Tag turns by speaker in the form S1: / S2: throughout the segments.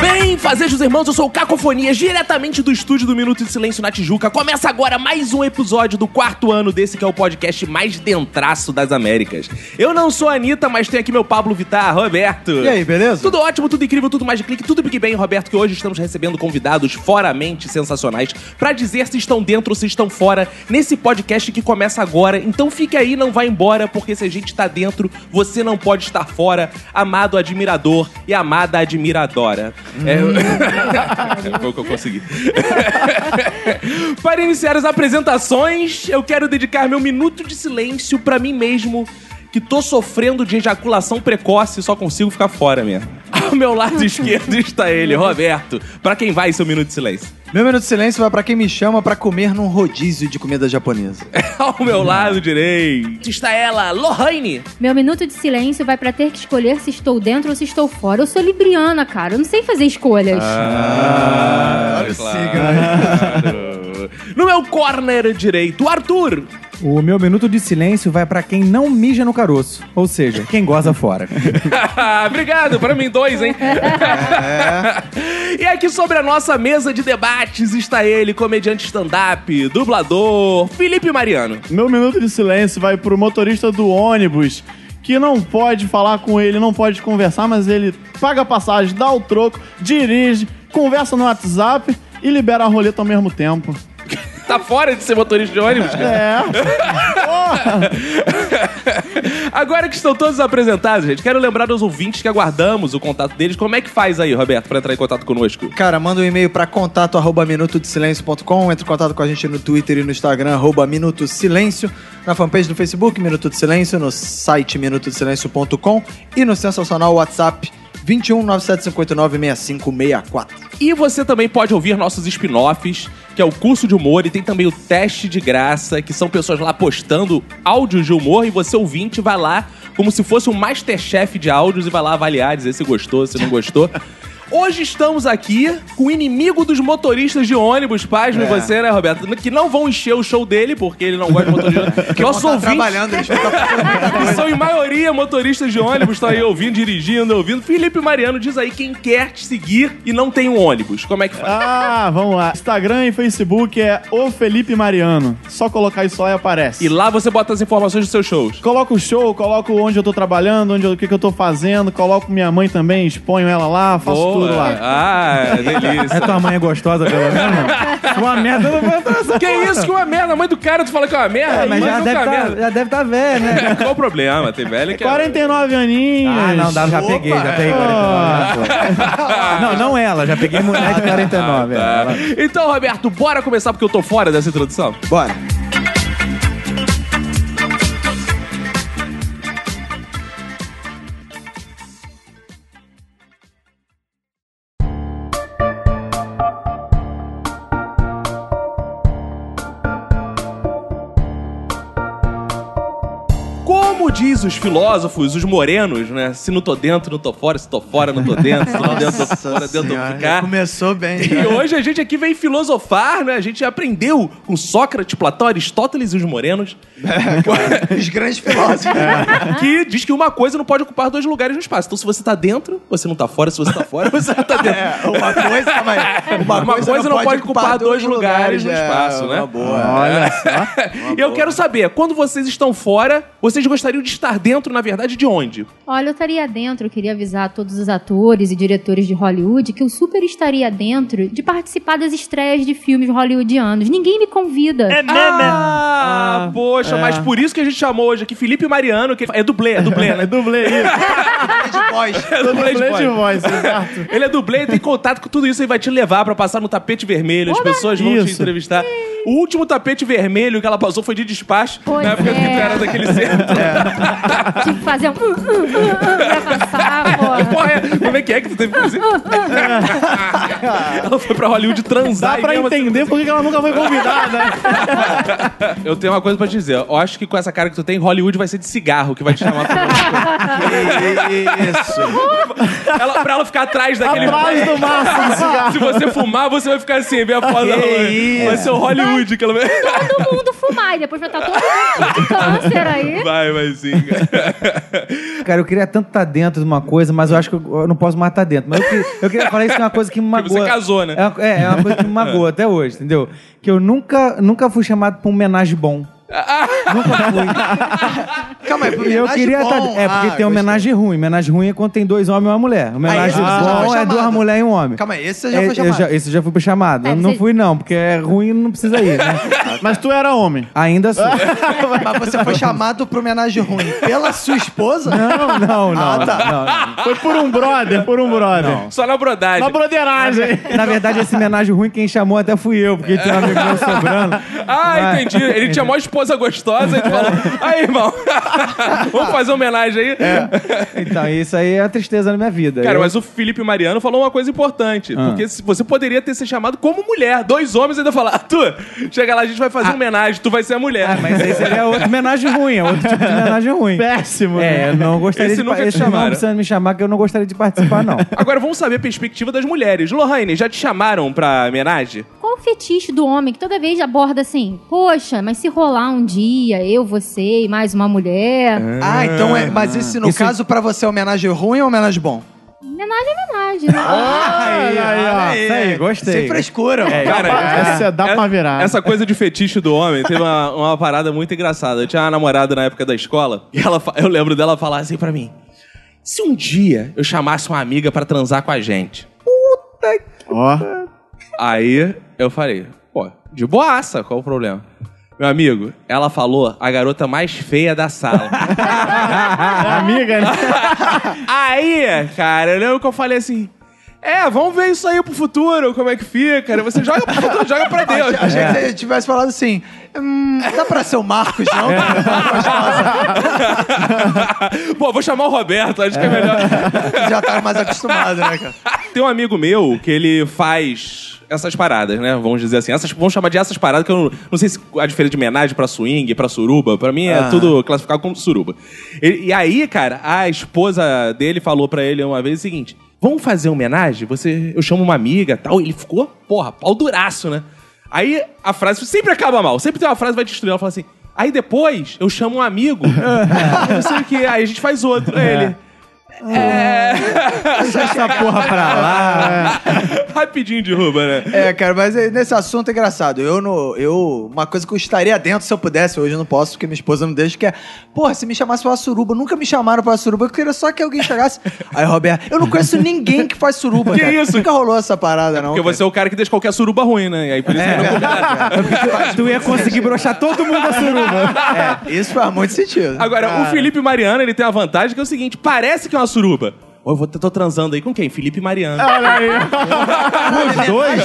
S1: Bem, fazejos irmãos, eu sou o Cacofonias, diretamente do estúdio do Minuto de Silêncio na Tijuca. Começa agora mais um episódio do quarto ano desse que é o podcast mais dentraço das Américas. Eu não sou a Anitta, mas tenho aqui meu Pablo Vittar, Roberto.
S2: E aí, beleza?
S1: Tudo ótimo, tudo incrível, tudo mais de clique, tudo Big Bang, Roberto, que hoje estamos recebendo convidados foramente sensacionais pra dizer se estão dentro ou se estão fora nesse podcast que começa agora. Então fique aí, não vá embora, porque se a gente tá dentro, você não pode estar fora. Amado admirador e amada admiradora. É, foi o que eu consegui. Para iniciar as apresentações, eu quero dedicar meu minuto de silêncio pra mim mesmo, que tô sofrendo de ejaculação precoce e só consigo ficar fora mesmo. Ao meu lado esquerdo está ele, Roberto. Pra quem vai seu minuto de silêncio?
S2: Meu minuto de silêncio vai pra quem me chama pra comer num rodízio de comida japonesa.
S1: Ao meu lado direito está ela, Lohane.
S3: Meu minuto de silêncio vai pra ter que escolher se estou dentro ou se estou fora. Eu sou libriana, cara. Eu não sei fazer escolhas.
S1: Ah, claro. No meu corner direito, Arthur.
S4: O meu minuto de silêncio vai pra quem não mija no caroço, ou seja, quem goza fora.
S1: Obrigado, pra mim dois, hein? é. E aqui sobre a nossa mesa de debates está ele, comediante stand-up, dublador, Felipe Mariano.
S5: Meu minuto de silêncio vai pro motorista do ônibus que não pode falar com ele, não pode conversar, mas ele paga a passagem, dá o troco, dirige, conversa no WhatsApp e libera a roleta ao mesmo tempo.
S1: Tá fora de ser motorista de ônibus? cara.
S5: É.
S1: Agora que estão todos apresentados, gente, quero lembrar aos ouvintes que aguardamos o contato deles. Como é que faz aí, Roberto, pra entrar em contato conosco?
S2: Cara, manda um e-mail pra contato arroba minutodesilencio.com, entra em contato com a gente no Twitter e no Instagram, arroba Minuto Silêncio, na fanpage do Facebook, Minuto de Silêncio, no site minutodesilencio.com e no sensacional WhatsApp 21 97589 6564.
S1: E você também pode ouvir nossos spin-offs, que é o curso de humor, e tem também o teste de graça, que são pessoas lá postando áudios de humor, e você ouvinte vai lá como se fosse um Masterchef de áudios e vai lá avaliar, dizer se gostou, se não gostou. Hoje estamos aqui com o inimigo dos motoristas de ônibus, paz é. você, né, Roberto? Que não vão encher o show dele, porque ele não gosta de motorista. Nosso
S2: Tá
S1: ouvinte,
S2: trabalhando, eles ficam
S1: que são em maioria motoristas de ônibus, estão aí ouvindo, dirigindo, ouvindo. Felipe Mariano diz aí quem quer te seguir e não tem um ônibus. Como é que faz?
S5: Ah, vamos lá. Instagram e Facebook é o Felipe Mariano. Só colocar isso lá e aparece.
S1: E lá você bota as informações dos seus shows.
S5: Coloco o show, coloco onde eu tô trabalhando, onde eu- o que, que eu tô fazendo, coloco minha mãe também, exponho ela lá, faço tudo lá.
S1: Ah, é delícia.
S4: É tua mãe é gostosa, pelo menos? É Uma merda não vai entrar nessa
S1: que
S4: porra.
S1: isso que é uma merda? A mãe do cara, tu fala que é uma merda?
S4: Mas já
S1: nunca é
S4: deve,
S1: uma
S4: tá,
S1: merda.
S4: já deve tá velha, né?
S1: Qual o problema? Tem velho que é...
S5: 49 aninhos.
S4: Ah, não, dá, já peguei, já peguei 49. pô. Não, não ela, já peguei mulher de 49.
S1: Ah.
S4: ela.
S1: Então, Roberto, bora começar porque eu tô fora dessa introdução.
S2: Bora.
S1: Como diz os filósofos, os morenos, né? Se não tô dentro, não tô fora, se tô fora, não tô dentro, se tô dentro, tô fora, dentro eu vou ficar.
S2: Começou bem.
S1: E hoje a gente aqui vem filosofar, né? A gente aprendeu com Sócrates, Platão, Aristóteles e os morenos
S2: É, Os grandes filósofos.
S1: que diz que uma coisa não pode ocupar dois lugares no espaço. Então, se você tá dentro, você não tá fora. Se você tá fora, você não tá dentro.
S2: É, Uma coisa, calma aí. Uma,
S1: É. coisa não pode ocupar dois lugares no
S2: é,
S1: espaço, né?
S2: Uma boa.
S4: Olha só.
S1: e eu quero saber, quando vocês estão fora, vocês gostariam de estar dentro, na verdade, de onde?
S3: Olha, eu estaria dentro, eu queria avisar todos os atores e diretores de Hollywood que eu super estaria dentro de participar das estreias de filmes hollywoodianos. Ninguém me convida.
S1: É Né, Ah, poxa, mas por isso que a gente chamou hoje aqui Felipe Mariano, que é dublê, é dublê, né?
S5: É dublê isso.
S2: De voz.
S1: É dublê de
S5: dublê de
S1: voz.
S5: voz, exato.
S1: Ele é dublê, ele tem contato com tudo isso e vai te levar pra passar no tapete vermelho. As pessoas vão te
S5: Isso.
S1: entrevistar. O último tapete vermelho que ela passou foi de despacho,
S3: Pois
S1: na época
S3: é.
S1: que tu era daquele centro.
S3: Tive que fazer um. Uh, uh, uh, uh, pra passar, porra.
S1: Porra, é- como é que é que tu teve que fazer? Ela foi pra Hollywood transar
S5: Dá
S1: e
S5: pra
S1: mesmo assim-
S5: entender por que que ela nunca foi convidada.
S1: Eu tenho uma coisa pra te dizer. Eu acho que com essa cara que tu tem, Hollywood vai ser de cigarro que vai te chamar pra
S2: Isso.
S1: ela, pra ela ficar atrás daquele.
S5: Atrás do maço do cigarro.
S1: Se você fumar, você vai ficar assim, bem a foda. Vai ser o Hollywood que ela vai.
S3: Todo mundo fumar e depois vai estar todo mundo com câncer aí.
S1: Vai, vai sim. cara.
S4: Cara, eu queria tanto estar dentro de uma coisa, mas eu acho que eu eu não posso mais estar dentro. Mas eu, que- eu queria falar isso que é uma coisa que me
S1: Porque
S4: magoa.
S1: você casou, né?
S4: É, uma- é, é uma coisa que me magoa até hoje, entendeu? Que eu nunca, nunca fui chamado pra um homenagem bom. nunca fui.
S2: Calma aí, pro
S4: E eu
S2: homenagem
S4: queria tá-
S2: bom.
S4: É, porque
S2: Ah,
S4: tem
S2: gostei.
S4: homenagem ruim. Homenagem ruim é quando tem dois homens e uma mulher. Homenagem
S2: Ah, esse você já
S4: bom
S2: foi
S4: é duas
S2: chamado.
S4: mulheres e um homem.
S2: Calma aí, esse você já foi
S4: É, eu
S2: chamado.
S4: esse eu já fui chamado.
S3: É,
S4: eu não
S3: você-
S4: fui, não, porque é ruim não precisa ir, né?
S5: Mas tu era homem.
S4: Ainda sou.
S2: Mas você foi chamado pra homenagem ruim pela sua esposa?
S4: Não, não, não.
S2: Ah, tá.
S4: não, não.
S5: Foi por um brother, por um brother.
S1: Só na brodagem.
S5: Na broderagem.
S4: Na verdade, esse homenagem ruim, quem chamou até fui eu, porque tinha um amigo meu sobrando.
S1: Ah,
S4: Mas-
S1: entendi. Ele tinha a maior esposa gostosa e tu falou:
S4: É.
S1: Aí, irmão, vamos fazer uma homenagem aí?
S4: Então, isso aí é a tristeza da minha vida.
S1: Cara,
S4: Eu-
S1: mas o Felipe Mariano falou uma coisa importante.
S4: Ah.
S1: Porque se- você poderia ter se chamado como mulher. Dois homens ainda falar, tu, chega lá, a gente vai fazer uma homenagem, tu vai ser a mulher.
S4: Ah, mas aí seria outra homenagem ruim, é outro tipo de homenagem ruim.
S5: Péssimo.
S1: né?
S4: É, eu não gostaria
S1: Esse
S4: de
S1: nunca te
S4: participar.
S1: chamaram.
S4: Não precisa me chamar, que eu não gostaria de participar, não.
S1: Agora vamos saber a perspectiva das mulheres. Lohane, já te chamaram pra homenagem?
S3: Qual o fetiche do homem que toda vez aborda assim? Poxa, mas se rolar um dia, eu, você e mais uma mulher.
S2: Ah, então é. Mas esse, no
S4: Isso-
S2: caso, pra você é homenagem ruim ou homenagem bom?
S3: Homenagem é homenagem. né?
S5: Aí, aí, ó.
S4: isso aí, gostei.
S2: Sem frescura, mano.
S1: Cara,
S5: Essa é dá
S1: é-
S5: pra virar.
S1: Essa coisa de fetiche do homem teve uma, uma parada muito engraçada. Eu tinha uma namorada na época da escola e ela, fa- eu lembro dela falar assim pra mim: se um dia eu chamasse uma amiga pra transar com a gente.
S5: Ó.
S1: Aí eu falei: pô, de boaça, qual o problema? Meu amigo, ela falou a garota mais feia da sala.
S5: Amiga, né?
S1: aí, cara, eu lembro que eu falei assim. É, vamos ver isso aí pro futuro, como é que fica. cara. Você joga pro futuro, joga pra Deus.
S2: Achei que você tivesse falado assim. Hum, dá pra ser o Marcos, não?
S1: É. Pô, vou chamar o Roberto, acho que é melhor.
S2: Já tava mais acostumado, né, cara?
S1: Tem um amigo meu que ele faz essas paradas, né? Vamos dizer assim. Essas, vamos chamar de essas paradas, que eu não, não sei se a diferença de homenagem pra swing, pra suruba. Pra mim é
S2: Ah.
S1: tudo classificado como suruba. E, e aí, cara, a esposa dele falou pra ele uma vez o seguinte: vamos fazer homenagem? Você, eu chamo uma amiga e tal. Ele ficou, porra, pau duraço, né? Aí a frase sempre acaba mal. Sempre tem uma frase que vai destruir. Ela fala assim. Aí depois eu chamo um amigo, não sei o que, aí a gente faz outro. Aí ele.
S2: É.
S4: Deixa essa porra pra lá.
S1: É. Rapidinho derruba, né?
S2: É, cara, mas é- nesse assunto é engraçado. Eu, no, eu, uma coisa que eu estaria dentro se eu pudesse, hoje eu não posso, porque minha esposa não deixa, que é, porra, se me chamasse pra uma suruba, nunca me chamaram pra uma suruba, eu queria só que alguém chegasse. Aí, Roberto, eu não conheço ninguém que faz suruba,
S1: Que
S2: cara.
S1: isso?
S2: Nunca rolou essa parada, não.
S1: Porque você é o cara que deixa qualquer suruba ruim, né? E aí por isso que não
S4: É. Tu ia conseguir broxar todo mundo a suruba.
S2: cara. É, Isso faz muito sentido.
S1: Agora, o Felipe Mariano, ele tem a vantagem que é o seguinte: parece que é uma suruba. Ô, Eu vou, tô transando aí com quem? Felipe Mariano.
S4: Ah,
S5: Olha aí. Os dois?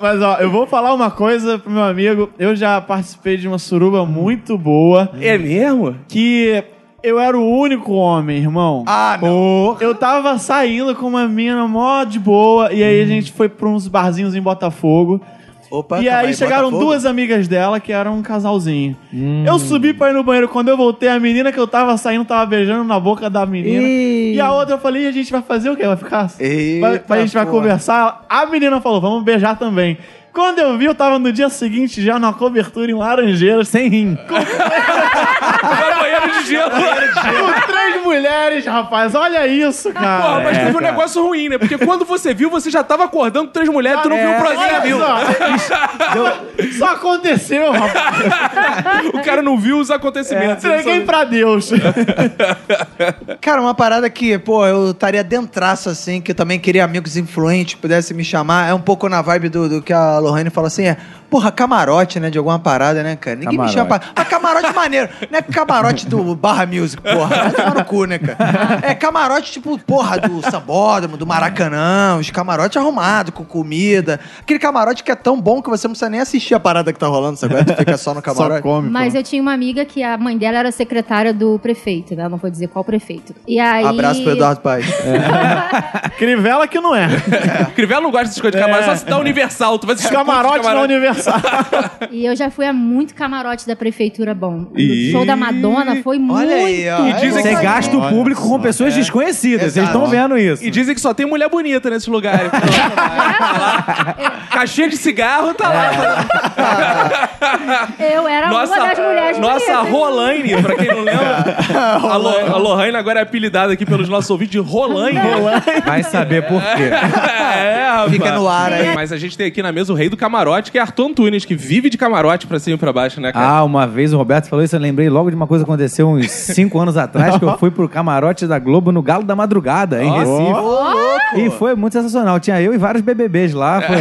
S5: Mas ó, eu vou falar uma coisa pro meu amigo. Eu já participei de uma suruba muito boa.
S1: É mesmo?
S5: Que eu era o único homem, irmão. Oh.
S2: Ah, não.
S5: Eu tava saindo com uma mina mó de boa. E aí a gente foi pra uns barzinhos em Botafogo.
S2: Hum. Opa,
S5: e
S2: calma
S5: aí chegaram
S2: Botafogo. Hum.
S5: duas amigas dela que eram um casalzinho. Eu subi pra ir no banheiro. Quando eu voltei, a menina que eu tava saindo tava beijando na boca da menina.
S4: Ih.
S5: E a outra eu falei: e a gente vai fazer o quê? Vai ficar? Vai,
S2: Eita,
S5: vai- a gente vai
S2: porra.
S5: conversar. A menina falou: vamos beijar também. Quando eu vi, eu tava no dia seguinte já na cobertura em Laranjeiras.
S4: Sem rim.
S1: Agora banheiro de gelo.
S5: Com três mulheres, rapaz. Olha isso, cara.
S1: Porra, mas teve um negócio ruim, né? Porque quando você viu, você já tava acordando com três mulheres, tu não viu o programa,
S5: É, Olha
S1: viu?
S5: só. Só aconteceu, rapaz. É.
S1: O cara não viu os acontecimentos. ele só
S5: Entreguei
S1: viu.
S5: pra Deus.
S2: Cara, uma parada que, pô, eu estaria dentraço, assim, que eu também queria amigos influentes, pudesse me chamar. É um pouco na vibe do, do que a Lohane fala assim, é... Porra, camarote, né? De alguma parada, né, cara? Ninguém me
S4: Camarote.
S2: chama pra... Ah, camarote maneiro. maneira. Não é camarote do Barra Music,
S1: é
S2: porra. Vai tomar no cu, né, cara? É camarote, tipo, porra, do Sambódromo, do Maracanã, os camarotes arrumados, com comida. Aquele camarote que é tão bom que você não precisa nem assistir a parada que tá rolando, sabe? Tu fica só no
S5: Só
S2: camarote.
S5: come.
S3: Mas eu tinha uma amiga que a mãe dela era secretária do prefeito, né? Eu não vou dizer qual prefeito. E aí...
S2: Abraço pro Eduardo Paes.
S5: Crivela que não é.
S1: Crivella não gosta dessas coisas de camarote, só se dá universal. Tu vai assistir
S5: Camarote na Universal.
S3: E eu já fui a muito camarote da prefeitura bom. O show da Madonna foi muito.
S2: Olha aí, ó.
S1: E dizem
S4: Você
S1: que-
S4: gasta o público com pessoas desconhecidas. Vocês estão
S2: Exato.
S4: vendo isso.
S1: E dizem que só tem mulher bonita nesses lugares. Caixinha de cigarro tá lá.
S3: Eu era uma das
S2: É.
S3: mulheres
S1: nossa
S3: bonitas.
S1: Rolaine, pra quem não lembra. a, Lo, a Lohane agora é apelidada aqui pelos nossos ouvintes de Rolaine.
S4: Vai saber por quê.
S1: é, rapaz.
S2: Fica no ar aí.
S1: Mas a gente tem aqui na mesa o rei do camarote, que é Arthur Antunes, que vive de camarote pra cima e pra baixo, né, cara?
S4: Ah, uma vez o Roberto falou isso, eu lembrei logo de uma coisa que aconteceu uns 5 anos atrás, que eu fui pro camarote da Globo no Galo da Madrugada, em
S1: Ó.
S4: Recife. E foi muito sensacional. Tinha eu e vários BBBs lá. foi-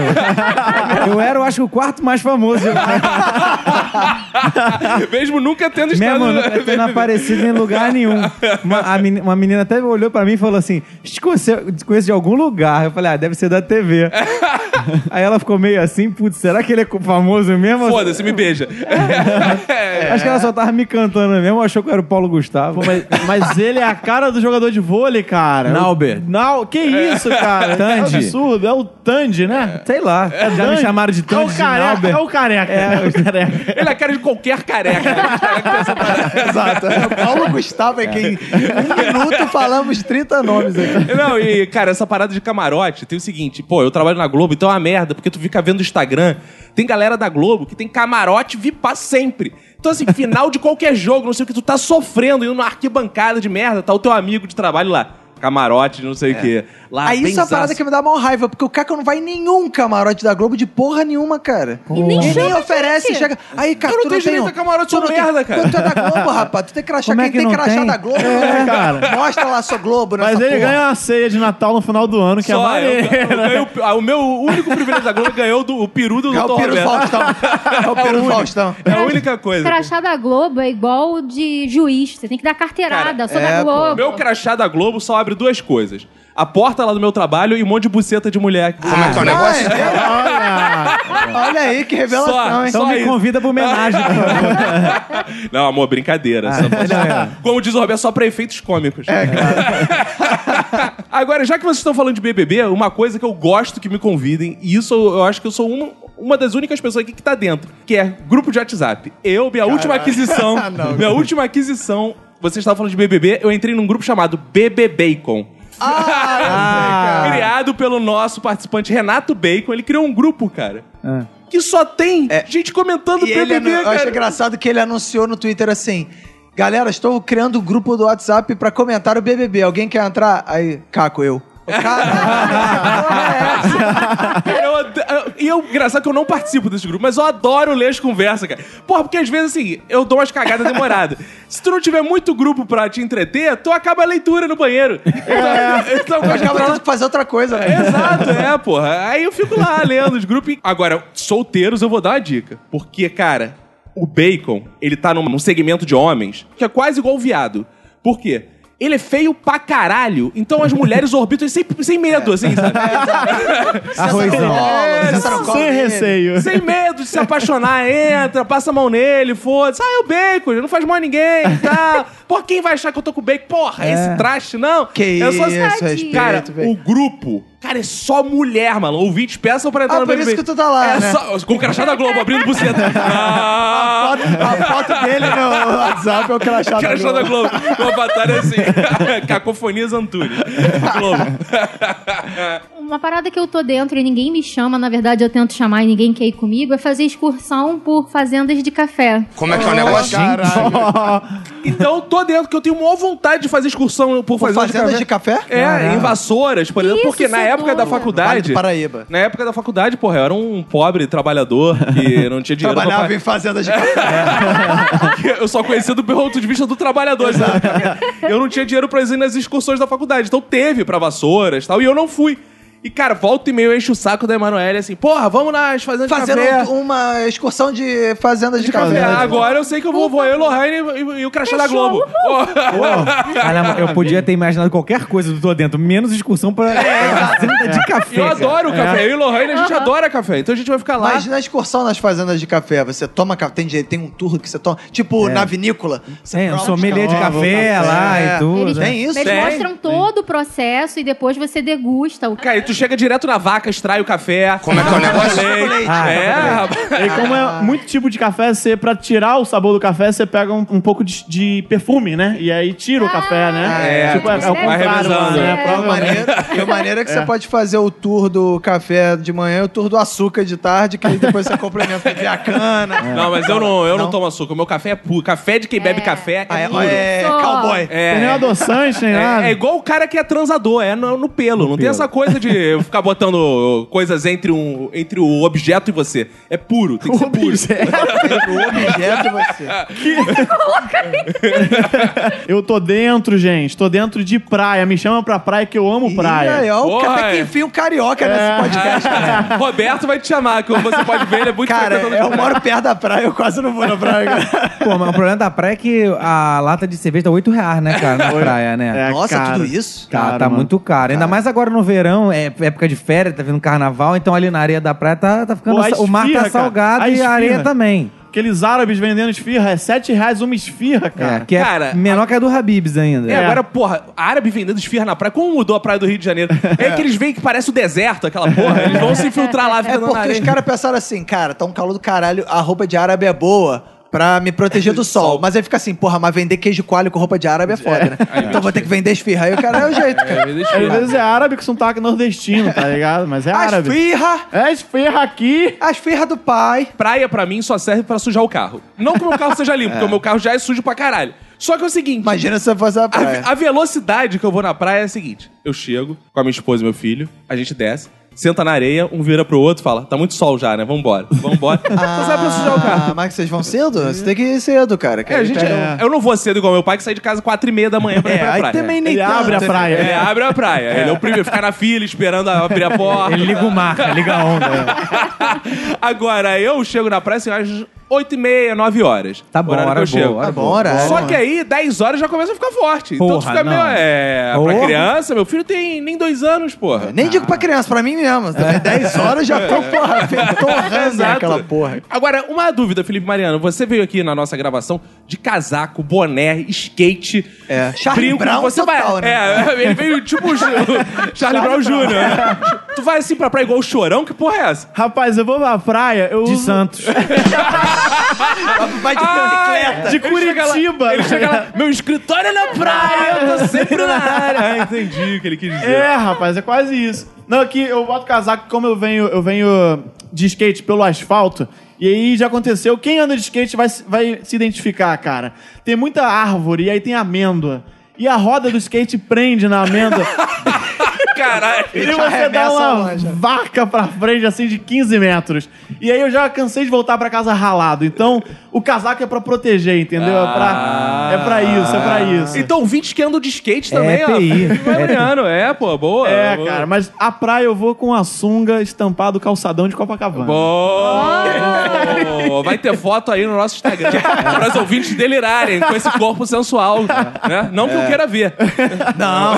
S4: Eu era, eu acho, o quarto mais famoso. né?
S1: Mesmo nunca tendo estado...
S4: Mesmo nunca tendo aparecido em lugar nenhum. Uma, a meni- uma menina até olhou pra mim e falou assim: "Te conheço te conheço de algum lugar. Eu falei: ah, deve ser da TV. Aí ela ficou meio assim: putz, será que ele é co- famoso mesmo?
S1: Foda-se, me beija. É.
S4: Acho que é ela só tava me cantando é mesmo, achou que eu era o Paulo Gustavo.
S5: Mas, mas ele é a cara do jogador de vôlei, cara.
S4: Nauber.
S5: O- Nau, que isso, cara?
S4: É. Tandy.
S5: É um absurdo, é o Tandy, né?
S4: Sei lá, já me
S5: Tandy.
S4: chamaram de
S5: É
S4: Tandy
S5: o careca,
S4: de
S5: é
S4: Nauber.
S5: o careca. É o careca.
S1: Ele é a cara de qualquer careca.
S2: Exato. É, Paulo Gustavo é quem. Um minuto falamos 30 nomes aqui.
S1: Não, e, cara, essa parada de camarote tem o seguinte, pô, eu trabalho na Globo, então é uma merda, porque tu fica vendo o Instagram. Tem galera da Globo que tem camarote vipar sempre. Então, assim, final de qualquer jogo, não sei o que, tu tá sofrendo, indo numa arquibancada de merda, tá o teu amigo de trabalho lá. Camarote, de não sei o quê. Lá,
S2: Aí isso é uma
S1: benzaço.
S2: parada que me dá mal raiva, porque o Caco não vai em nenhum camarote da Globo de porra nenhuma, cara. E
S3: nem
S2: Ele
S3: chama
S2: nem
S3: a
S2: oferece,
S3: gente.
S2: chega. Aí, cara,
S1: Eu não
S2: tu
S1: tenho
S2: tem
S1: direito
S2: um-
S1: a camarote,
S2: tu
S1: sou
S2: não tem-
S1: merda, cara.
S2: Quando tu é da Globo, rapaz, tu tem crachá.
S4: Como é
S2: Quem
S4: que
S2: tem
S4: não
S2: crachá
S4: tem?
S2: da Globo, né?
S5: É, cara.
S2: mostra lá, sou Globo, nessa
S5: Mas ele
S2: porra.
S5: ganha uma ceia de Natal no final do ano, que é
S1: Só, eu-
S5: maneiro.
S1: eu ganhei o- ah, o meu único privilégio da Globo ganhou do, o peru do
S2: É o
S1: Dr.
S2: Piro
S1: Roberto.
S2: Faustão. É o Piro Faustão.
S1: É a única coisa.
S3: Crachá da Globo é igual o de juiz. Você tem que dar carteirada. sou
S1: Cara,
S3: da
S2: é, pô.
S3: Globo.
S1: Meu crachá da Globo só abre duas coisas. A porta lá do meu trabalho e um monte de buceta de mulher.
S2: Ah,
S6: Como é que é o negócio?
S5: Olha.
S2: Olha aí, que revelação,
S1: Só,
S2: hein?
S4: Então
S1: Só
S4: me
S1: isso.
S4: convida pra homenagem, por favor.
S1: Não, amor, brincadeira. Só- Como diz o Roberto, só pra efeitos cômicos. Agora, já que vocês estão falando de BBB, uma coisa que eu gosto que me convidem, e isso eu eu acho que eu sou um- uma das únicas pessoas aqui que tá dentro, que é grupo de WhatsApp. Eu, minha última aquisição, minha última aquisição, vocês estavam falando de BBB, eu entrei num grupo chamado BB Bacon. Criado pelo nosso participante Renato Bacon, ele criou um grupo, cara. Que só tem gente comentando
S2: E ele,
S1: BBB,
S2: anu- eu acho
S1: cara.
S2: engraçado que ele anunciou no Twitter assim: Galera, estou criando o grupo do WhatsApp pra comentar o BBB. Alguém quer entrar? Aí, Caco, eu. Caralho, que porra é essa?
S1: Cara, eu ado- eu- E eu, engraçado que eu não participo desse grupo, mas eu adoro ler as conversas, cara. Porra, porque às vezes, assim, eu dou umas cagadas demoradas. Se tu não tiver muito grupo pra te entreter, tu acaba a leitura no banheiro. Então, então
S2: Eu
S1: gosto de
S2: acabo
S1: entrar lá-
S2: É. tendo que fazer outra coisa, né?
S1: Exato, é, porra. Aí eu fico lá lendo os grupos. e- Agora, solteiros, eu vou dar uma dica. Porque, cara, o bacon, ele tá num, num segmento de homens que é quase igual o viado. Por quê? Ele é feio pra caralho, então as mulheres orbitam sem, sem medo, assim, sabe?
S4: Arrozão.
S2: É, senta no colo
S5: Sem
S2: dele.
S5: receio.
S1: Sem medo de se apaixonar, entra, passa a mão nele, foda-se. Ah, é o bacon, não faz mal a ninguém e tal. Pô, quem vai achar que eu tô com bacon? Porra, esse traste não.
S2: É. Que
S1: eu sou
S2: isso,
S1: sexy.
S2: respeito,
S1: Cara,
S2: velho.
S1: o grupo, cara, é só mulher, mano. Ouvintes peçam pra entrar
S2: Ah,
S1: no
S2: por
S1: BBB.
S2: isso que tu tá lá,
S1: É
S2: né?
S1: só, com o crachá da Globo, abrindo buceta. Ah,
S2: A foto dele no WhatsApp é o crachá da
S1: crachá da
S2: Globo.
S1: Globo. Uma batalha assim. Cacofonias Antunes. Globo.
S3: Uma parada que eu tô dentro e ninguém me chama, na verdade eu tento chamar e ninguém quer ir comigo, é fazer excursão por fazendas de café.
S6: Como é que é o negócio?
S1: Então, eu tô dentro, que eu tenho maior vontade de fazer excursão por fazer
S2: Fazendas de café?
S1: É, em vassouras, por exemplo,
S3: Isso,
S1: porque na
S3: Sodoma.
S1: época da
S2: Vale
S1: faculdade.
S2: do Paraíba.
S1: Na época da faculdade, porra, eu era um pobre trabalhador que não tinha dinheiro. pra
S2: Trabalhava em fazendas de café.
S1: que eu só conhecia do ponto de vista do trabalhador. sabe? Eu não tinha dinheiro pra ir nas excursões da faculdade. Então teve pra vassouras e tal, e eu não fui. E, cara, volta e meio enche o saco da Emanuele assim, porra, vamos nas fazendas
S2: Fazendo
S1: de café.
S2: um- uma excursão de fazendas de,
S1: É,
S2: café.
S1: agora eu sei que eu vou, vou eu, Lohane e, e o crachá da Globo. Ô,
S4: Caramba, eu podia ter imaginado qualquer coisa do Tô Dentro, menos excursão pra fazenda de café.
S1: É. eu
S4: cara. É.
S1: adoro o café. Eu e Lohane, a gente adora café. Então a gente vai ficar lá.
S2: Mas na excursão nas fazendas de café, você toma café, tem, jeito- tem um turno que você toma, tipo na vinícola. Você
S4: É, um
S2: prova
S4: sommelier de
S2: café.
S4: café
S2: Prova o
S4: lá
S2: café.
S4: e
S3: né?
S4: tudo.
S2: Tem isso? né?
S3: Eles
S1: Tem.
S3: mostram todo o processo e depois você degusta o
S1: Cara, e tu chega direto na vaca, extrai o café.
S6: Como é que é o negócio?
S1: Leite.
S4: Ah,
S1: é, rapaz.
S5: E como é muito tipo de café, você, pra tirar o sabor do café, você pega um, um pouco de, de perfume, né? E aí tira
S2: Ah,
S5: o café, né?
S1: é.
S5: tipo, é, é o
S3: Vai
S5: contrário lá,
S1: revezando.
S5: né?
S3: É.
S2: E o
S5: Provavelmente.
S2: maneiro, e o maneiro é que você pode fazer o tour do café de manhã e o tour do açúcar de tarde, que aí depois você complementa com a cana.
S1: Não, mas eu não, eu não. tomo açúcar. O meu café é puro. Café de quem bebe café é,
S2: Ah, é,
S1: puro.
S2: é
S3: Só.
S2: cowboy.
S1: É.
S5: Tem nem adoçante, nem nada.
S1: É, é igual o cara que é transador, é no, no pelo. não tem
S4: pelo.
S1: essa coisa de ficar botando coisas entre, um, entre o objeto e você. É puro, tem que ser puro.
S2: O objeto é você.
S5: Eu tô dentro, gente. Tô dentro de praia. Me chama pra praia que eu amo praia.
S2: E aí, ó, o
S1: Porra,
S2: cara que
S1: é.
S2: enfia um carioca nesse podcast.
S1: Roberto vai te chamar, como você pode ver, ele é muito
S2: Cara,
S1: frequentador de
S2: eu
S1: praia.
S2: moro perto da praia, eu quase não vou na praia. cara.
S4: Pô, mas o problema da praia é que a lata de cerveja tá 8 reais, né, cara, na praia, né?
S5: É,
S2: Nossa,
S5: cara.
S2: tudo isso?
S4: Tá,
S5: caro,
S4: tá
S5: mano.
S4: muito caro. Ainda mais agora no verão, é época de férias, tá vindo carnaval, então ali na areia da praia tá, tá ficando.
S5: Pô, a
S4: sa- o mar tá
S5: esfirra, cara.
S4: salgado
S5: A
S4: e a areia tá-
S5: esfirra.
S4: também.
S5: Aqueles árabes vendendo esfirra. É R$ 7 reais uma esfirra,
S4: É,
S5: cara.
S4: que é
S1: cara,
S4: menor que a do Habibs
S2: um-
S4: ainda.
S1: É, agora, porra, árabe vendendo esfirra na praia. Como mudou a praia do Rio de Janeiro? É que eles veem que parece o deserto, aquela porra. Eles vão se infiltrar lá,
S2: É
S1: ficando na
S2: porque os
S1: areia.
S2: caras pensaram assim, cara, tá um calor do caralho, a roupa de árabe é boa pra me proteger do sol. Mas aí fica assim, porra, mas vender queijo coalho com roupa de árabe é foda, né? Então vou ter que vender esfirra. Aí o cara é o jeito, cara.
S5: Às vezes é árabe com sotaque nordestino, tá ligado? Mas é
S2: A
S5: árabe.
S2: esfirra,
S5: É esfirra aqui.
S2: a esfirra do pai.
S1: Praia, pra mim, só serve pra sujar o carro. Não que o meu carro seja limpo, porque o meu carro já é sujo pra caralho. Só que é o seguinte...
S2: Imagina se você fosse a praia.
S1: A, a velocidade que eu vou na praia é a seguinte: eu chego com a minha esposa e meu filho, a gente desce, senta na areia, um vira pro outro e fala: tá muito sol já, né? Vambora, vambora. Só serve pra sujar o carro.
S2: Ah, mas vocês vão cedo? Você tem que ir cedo, cara. que
S1: É, a
S2: aí
S1: gente,
S2: pega- um-
S1: Eu não vou cedo igual meu pai que sai de casa quatro e meia da
S4: É,
S1: manhã pra ir pra
S2: aí
S1: praia.
S2: também nem
S5: Ele
S2: tanto,
S5: abre a
S2: né?
S5: praia.
S1: Ele abre a praia. Ele é o primeiro. Fica na fila esperando a- abrir a porta.
S4: Ele liga o mar, liga a onda. é.
S1: Agora, eu chego na praia assim, às oito e meia, nove horas.
S4: Tá bom,
S1: Horário que
S4: hora
S1: eu chego.
S4: boa. hora
S2: Tá bom,
S4: boa.
S2: horário.
S1: Só que aí, 10 horas já começa a ficar forte. então tu
S4: Porra,
S1: fica meio.
S4: não.
S1: É. Pra
S4: Porra.
S1: criança, meu filho tem nem dois anos, porra.
S2: Nem digo pra criança, pra mim mesmo.
S4: É.
S2: Também 10 horas já tô, porra, torrando
S1: Exato.
S2: aquela porra.
S1: Agora, uma dúvida, Felipe Mariano. Você veio aqui na nossa gravação de casaco, boné, skate,
S2: É, Charlie
S1: brinco.
S2: Brown
S1: você
S2: total,
S1: vai,
S2: né?
S1: É, ele veio tipo o Charlie, Brown Jr. né? tu vai assim pra praia igual o Chorão? Que porra é essa?
S5: Rapaz, eu vou pra praia, eu
S4: De
S5: uso-
S4: Santos.
S2: Vai de bicicleta.
S5: De
S1: Ele chega lá-
S5: Curitiba.
S1: Ele chega lá, meu escritório é na praia, eu tô sempre na área. Ah, entendi o que ele quis dizer.
S5: É, rapaz, é quase isso. Não, aqui eu boto casaco, como eu venho, eu venho de skate pelo asfalto. E aí já aconteceu. Quem anda de skate vai, se- vai se identificar, cara. Tem muita árvore e aí tem amêndoa. E a roda do skate prende na amêndoa.
S1: Caralho.
S5: e
S2: te
S5: você dá
S2: arremessa
S5: uma
S2: longe.
S5: vaca pra frente, assim, de 15 metros. E aí eu já cansei de voltar pra casa ralado. Então, o casaco é pra proteger, entendeu? É pra, é pra isso, é pra isso.
S1: Então, ouvintes que andam de skate também,
S4: É
S1: ó.
S4: TI.
S1: Felipe Mariano, é, pô, boa.
S5: É,
S1: boa.
S5: cara, mas a praia eu vou com a sunga estampada do calçadão de Copacabana.
S1: Bom, vai ter foto aí no nosso Instagram para os ouvintes delirarem com esse corpo sensual, né? Não que eu queira ver.
S2: Não,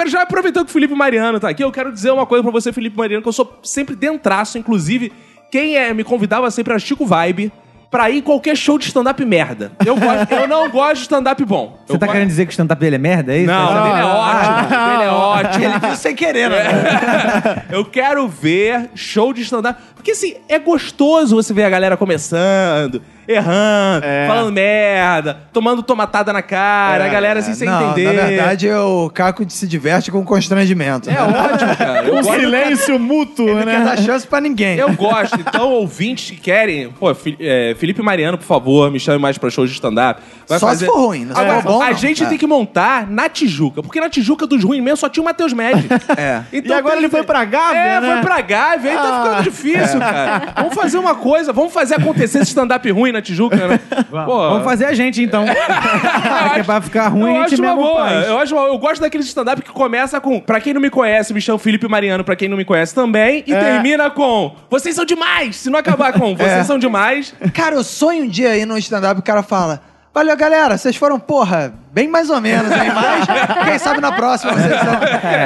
S1: Agora, já aproveitando que o Felipe Mariano tá aqui, eu quero dizer uma coisa pra você, Felipe Mariano, que eu sou sempre dentraço, inclusive, quem é, me convidava sempre era Chico Vibe pra ir em qualquer show de stand-up merda. Eu, gosto- eu não gosto de stand-up bom.
S4: Você
S1: eu
S4: tá
S1: go-
S4: querendo dizer que o stand-up dele é merda, é isso?
S1: Não,
S4: Tá
S1: não, dele é ótimo, dele é ótimo.
S2: Ah. ele viu sem querer, né?
S1: Eu quero ver show de stand-up. Porque, assim, é gostoso você ver a galera começando, errando,
S2: É.
S1: falando merda, tomando tomatada na cara, a galera assim sem
S2: Não,
S1: entender.
S2: Na verdade, é o Caco se diverte com constrangimento.
S1: É ótimo, cara. Eu
S5: Um
S1: gosto,
S5: silêncio mútuo,
S2: Não quer
S5: né?
S2: dar chance pra ninguém.
S1: eu gosto. Então, ouvintes que querem... Pô, Fi- é, Felipe Mariano, por favor, me chame mais pra shows de stand-up. Vai
S2: Só
S1: fazer-
S2: se for ruim. Não se
S1: Agora,
S2: for bom,
S1: a
S2: não.
S1: gente
S2: É.
S1: tem que montar na Tijuca. Porque na Tijuca dos ruins mesmo só tinha o Matheus Médio.
S2: É.
S5: E agora ele foi pra Gávea,
S1: Então É,
S5: né?
S4: Ah.
S1: foi pra Gávea. Aí tá ficando difícil,
S4: É.
S1: isso, cara. Vamos fazer uma coisa, vamos fazer acontecer esse stand-up ruim na Tijuca, né? Pô, É.
S4: Vamos fazer a gente, então. Porque pra ficar ruim,
S1: eu
S4: a gente
S1: acho uma
S4: mesmo
S1: boa.
S4: faz.
S1: Eu, acho uma- eu gosto daquele stand-up que começa com, pra quem não me conhece, me chamo Felipe Mariano, pra quem não me conhece também,
S4: É.
S1: e termina com, vocês são demais! Se não acabar com, vocês são demais.
S2: Cara, eu sonho um dia aí no stand-up o cara fala. Valeu, galera. Vocês foram, porra, bem mais ou menos, hein? Mas, quem sabe na próxima vocês
S4: É.
S2: são.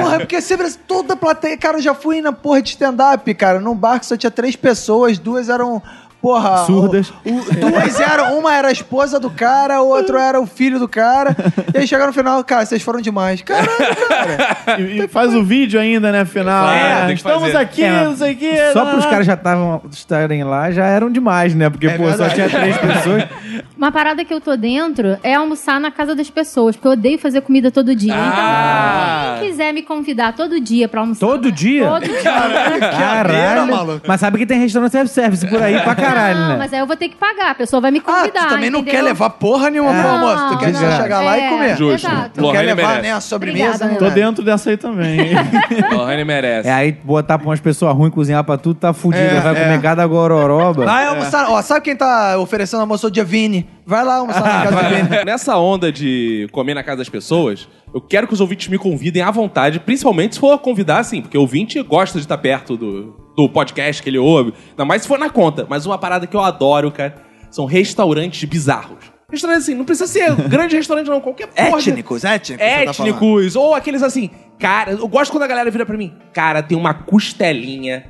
S2: Porra, é porque sempre toda a plateia. Cara, eu já fui na porra de stand-up, cara. Num bar que só tinha três pessoas, duas eram. Porra.
S4: Surdas.
S2: o- o- duas eram. Uma era a esposa do cara, o outro era o filho do cara. E aí chegaram no final, cara, vocês foram demais. Caralho, cara.
S5: E, e faz o vídeo ainda, né, final.
S1: É,
S5: Ah,
S1: tem que
S5: estamos
S1: fazer.
S5: aqui,
S4: É,
S5: não sei o quê.
S4: Só
S5: lá,
S4: pros
S5: lá.
S4: caras já estavam estarem lá, já eram demais, né? Porque, pô, só tinha três pessoas.
S3: Uma parada que eu tô dentro é almoçar na casa das pessoas, porque eu odeio fazer comida todo dia.
S1: Ah.
S3: Então, quem quiser me convidar todo dia pra almoçar.
S4: Todo dia?
S3: Todo dia.
S4: Caralho. mas sabe que tem restaurante self-service por aí pra caralho,
S3: Não,
S4: né?
S3: mas aí eu vou ter que pagar, a pessoa vai me
S2: Ah,
S3: convidar.
S2: tu também não
S3: entendeu?
S2: quer levar porra nenhuma pro
S3: Não,
S2: almoço. Tu quer só
S4: obrigado.
S2: chegar lá e
S3: É,
S2: comer.
S1: Justo.
S3: Exato.
S2: Não
S1: Lohan,
S2: quer
S1: ele
S2: levar
S1: merece.
S2: nem a sobremesa,
S3: Obrigada,
S2: né?
S5: Tô dentro dessa aí também.
S1: Lohane merece.
S4: É, aí botar pra umas pessoas ruins cozinhar pra tudo, tá fudido.
S1: É,
S4: vai comer cada
S5: Tipo,
S4: gororoba.
S5: é.
S2: Vai almoçar. Ó, sabe quem tá oferecendo almoço hoje? É Vini. Ah, Vai lá almoçar
S1: Ah,
S2: na casa do Vini.
S1: Nessa onda de comer na casa das pessoas, eu quero que os ouvintes me convidem à vontade, principalmente se for convidar, assim, porque o ouvinte gosta de estar perto do, do podcast que ele ouve, ainda mais se for na conta. Mas uma parada que eu adoro, cara, são restaurantes bizarros. Restaurante assim, não precisa ser grande restaurante, não, qualquer porra. de-
S2: Étnicos, étnicos. você tá falando.
S1: Étnicos, ou aqueles assim, cara, eu gosto quando a galera vira pra mim, cara, tem uma costelinha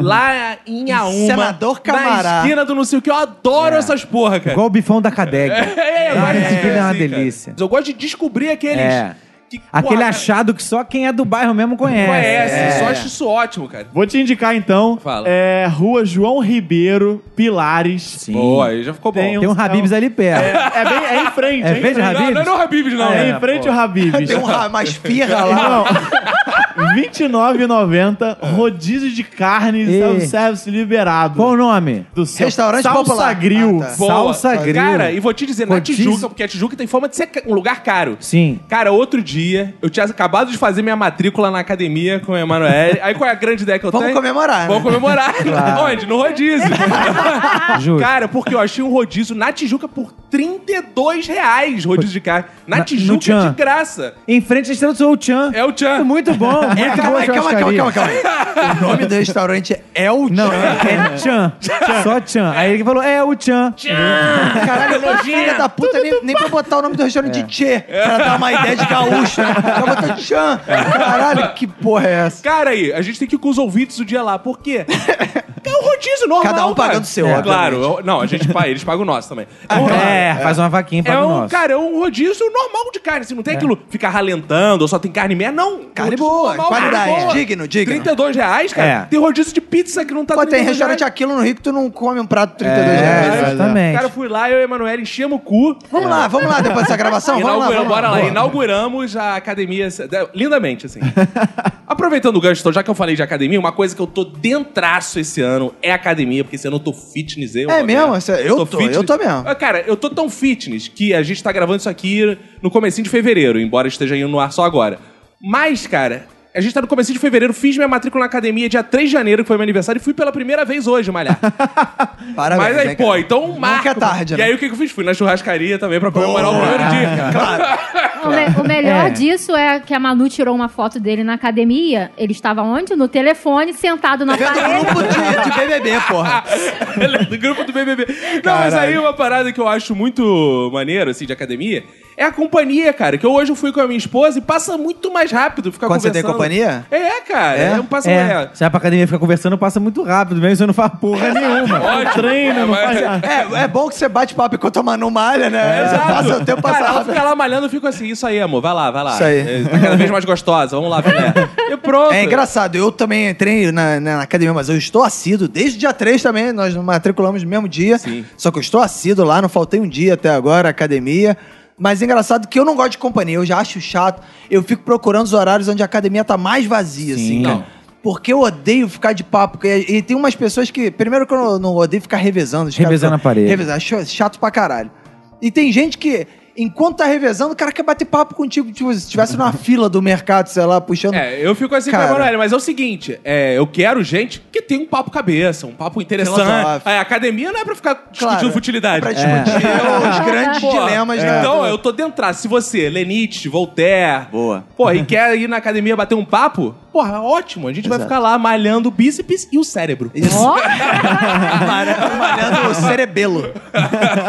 S1: lá em Auma,
S2: É. Senador Hum. Camará.
S1: na esquina do não sei o que, eu adoro essas porra, cara.
S4: É. Igual o bifão da Cadeg.
S1: É, eu
S4: Ah,
S1: gosto
S4: esse
S1: de
S4: filho é uma
S1: assim, cara.
S4: delícia.
S1: Eu gosto de descobrir aqueles.
S4: É.
S1: que, porra,
S4: Aquele
S1: cara,
S4: achado que só quem é do bairro mesmo conhece.
S1: Conhece,
S4: É.
S1: só acho isso ótimo, cara.
S5: Vou te indicar então.
S1: Fala.
S5: É Rua João Ribeiro, Pilares. Sim.
S1: Boa, aí já ficou bom.
S5: Tem
S4: Tem um Habibs ali perto.
S5: É, é bem, é em frente.
S4: É
S5: em
S4: verde
S5: frente.
S4: Habib's?
S1: Não, não é no Habibs, não.
S5: É
S1: né?
S5: em frente ao Habibs.
S2: Tem um, ra- uma espirra lá.
S5: Não. 29,90, rodízio de carnes
S4: E-
S5: self-service liberado.
S4: Qual o nome?
S5: do seu
S2: Restaurante
S5: Salsa
S2: popular.
S5: Grill.
S2: Ah, tá.
S1: Boa.
S4: Salsa grill.
S1: Cara, e vou te dizer, na
S4: Rodízio.
S1: Tijuca, porque a Tijuca tem forma de ser ca- um lugar caro.
S4: Sim.
S1: Cara, outro dia, eu tinha acabado de fazer minha matrícula na academia com o Emanuel. Aí qual é a grande ideia que eu
S2: Vamos
S1: tenho?
S2: comemorar, né?
S1: Vamos comemorar. Onde? No rodízio.
S4: Juro.
S1: Cara, porque eu achei um rodízio na Tijuca por 32 reais, rodízio de carne. Na
S4: Na- no
S1: Tijuca é
S4: Tchan.
S1: de graça.
S4: Em frente ao restaurante do Chan.
S1: É o Tchan.
S4: Muito bom. Muito
S2: É, calma
S4: boa
S2: aí, calma, calma,
S4: churrascaria.
S2: calma, calma aí. O nome do restaurante é o
S4: Não,
S2: Tchan.
S4: é, é Chan. Só Chan. Aí ele falou, é o Chan.
S2: Caralho, filha da puta, nem, nem pra botar o nome do restaurante
S5: É.
S2: de Tchê, pra dar uma ideia de gaúcho. né? Já botou Tchan. Caralho, que porra é essa?
S1: Cara, aí, a gente tem que ir com os ouvintes o dia lá. Por quê? É um rodízio normal,
S2: Cada um
S1: cara.
S2: pagando o seu,
S1: é,
S2: obviamente.
S1: Claro. eu- Não, a gente, pa- eles pagam o nosso também.
S2: Ah,
S4: É, faz uma vaquinha
S1: É
S4: para o
S1: um,
S4: nosso.
S1: cara, é um rodízio normal de carne. Assim, não tem aquilo ficar ralentando ou só tem carne meia, não.
S2: É. Carne
S1: Rodízio
S2: boa, qualidade,
S1: carne
S2: digno, digno.
S1: 32 reais, cara.
S4: É.
S1: Tem rodízio de pizza que não tá
S2: Pô, tem
S1: 32
S2: restaurante
S1: reais.
S2: aquilo no Rio que tu não come um prato de 32 reais.
S4: É, exatamente.
S1: Cara, eu fui lá, eu e o Emanuel enchemos o cu.
S2: Vamos lá, vamos lá depois dessa gravação? Vamos lá,
S1: Inaugura-
S2: vamos
S1: bora lá,
S2: Boa.
S1: inauguramos a academia da- lindamente, assim. Aproveitando o gancho, então, já que eu falei de academia, uma coisa que eu tô dentraço esse ano é academia, porque esse ano eu tô fitness. Eu,
S2: É
S1: Roberto.
S2: mesmo? Esse- eu tô, eu tô mesmo.
S1: Ah, Cara, eu tô tão fitness que a gente tá gravando isso aqui no comecinho de fevereiro, embora esteja indo no ar só agora. Mas, cara, a gente tá no comecinho de fevereiro, fiz minha matrícula na academia dia 3 de janeiro, que foi meu aniversário, e fui pela primeira vez hoje malhar.
S2: Parabéns.
S1: Mas aí,
S2: né,
S1: pô,
S2: cara?
S1: então um
S2: Nunca
S1: marco.
S2: é tarde,
S1: e
S2: né?
S1: aí o que que eu fiz? Fui na churrascaria também pra comemorar o
S2: Boa.
S1: primeiro dia. cara.
S3: O, me- o melhor
S4: É.
S3: disso é que a Manu tirou uma foto dele na academia. Ele estava onde? No telefone, sentado na
S2: Vendo
S3: parede.
S2: grupo de, de BBB, porra.
S1: Ela é do grupo do BBB. Não, mas aí uma parada que eu acho muito maneiro, assim, de academia, é a companhia, cara. Que eu hoje eu fui com a minha esposa e passa muito mais rápido ficar
S2: Quando você tem
S1: conversando.
S2: companhia?
S1: É, cara. É, um passa
S4: é,
S1: é.
S4: você vai pra academia e fica conversando, passa muito rápido, mesmo você não faz porra nenhuma. Um
S1: Ótimo.
S5: Treina, não
S1: Mas-
S5: faz nada.
S2: É, é bom que você bate papo enquanto a Manu malha, né? Você
S1: É, Exato.
S2: passa o tempo
S1: Cara,
S2: passar
S1: ela
S2: rápido.
S1: fica lá malhando, eu fico assim, isso aí, amor, vai lá, vai lá.
S2: Isso aí.
S1: É, Tá cada vez mais gostosa, vamos lá, filha. E pronto.
S2: É engraçado, eu também entrei na, na academia, mas eu estou assíduo desde o dia 3 também, nós nos matriculamos no mesmo dia.
S1: Sim.
S2: Só que eu estou assíduo lá, não faltei um dia até agora, academia. Mas é engraçado que eu não gosto de companhia, eu já acho chato. Eu fico procurando os horários onde a academia tá mais vazia, assim, cara. Porque eu odeio ficar de papo. E, e tem umas pessoas que. Primeiro que eu não, não odeio ficar revezando. os caras
S4: Revezando
S2: ficam-
S4: aparelho.
S2: Revezando, acho chato pra caralho. E tem gente que. enquanto tá revezando, o cara quer bater papo contigo. Tipo, se estivesse numa fila do mercado, sei lá, puxando.
S1: É, eu fico assim
S2: Cara.
S1: com a Emanuele, mas é o seguinte, é, eu quero gente que tem um papo cabeça, um papo interessante.
S2: Filosófico. É
S1: A academia não é pra ficar discutindo futilidade.
S2: Pra discutir os grandes
S1: Pô,
S2: dilemas, né?
S1: Então, eu tô dentro. Se você, Lenite, Voltaire,
S2: Boa.
S1: pô, e quer ir na academia bater um papo, porra, ótimo. A gente vai ficar lá malhando o bíceps e o cérebro.
S3: Ó,
S2: Malhando o cerebelo.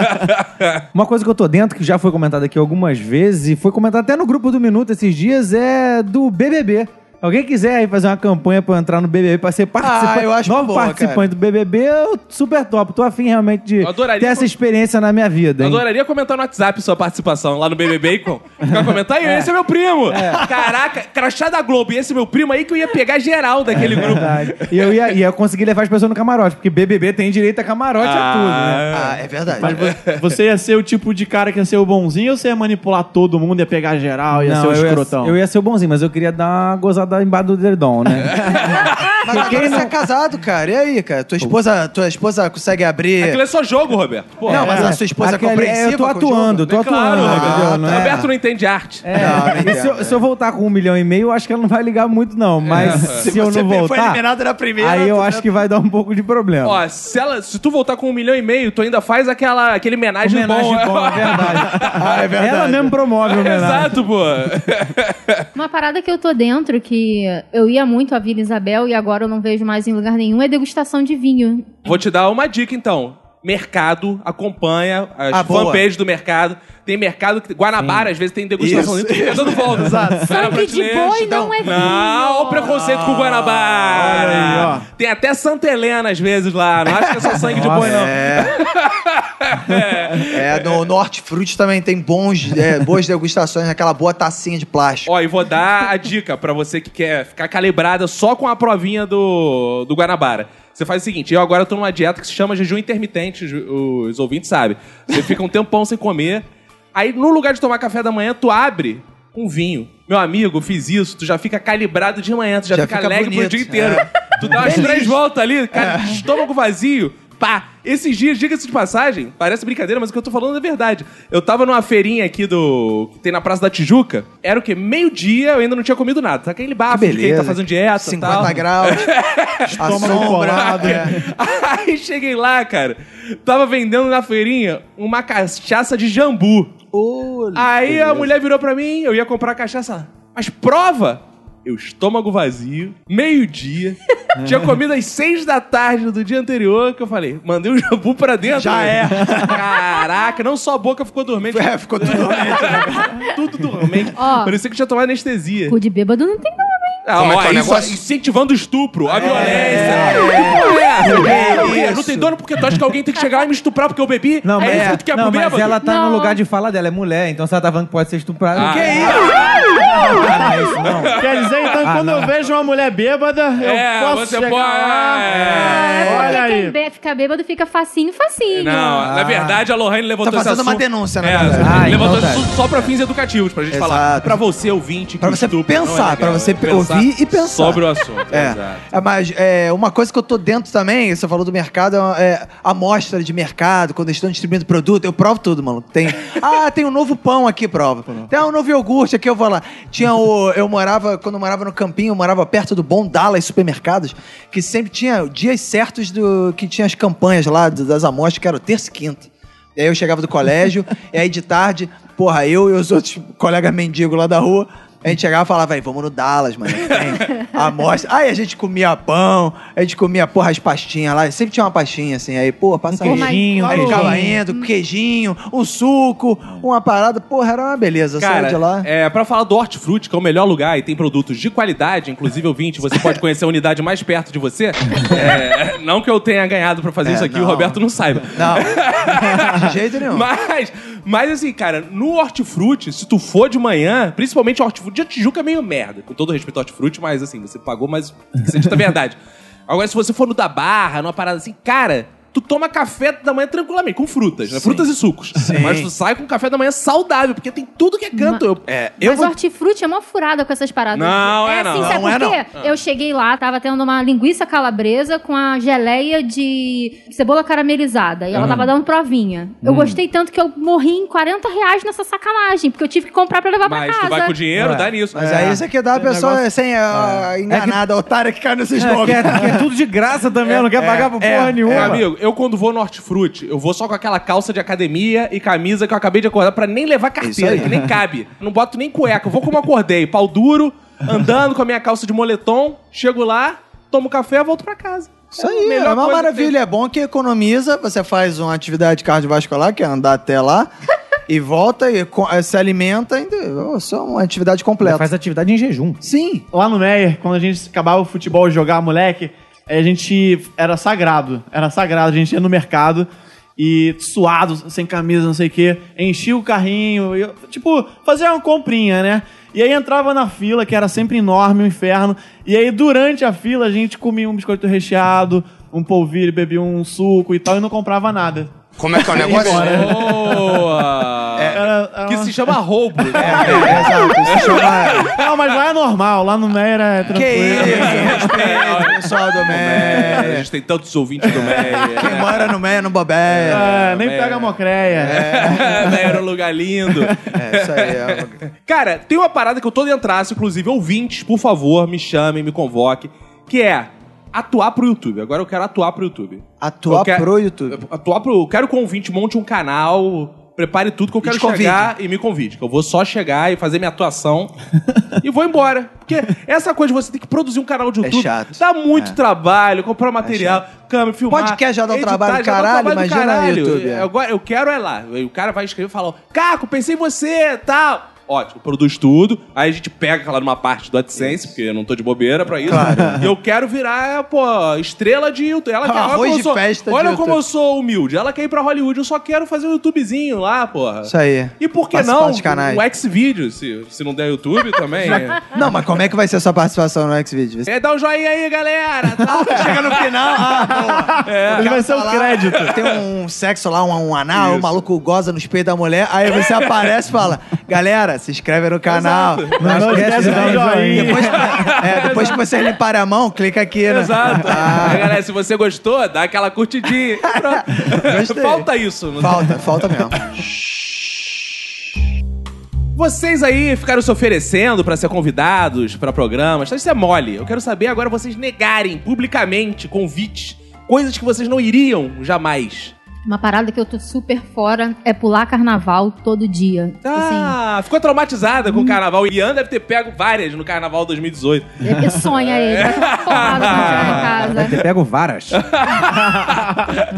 S4: Uma coisa que eu tô dentro, que já foi comentada aqui algumas vezes, e foi comentada até no grupo do Minuto esses dias, é do BBB. Alguém quiser aí fazer uma campanha pra eu entrar no BBB, pra ser participante,
S2: Ah, eu acho
S4: novo
S2: boa,
S4: participante
S2: cara.
S4: do BBB, eu super top. Tô afim realmente de
S1: Eu adoraria
S4: ter essa
S1: com-
S4: experiência na minha vida,
S1: Eu
S4: hein?
S1: adoraria comentar no WhatsApp sua participação lá no BBB com. Ficar comentando, aí, esse é meu primo. Caraca, crachá da Globo, e esse meu primo aí que eu ia pegar geral
S2: É.
S1: daquele grupo.
S4: Verdade. E eu ia, ia conseguir levar as pessoas no camarote, porque BBB tem direito a camarote a tudo, né?
S2: Ah, é verdade.
S5: Mas vo- você ia ser o tipo de cara que ia ser o bonzinho ou você ia manipular todo mundo, ia pegar geral, ia ser o
S4: eu
S5: escrotão?
S4: eu ia ser o bonzinho, mas eu queria dar uma gozada embaixo do dedão, né?
S1: É,
S2: Mas agora você é casado, cara. E aí, cara? Tua esposa, tua esposa consegue abrir.
S1: Aquilo é só jogo, Roberto. Pô,
S2: Não, mas
S4: É,
S2: a sua esposa é
S4: aquele-
S2: compreensiva
S4: Eu
S2: com
S4: tô
S2: o
S4: atuando, tô
S1: é claro, Ah,
S4: atuando,
S1: Roberto.
S4: entendeu? Não é-
S1: Roberto não entende arte.
S4: É, e se, eu, se eu voltar com um milhão e meio, eu acho que ela não vai ligar muito, não.
S1: É.
S4: Mas se, eu não voltar,
S2: na
S4: aí eu acho que vai dar um pouco de problema.
S1: tá Ó, se, ela, se tu voltar com um milhão e meio, tu ainda faz aquela, aquele homenagem,
S4: homenagem
S1: bom.
S4: bom, é verdade.
S2: Ah, é verdade.
S4: Ela mesmo promove né, a homenagem.
S1: Exato, pô.
S3: uma parada que eu tô dentro, que eu ia muito à Vila Isabel e agora eu não vejo mais em lugar nenhum, é degustação de vinho.
S1: Vou te dar uma dica, então. Mercado acompanha as
S2: Ah, boa.
S1: fanpages do mercado. Tem mercado que. Guanabara, às vezes, tem degustação.
S2: Isso.
S1: Tu fica dando volta. Exato.
S3: Sangue de boi não é vinho.
S1: Não, olha o preconceito com o Guanabara. né?
S5: olha aí,
S1: Tem até Santa Helena, às vezes, lá. Não acho que é só sangue de boi, não.
S2: É, no Norte Fruit também tem bons, é, boas degustações naquela boa tacinha de plástico.
S1: Ó, e vou dar a dica pra você que quer ficar calibrada só com a provinha do, do Guanabara. Você faz o seguinte, eu agora tô numa dieta que se chama jejum intermitente, ju- os ouvintes sabem. Você fica um tempão sem comer, aí no lugar de tomar café da manhã, tu abre um vinho. Meu amigo, eu fiz isso, tu já fica calibrado de manhã, tu já,
S2: Já
S1: fica,
S2: fica
S1: alegre pro
S2: bonito, é.
S1: dia inteiro. Tu dá umas três voltas ali, cara, estômago vazio. Pá, esses dias, diga-se de passagem, parece brincadeira, mas o que eu tô falando é verdade. Eu tava numa feirinha aqui do. que tem na Praça da Tijuca. Era o quê? Meio-dia, eu ainda não tinha comido nada. Tá aquele bafo de quem tá fazendo dieta.
S2: 50
S1: tal. um
S2: graus, a sombra.
S5: colado.
S1: né?
S2: É.
S1: Aí cheguei lá, cara. Tava vendendo na feirinha uma cachaça de jambu. Aí a mulher virou pra mim, eu ia comprar a cachaça. ela, Mas prova! Eu estômago vazio, meio-dia. tinha comido às seis da tarde do dia anterior, que eu falei, mandei o jambu pra dentro. Já é. Caraca, não só a boca ficou dormente,
S2: É, ficou tudo dormente.
S1: tudo dormente.
S3: Ó.
S1: Parecia que tinha tomado anestesia.
S3: Cu de bêbado não tem nada.
S1: Ah,
S6: Como é
S1: ó,
S6: que é o
S1: isso,
S6: negócio?
S1: Incentivando o estupro,
S4: É.
S1: a violência. Que porra é essa? Não tem dono porque tu acha que alguém tem que chegar lá e me estuprar porque eu bebi?
S4: Não, mas,
S1: é isso que tu quer
S4: não,
S1: pro
S4: mas
S1: bêbado?
S4: ela tá
S3: Não.
S4: no lugar de fala dela, é mulher, então se ela tá falando que pode ser estuprada.
S1: Ah.
S4: que isso? Ah, não é isso, não.
S5: Quer dizer, então,
S4: Ah,
S5: quando
S4: não.
S5: eu vejo uma mulher bêbada,
S1: É,
S5: eu posso
S1: você
S5: chegar
S1: pode-
S5: lá.
S1: é.
S3: Ah,
S5: Olha
S3: quem
S5: aí.
S3: bê- fica bêbado, fica facinho, facinho.
S1: Não, na verdade a Lorraine levantou
S2: Tá
S1: esse
S2: Ah. fazendo uma
S1: assunto-
S2: denúncia, na
S1: É,
S2: verdade. tá.
S4: Ah,
S1: levantou
S4: então
S1: esse assunto só pra fins educativos, pra gente
S2: Exato.
S1: falar. Pra você, ouvinte, que
S2: Pra
S1: o
S2: você
S1: estupro não é
S2: pensar,
S1: legal.
S2: pra você
S1: Pensar
S2: ouvir e pensar.
S1: Sobre o assunto,
S2: É.
S1: exato.
S2: É, mas é, uma coisa que eu tô dentro também, você falou do mercado, é amostra de mercado, quando eles estão distribuindo produto, eu provo tudo, mano. Tem, ah, tem um novo pão aqui, prova. Tem um novo iogurte aqui, eu vou lá. Tinha o, eu morava, quando eu morava no Campinho, eu morava perto do Bom Dallas Supermercados, que sempre tinha dias certos do que tinha as campanhas lá do- das amostras, que era o terça e quinta. E aí eu chegava do colégio, e aí de tarde, porra, eu e os outros colegas mendigos lá da rua, a gente chegava e falava, "Véi, vamos no Dallas, mano. Tem a amostra. Aí a gente comia pão, a gente comia, porra, as pastinhas lá. Sempre tinha uma pastinha, assim. Aí, porra, passa
S3: queijinho,
S2: aí. Aí
S4: Um queijinho.
S2: ficava indo, queijinho, um suco, uma parada. Porra, era uma beleza. Eu saía
S1: Cara,
S2: de lá.
S1: é, pra falar do Hortifruti, que é o melhor lugar e tem produtos de qualidade, inclusive ouvinte, você pode conhecer a unidade mais perto de você. É, não que eu tenha ganhado pra fazer
S2: É,
S1: isso aqui, o
S2: não.
S1: Roberto não saiba.
S2: Não. de jeito nenhum.
S1: Mas, mas assim, cara, no hortifruti, se tu for de manhã, principalmente o hortifruti, a Tijuca é meio merda, com todo o respeito ao hortifruti, mas assim, você pagou, mas tem que ser dita a verdade. Agora, se você for no da Barra, numa parada assim, cara, tu toma café da manhã tranquilamente, com frutas, né? Frutas e sucos. Mas tu sai com café da manhã saudável, porque tem tudo que é canto. Eu, é, eu
S3: Mas
S1: vou-
S3: hortifruti é mó furada com essas paradas.
S1: Não, é
S3: assim,
S1: não.
S3: sabe
S5: Não
S3: por
S5: é
S3: quê? Eu cheguei lá, tava tendo uma linguiça calabresa com a geleia de cebola caramelizada. E ela tava dando provinha.
S5: Hum.
S3: Eu gostei tanto que eu morri em 40 reais nessa sacanagem, porque eu tive que comprar pra levar
S1: Mas
S3: pra
S1: tu
S3: casa.
S1: vai com dinheiro,
S4: É.
S1: dá nisso.
S2: Mas
S1: É.
S2: aí isso aqui dá a pessoa sem a enganada, a otária que cai nesses
S4: É,
S2: golpes.
S4: que é, que é tudo de graça também, não quer pagar por
S2: é,
S4: porra
S2: é,
S4: nenhuma.
S1: Meu amigo, eu quando vou no Hortifruti, eu vou só com aquela calça de academia e camisa que eu acabei de acordar pra nem levar
S2: É
S1: carteira, que nem cabe. Não boto nem cueca. Eu vou como acordei, pau duro, andando com a minha calça de moletom, chego lá, tomo café e volto pra casa.
S2: Isso
S1: a
S2: aí,
S1: melhor
S2: é uma
S1: coisa que
S2: maravilha. É bom que economiza, você faz uma atividade cardiovascular, que é andar até lá, e volta e co- eh, se alimenta. Ainda, oh, só uma atividade completa.
S4: Faz atividade em jejum.
S2: Sim.
S5: Lá no Meyer, quando a gente acabava o futebol e jogava moleque, eh, a gente era sagrado. Era sagrado. A gente ia no mercado e suado, sem camisa, não sei o quê, enchia o carrinho, eu, tipo, fazia uma comprinha, né? E aí entrava na fila, que era sempre enorme, um inferno. E aí durante a fila a gente comia um biscoito recheado, um polvilho, bebia um suco e tal, e não comprava nada.
S7: Como é que é o negócio?
S1: Boa!
S5: É, Era, era
S1: Que
S5: uma-
S1: se chama roubo.
S2: É, exato. Isso chama...
S5: né? Não, mas lá é normal, lá no Meyer é tranquilo.
S2: Que isso, respeito, pessoal do
S1: É, a
S2: Meia.
S1: gente tem tantos ouvintes do
S2: Quem
S1: Meia.
S2: mora no Meia, não bobeia.
S5: É, nem
S1: Meyer.
S5: pega a mocreia.
S1: Meia era um lugar lindo.
S2: É, isso aí. É... uma-
S1: Cara, tem uma parada que eu tô entrasse, inclusive, ouvintes, por favor, me chamem, me convoque, que é atuar pro YouTube. Agora eu quero atuar pro YouTube.
S2: Atuar
S1: Eu quero-
S2: pro YouTube.
S1: Atuar pro. eu Quero que o ouvinte monte um canal, prepare tudo que eu quero
S2: te convide.
S1: chegar e me convide. Que eu vou só chegar e fazer minha atuação e vou embora. Porque essa coisa de você ter que produzir um canal de YouTube
S2: É chato. É.
S1: dá muito trabalho, comprar material, câmera, filmar.
S2: Podcast já dá um
S1: editar,
S2: trabalho do
S1: já dá um
S2: caralho,
S1: trabalho do
S2: imagina no
S1: caralho.
S2: YouTube,
S1: Eu-
S2: é.
S1: Agora eu quero é lá. Aí O cara vai escrever e fala: ó, Caco, pensei em você, tal. Ótimo, produz tudo. Aí a gente pega lá numa parte do AdSense, porque eu não tô de bobeira pra isso. E eu quero virar, pô, estrela de YouTube. Ela quer, olha
S2: Ah, Arroz
S1: como eu
S2: de
S1: sou-
S2: festa de
S1: Olha
S2: YouTube.
S1: como eu sou humilde. Ela quer ir pra Hollywood, eu só quero fazer um YouTubezinho lá, porra.
S2: Isso aí.
S1: E por que
S2: Participar
S1: não?
S2: de canais.
S1: O Xvideo, se, se não der YouTube também.
S2: Não, mas como é que vai ser a sua participação no Xvideos?
S1: é, dá um joinha aí, galera. tá
S2: Chega no final, ah, boa.
S4: É.
S5: Ele vai ser o crédito.
S2: Tem um sexo lá, um, um anal, o maluco goza nos peitos da mulher, aí você aparece e fala: Galera, se inscreve no canal. é
S4: Não, não esquece de dar um
S2: né?
S4: joinha.
S2: Depois, que- é, depois que vocês limparem a mão, clica aqui. né?
S1: Exato.
S2: Ah,
S1: Aí, galera, se você gostou, dá aquela curtidinha. Pronto.
S2: Gostei.
S1: Falta isso. não
S2: falta, falta mesmo.
S1: Vocês aí ficaram se oferecendo pra ser convidados pra programas, tá? isso é mole. Eu quero saber agora vocês negarem publicamente convites, coisas que vocês não iriam jamais.
S3: Uma parada que eu tô super fora é pular carnaval todo dia. Tipo Assim,
S1: Ah, ficou traumatizada
S3: Hum.
S1: com o carnaval. Ian deve ter pego várias no carnaval 2018.
S3: eu- eu sonho aí, tá vai tomar porrada quando chegar em casa.
S4: Eu pego varas.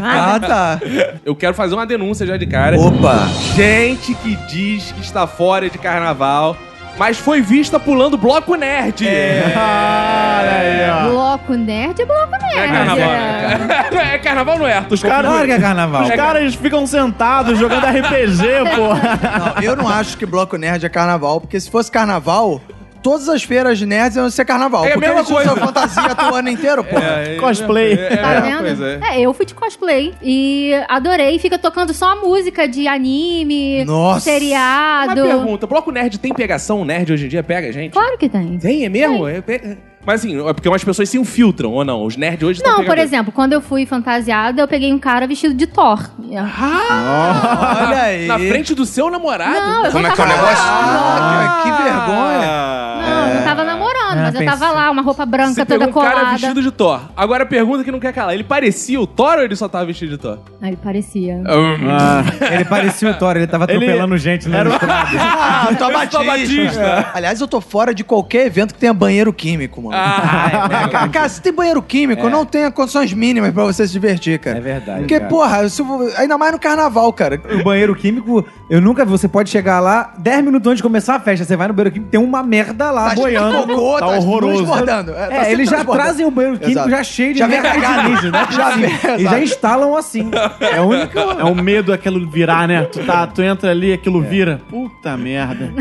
S2: Ah, tá.
S1: Eu quero fazer uma denúncia já de cara.
S2: Opa.
S1: Gente que diz que está fora de carnaval, mas foi vista pulando bloco nerd.
S3: É.
S5: Olha aí, ó.
S3: Bloco nerd é bloco nerd.
S1: É carnaval.
S3: é.
S1: É carnaval não é? Os
S4: Claro que é carnaval.
S5: Os caras ficam sentados jogando RPG, pô.
S2: Não, eu não acho que bloco nerd é carnaval, porque se fosse carnaval, todas as feiras nerds iam ser carnaval.
S1: É a
S2: porque
S1: mesma
S2: eles usam
S1: coisa.
S2: fantasia todo ano inteiro, pô.
S5: Cosplay.
S3: Tá vendo? é. eu fui de cosplay e adorei. Fica tocando só a música de anime,
S2: Nossa.
S1: Uma
S3: seriado.
S1: pergunta, bloco nerd tem pegação? O nerd hoje em dia pega, gente?
S3: Claro que tem.
S1: Tem, é mesmo? É, pe- Mas assim, é porque umas pessoas se infiltram, ou não? Os nerds hoje
S3: Não,
S1: tão
S3: por
S1: pegadores.
S3: exemplo, quando eu fui fantasiada, eu peguei um cara vestido de Thor.
S1: Ah,
S2: Olha aí.
S1: Na frente do seu namorado?
S3: Não, eu
S7: Como
S3: não
S7: é que é o
S3: tava
S7: negócio?
S2: Ah, que vergonha.
S3: Não, eu não
S2: É.
S3: tava namorando,
S4: Ah,
S3: mas eu tava
S4: pensei.
S3: lá, uma roupa branca
S1: Você
S3: toda
S1: pegou um
S3: colada.
S1: cara vestido de Thor. Agora a pergunta que não quer calar. Ele parecia o Thor ou ele só tava vestido de Thor?
S3: Aí parecia.
S4: Ah, ele parecia o Thor, ele tava
S5: Ele-
S4: atropelando gente no
S5: Era o-
S2: Ah, eu tô
S1: Batista. Batista.
S2: Aliás, eu tô fora de qualquer evento que tenha banheiro químico, mano.
S1: Ah, é,
S2: Cara, cara, se tem banheiro químico, não tenha condições mínimas pra você se divertir, cara.
S4: É verdade,
S2: Porque,
S4: cara.
S2: porra, se eu- ainda mais no carnaval, cara.
S4: O banheiro químico, eu nunca vi. Você pode chegar lá 10 minutos antes de começar a festa. Você vai no banheiro químico, tem uma merda lá
S2: Tá cheio
S4: boiando.
S2: de cocô,
S5: Tá
S2: tá
S5: horroroso.
S2: transbordando. É, tá
S4: É,
S2: se
S4: eles já
S2: transbordando.
S4: trazem o banheiro químico
S2: Exato.
S4: já cheio de
S2: Já vem
S4: merda de
S2: cagado.
S4: lixo, né?
S2: Já vem,
S4: E
S2: exato.
S4: já instalam assim. É o único.
S5: É o medo aquilo virar, né? Tu, tá, tu entra ali, aquilo
S2: É.
S5: vira. Puta merda.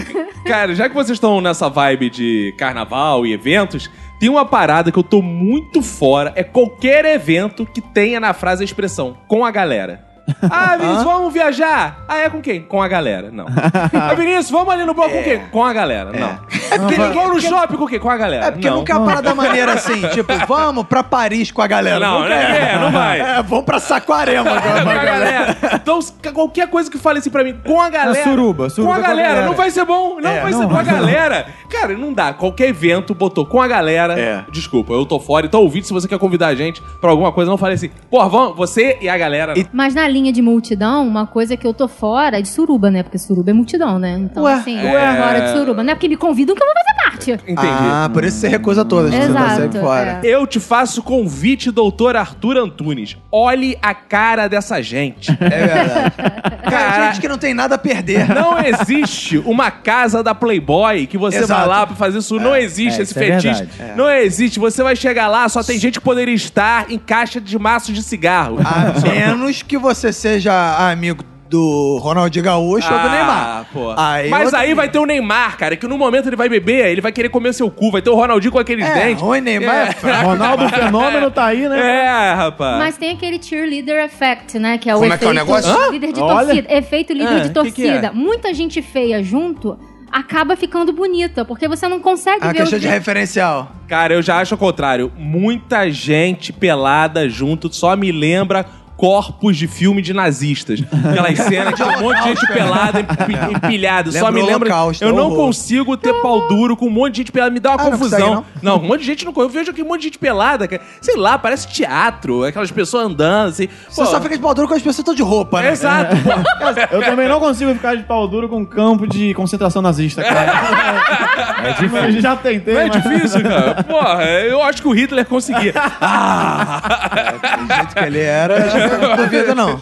S1: Cara, já que vocês estão nessa vibe de carnaval e eventos, Tem uma parada que eu tô muito fora, é qualquer evento que tenha na frase a expressão com a galera. Ah, Vinícius, vamos viajar? Ah, é com quem? Com a galera. Não. ah, Vinícius, vamos ali no bloco
S2: É.
S1: com quem? Com a galera. Não. Tem ninguém no shopping com quem? Com a galera.
S2: É porque
S1: não.
S2: nunca é uma parada maneira assim, tipo, vamos pra Paris com a galera.
S1: Não,
S2: Nunca
S1: né? É, não vai.
S2: É, vamos pra Saquarema com
S1: Com
S2: a
S1: a
S2: galera.
S1: galera. Então, se- qualquer coisa que fale assim pra mim, com a galera.
S4: suruba, suruba
S1: Com a galera, não vai ser bom. Não
S2: É,
S1: vai
S2: não
S1: ser com a galera. Cara, não dá. Qualquer evento botou com a galera.
S2: É.
S1: Desculpa, eu tô fora. Então, ouvinte, se você quer convidar a gente pra alguma coisa, não fale assim. Pô, vamos, você e a galera.
S2: E-
S3: Mas na linha de multidão, uma coisa que eu tô fora é de suruba, né? Porque suruba é multidão, né? Então,
S2: Ué,
S3: assim, eu
S1: ué.
S3: tô fora de suruba. Não é porque me convidam que eu vou fazer parte.
S1: Entendi.
S2: Ah, por isso você recusa todas, você tá
S3: Exato.
S2: sempre fora.
S3: é.
S1: Eu te faço convite, doutor Arthur Antunes. Olhe a cara dessa gente.
S2: É verdade. Cara,
S1: Cara-
S2: gente que não tem nada a perder.
S1: Não existe uma casa da Playboy que você
S2: Exato.
S1: vai lá pra fazer isso. não existe
S4: é,
S1: esse
S4: isso é
S1: fetiche.
S4: verdade.
S1: Não existe. Você vai chegar lá, só tem gente que poderia estar em caixa de maços de cigarro.
S2: A menos que você seja amigo do Ronaldinho Gaúcho ou do Neymar.
S1: Ah, pô.
S2: Aí
S1: Mas
S2: outro
S1: aí
S2: nível.
S1: vai ter o Neymar, cara, que no momento ele vai beber, ele vai querer comer o seu cu, vai ter o Ronaldinho com aqueles
S2: É,
S1: dentes.
S2: ruim Neymar é, fraco.
S5: Ronaldo Fenômeno tá aí, né?
S1: É, rapaz.
S3: Mas tem aquele cheerleader effect, né? Que é o
S7: Como é que é
S3: efeito
S7: o negócio?
S3: líder de
S5: Olha.
S3: torcida. Efeito líder
S1: Ah,
S3: de
S1: que que é?
S3: torcida. Muita gente feia junto acaba ficando bonita, porque você não
S7: Ah,
S3: consegue
S2: A
S3: ver o
S2: É questão de
S3: jeito-
S2: referencial.
S1: Cara, eu já acho o contrário. Muita gente pelada junto só me lembra corpos de filme de nazistas. Aquelas cenas de um monte de gente pelada, empi- empilhada. Só
S2: Lembra
S1: me
S2: o
S1: lembra. é
S2: Holocausto,
S1: Eu não
S2: horror.
S1: consigo ter pau duro com um monte de gente pelada. Me dá uma
S2: Ah, não
S1: confusão.
S2: consegue,
S1: não? um monte de gente não. Eu vejo aqui um monte de gente pelada. cara. Sei lá, parece teatro. Aquelas pessoas andando assim.
S2: Você
S1: Pô,
S2: só fica de pau duro quando as pessoas estão de roupa, né?
S1: Exato. pô.
S5: Eu também não consigo ficar de pau duro com um campo de concentração nazista, cara. É difícil. Já tentei,
S1: Não é
S5: mas...
S1: difícil, cara. Porra, é. eu acho que o Hitler conseguia.
S2: Do jeito Ah! que ele era, eu não duvido não.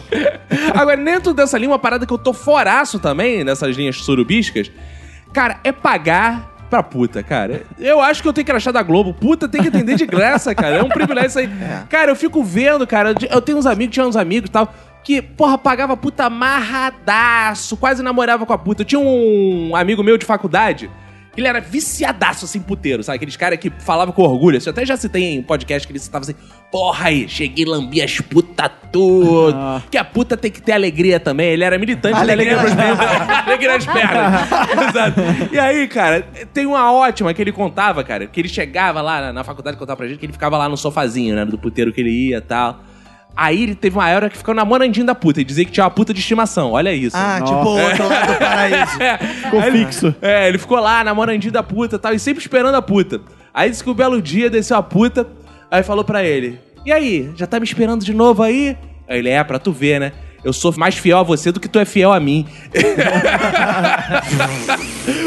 S1: Agora, dentro dessa linha, uma parada que eu tô foraço também, nessas linhas surubiscas, cara, é pagar pra puta, cara. Eu acho que eu tenho crachá da Globo. Puta tem que entender de graça, cara. É um privilégio isso aí. Cara, eu fico vendo, cara, eu tenho uns amigos, tinha uns amigos e tal, que, porra, pagava puta amarradaço, quase namorava com a puta. Eu tinha um amigo meu de faculdade, ele era viciadaço, assim, puteiro, sabe? Aqueles caras que falavam com orgulho. Assim, eu até já citei em podcast que ele citava assim: Porra aí, cheguei, lambi as puta tudo. Que a puta tem que ter alegria também. Ele era militante
S2: Alegria
S1: da alegria pras pernas. alegria nas pernas. Exato. E aí, cara, tem uma ótima que ele contava, cara, que ele chegava lá na, na faculdade contava pra gente que ele ficava lá no sofazinho, né? Do puteiro que ele ia e tal. Aí ele teve uma era que ficou namorandinho da puta e dizia que tinha uma puta de estimação. Olha isso.
S2: Ah, tipo o outro lado do paraíso.
S5: Ficou fixo.
S1: É, ele ficou lá, namorandinho da puta e tal, e sempre esperando a puta. Aí disse que um belo dia desceu a puta, aí falou pra ele: E aí, já tá me esperando de novo aí? Aí ele: É, pra tu ver, né? Eu sou mais fiel a você do que tu é fiel a mim.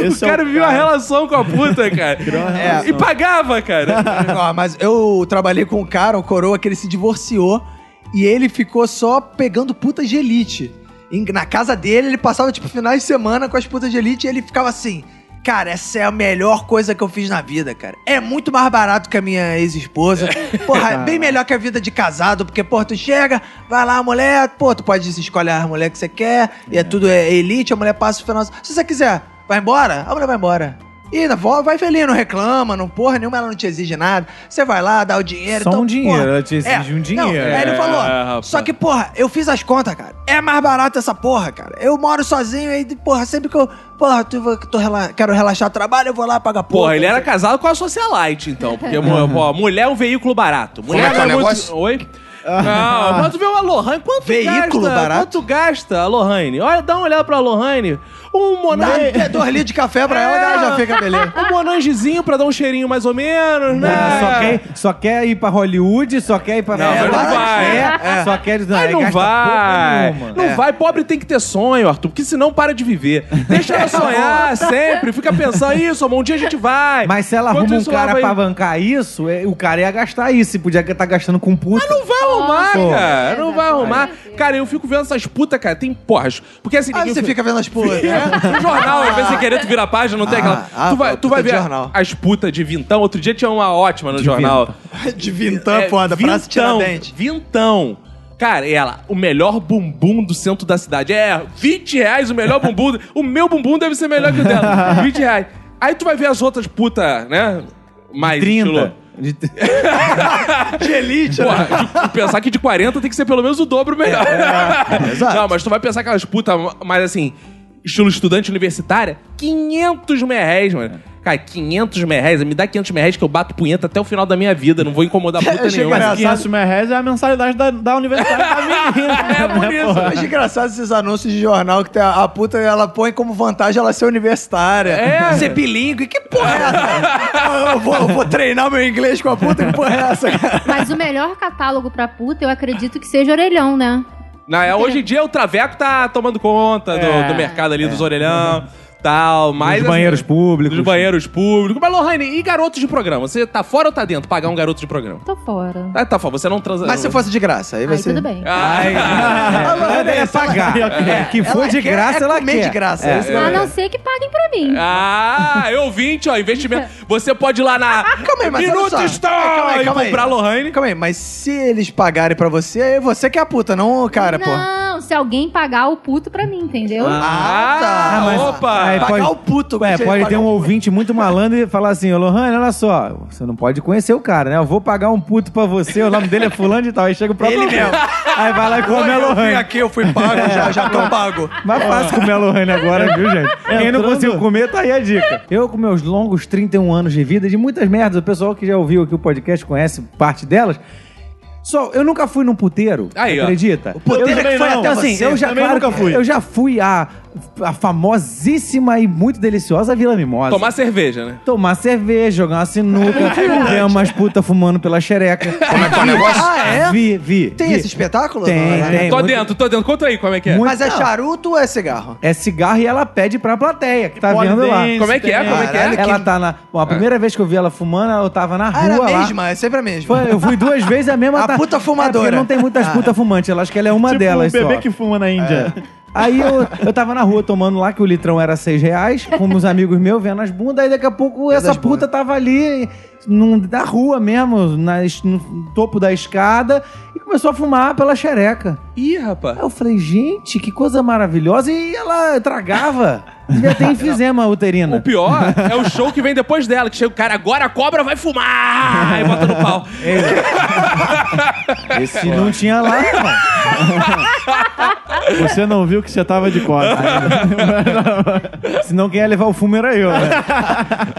S5: Esse
S1: o
S5: é
S1: cara viveu a relação com a puta, cara.
S2: relação.
S1: E pagava, cara.
S2: Ó, mas eu trabalhei com um cara, um coroa, que ele se divorciou e ele ficou só pegando putas de elite. Em- Na casa dele, ele passava, tipo, finais de semana com as putas de elite e ele ficava assim. Cara, essa é a melhor coisa que eu fiz na vida, cara. É muito mais barato que a minha ex-esposa. Porra, é bem melhor que a vida de casado, porque, pô, tu chega, vai lá, a mulher, pô, tu pode escolher a mulher que você quer, e é tudo é elite, a mulher passa o final. Se você quiser, vai embora, a mulher vai embora. E na vó vai feliz, não reclama, não porra nenhuma, ela não te exige nada. Você vai lá, dá o dinheiro.
S4: Só
S2: então,
S4: um dinheiro,
S2: porra,
S4: ela te exige um dinheiro.
S2: Não, aí ele
S1: É,
S2: falou,
S1: rapaz.
S2: só que, porra, eu fiz as contas, cara. É mais barato essa porra, cara. Eu moro sozinho aí, porra, sempre que eu, porra, tu, tô rela- quero relaxar o trabalho, eu vou lá pagar porra.
S1: Porra, ele era casado com a socialite, então. Porque mo- pô, mulher é um veículo barato. Mulher
S7: Como é que é o
S1: muito-
S7: negócio?
S1: Oi? Não, mas tu vê uma Lohane, quanto
S2: Veículo
S1: gasta,
S2: barato?
S1: Quanto gasta a Lohane? Olha, dá uma olhada pra Lohane. Um
S2: Dá
S1: monange...
S2: até dois litros de café pra ela, ela já fica beleza.
S1: Um monangezinho pra dar um cheirinho mais ou menos, né?
S4: Mano, só, quer, só quer ir pra Hollywood, só quer ir pra...
S1: Não, mas não vai.
S4: É, Só quer... Não,
S1: Aí não
S4: gasta
S1: vai.
S4: porra nenhuma.
S1: Não vai. Pobre tem que ter sonho, Arthur, porque senão para de viver. Deixa
S2: Tá
S1: ela sonhar sempre. Fica pensando, isso, amor, um dia a gente vai.
S4: Mas se ela
S1: Enquanto
S4: arruma um
S1: isso, ela
S4: cara
S1: vai-
S4: pra bancar isso, é- o cara ia gastar isso. E podia estar gastando com puta.
S1: Não vai arrumar,
S4: Pô.
S1: cara. É, Não vai
S3: Exato.
S1: arrumar. Cara, eu fico vendo essas putas, cara. Tem porras. Porque assim...
S2: Aí
S1: ninguém
S2: Ah, você fica vendo as porras.
S1: No um jornal, às vezes você querer, tu vira a página, não tem
S2: Ah,
S1: aquela.
S2: ah,
S1: tu vai, tu
S2: puta
S1: vai
S2: de
S1: ver
S2: jornal.
S1: as putas de vintão. Outro dia tinha uma ótima no jornal.
S2: De vintão,
S1: É,
S2: foda, pra se tirar
S1: vintão,
S2: dente.
S1: Vintão. Cara, e ela, o melhor bumbum do centro da cidade. É, 20 reais o melhor bumbum. do- o meu bumbum deve ser melhor que o dela. 20 reais. Aí tu vai ver as outras puta, né? Mais
S4: 30.
S1: estilo-
S4: De-
S5: De elite, né?
S1: Porra, de- pensar que de 40 tem que ser pelo menos o dobro melhor.
S2: É,
S4: exato.
S1: Não, mas tu vai pensar aquelas puta, mas assim, estilo estudante universitária, 500 merréis, mano.
S2: É.
S1: Cara, 500 merréis, me dá 500 merréis que eu bato punheta até o final da minha vida, não vou incomodar puta
S2: Chega
S1: nenhuma.
S2: engraçado.
S5: 500 mil reais é a mensalidade da, da universidade da menina. né,
S1: É por isso.
S2: Eu acho engraçado esses anúncios de jornal que tem a, a puta ela põe como vantagem ela ser universitária.
S1: É.
S2: Ser bilíngue. Que porra é essa? eu, vou, eu vou treinar meu inglês com a puta. Que porra é essa, cara?
S3: Mas o melhor catálogo pra puta, eu acredito que seja orelhão, né?
S1: Não, é, hoje em dia o Traveco tá tomando conta do-
S2: É.
S1: do, mercado ali dos orelhão, tal, mas... assim,
S4: Dos banheiros públicos.
S1: Dos banheiros públicos. Mas, Lohane, e garotos de programa? Você tá fora ou tá dentro? Pagar um garoto de programa?
S3: Tô fora.
S1: Ah, tá, fora, você não transa...
S2: Mas se fosse de graça, aí vai
S3: Aí
S2: ser.
S3: tudo bem.
S1: Ai,
S4: Ah, é, é pagar. É, que for de
S2: quer-
S4: graça,
S2: é
S4: ela
S2: comer
S4: quer.
S2: de graça, é isso
S3: A não ser que paguem pra mim.
S1: Ah, eu ouvinte, ó, investimento. Você pode ir lá na
S2: Calma aí, mas olha
S1: Minuto
S2: só. É,
S1: Store
S2: Calma aí, calma
S1: e
S2: aí.
S1: comprar Lohane.
S2: Calma aí, mas se eles pagarem pra você, é você que é a puta, não o cara, pô.
S3: não, se alguém pagar o puto pra mim, entendeu?
S2: Ah, tá.
S1: Ah, mas- opa.
S4: aí
S2: Pagar o puto,
S4: É,
S2: você
S4: pode
S2: pagar
S4: ter um
S2: o-
S4: ouvinte muito malandro e falar assim, ô Lohane, olha só, você não pode conhecer o cara, né? Eu vou pagar um puto pra você, o nome dele é fulano de tal. Aí chega o próprio...
S2: Ele mesmo.
S4: Aí vai lá e come a
S2: Eu vim
S4: Lohane.
S2: aqui, eu fui pago, já, já tô pago. É.
S4: Mais fácil comer a Lohane agora, viu, gente? Quem não conseguiu comer, tá aí a dica. Eu, com meus longos 31 anos de vida, de muitas merdas, o pessoal que já ouviu aqui o podcast conhece parte delas. Só, eu nunca fui num puteiro,
S1: Aí, ó.
S4: acredita? O
S2: puteiro é que foi até
S4: assim,
S2: você.
S4: eu já,
S5: Também
S4: claro,
S5: nunca
S4: que-
S5: fui.
S4: Eu já fui à, à famosíssima e muito deliciosa Vila Mimosa.
S1: Tomar cerveja, né?
S4: Tomar cerveja, jogar uma
S2: É
S4: sinuca, ver umas putas fumando pela xereca. Como é que é o negócio?
S2: Ah, é?
S4: Vi, vi.
S2: Tem
S4: vi.
S2: esse espetáculo?
S4: Tem,
S2: Não, né?
S4: tem.
S1: tô
S4: muito-
S1: dentro, tô dentro. Conta aí como é que é.
S4: Muito-
S2: Mas é charuto ou é cigarro?
S4: É cigarro e ela pede pra plateia que tá
S5: Pole
S4: vendo lá.
S5: dance,
S1: Como é que é?
S5: tem-
S1: Como é que
S2: Caralho,
S1: é?
S4: Ela tá na. Bom, a primeira vez que eu vi ela fumando, eu tava na rua.
S2: Ah, era a
S4: lá.
S2: mesma, é sempre a mesma.
S4: Foi- eu fui duas vezes a mesma.
S2: A puta fumadora. Ah.
S4: É, porque não tem muitas putas fumantes, ela acho que ela é uma
S5: Tipo
S4: delas.
S5: um bebê
S4: só. É.
S5: que fuma na Índia.
S4: Aí eu, eu tava na rua tomando lá, que o litrão era seis reais, com uns amigos meus vendo as bundas, aí daqui a pouco essa
S2: as bundas.
S4: puta tava ali num- na rua mesmo, na es- no topo da escada, e começou a fumar pela xereca.
S1: Ih, rapaz.
S4: Aí eu falei, gente, que coisa maravilhosa, e ela tragava. Devia ter enfisema uterina.
S1: O pior é o show que vem depois dela, que chega o cara, agora a cobra vai fumar! Aí bota no pau.
S4: Se não tinha lá, mano.
S5: Você não viu que você tava de costas.
S4: Senão quem ia levar o fumo era eu, né?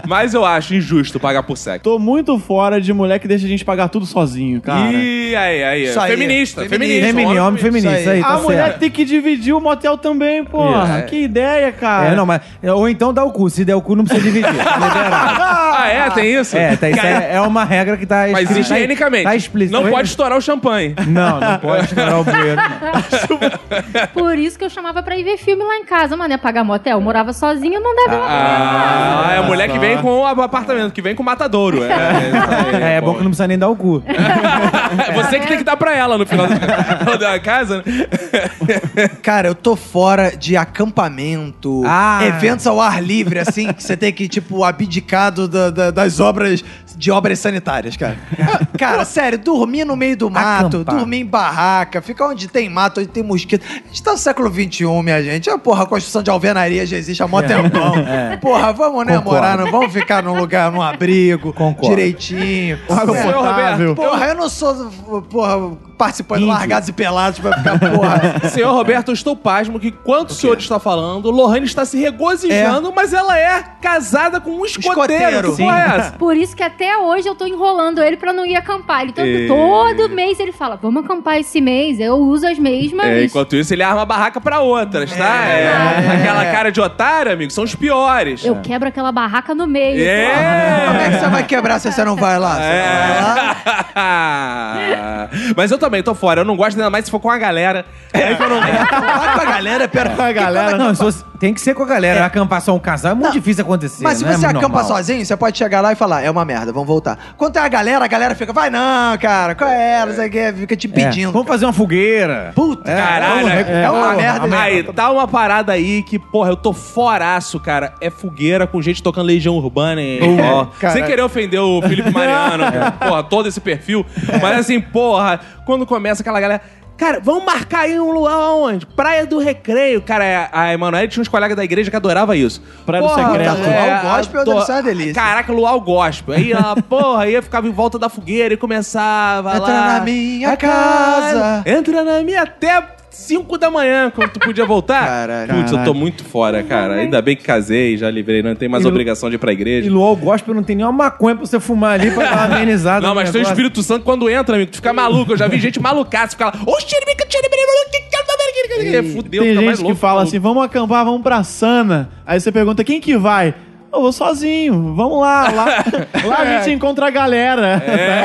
S1: Mas eu acho injusto pagar por sexo.
S5: Tô muito fora de mulher que deixa a gente pagar tudo sozinho, cara.
S1: Ih, aí, aí.
S2: Isso aí.
S1: Feminista,
S2: Feminista.
S1: feminista.
S4: Feminino, homem feminista, isso aí, tá
S5: a mulher
S4: certo.
S5: tem que dividir o motel também, porra.
S1: É.
S5: Que ideia, cara.
S4: É, não, mas, ou então dá o cu. Se der o cu, não precisa dividir. Liberado.
S1: Ah, é? Tem isso?
S4: É, tá, isso
S1: Cara,
S4: é, é uma regra que tá
S1: Mas
S4: escrita-
S1: higienicamente.
S4: Tá explícito.
S1: Não pode estourar o champanhe.
S4: Não, não é né? pode estourar o bueiro.
S1: Tá.
S3: Por isso que eu chamava pra ir ver filme lá em casa. Mano, ia pagar motel, eu morava sozinha, não dava
S1: Ah, é a mulher que vem com o apartamento, que vem com o matadouro. É, isso aí,
S4: É, é bom que não precisa nem dar o cu.
S1: É você que tem que dar pra ela no final do- da casa. né?
S2: Cara, eu tô fora de acampamento,
S4: Ah.
S2: eventos ao ar livre, assim, que você tem que, tipo, abdicar do- da- da- das obras, de obras sanitárias, cara. Ah, Cara, sério, dormir no meio do mato,
S4: Acampar.
S2: dormir em barraca, ficar onde tem mato, onde tem mosquito. A gente tá no século XXI, minha gente. Ah, porra, a construção de alvenaria já existe há mó tempão. Porra, vamos, né,
S4: É. Concordo.
S2: morar, não vamos ficar num lugar, num abrigo,
S4: Concordo.
S2: direitinho.
S1: Como foi, Roberto?
S2: Porra, eu não sou, porra, participando largados e pelados pra ficar, porra...
S1: Senhor Roberto, eu estou pasmo que enquanto o senhor está falando, Lohane está se regozijando, mas ela é casada com um escoteiro.
S2: Escoteiro.
S1: Que porra é essa?
S3: Por isso que até hoje eu tô enrolando ele pra não ir acampar. Ele todo,
S1: É.
S3: todo mês ele fala: vamos acampar esse mês. Eu uso as mesmas.
S1: É, enquanto isso, ele arma a barraca pra outras, tá? É. Aquela cara de otário, amigo, são os piores.
S3: Eu quebro aquela barraca no meio.
S2: Como é
S1: É.
S2: que você vai quebrar se você não vai lá? Você vai lá?
S1: É. Mas eu também tô fora, eu não gosto ainda mais se for com a galera. É Aí que eu não gosto.
S2: Vai com a galera, né? pera.
S5: a galera.
S4: Não, se fosse- tem que ser com a galera. Acampar só um casal é muito difícil acontecer.
S2: Mas se
S4: não é
S2: você
S4: muito
S2: acampa
S4: normal.
S2: sozinho, você pode chegar lá e falar, é uma merda, vamos voltar. Quando tem a galera, a galera fica, vai não, cara, qual é? Não sei o que, fica te
S4: É,
S2: pedindo.
S4: Vamos fazer uma fogueira.
S2: Puta,
S1: Caralho,
S2: é,
S1: é,
S2: é uma
S1: porra,
S2: merda.
S1: Aí,
S2: né?
S1: tá uma parada aí que, porra, eu tô foraço, cara. É fogueira com gente tocando Legião Urbana. E, ó, sem querer ofender o
S2: É.
S1: Felipe Mariano, porra, todo esse perfil. Mas assim, porra, quando começa aquela galera. Cara, vamos marcar aí um lugar onde? Praia do Recreio. Cara, é a a Emanuele tinha uns colegas da igreja que adorava isso. é,
S5: Praia do Secreto.
S2: Luau gospel deve ser uma delícia.
S1: Caraca, luau gospel. Aí ela, porra, ia ficava em volta da fogueira e começava
S2: Entra
S1: lá.
S2: na minha
S1: Ah, caralho.
S2: casa.
S1: Entra na minha até 5 da manhã, quando tu podia voltar.
S2: Caralho.
S1: Putz, eu tô muito fora, cara. Ainda bem que casei, já livrei, não tem mais
S4: E-
S1: obrigação de ir pra
S4: E
S1: igreja.
S4: luau gospel não tem nenhuma maconha pra você fumar ali pra dar uma amenizada.
S1: Não,
S4: no
S1: mas tem o
S4: negócio.
S1: Espírito Santo quando entra, amigo. Tu fica maluco. Eu já vi gente malucaça ficar lá. "Ô, xeribica, xeribica, xeribica", Fudeu,
S5: Tem
S1: fica mais
S5: gente
S1: louco.
S5: que fala assim, vamos acampar, vamos pra Sana. Aí você pergunta, quem que vai? Eu vou sozinho, vamos lá. Lá, lá a gente encontra a galera.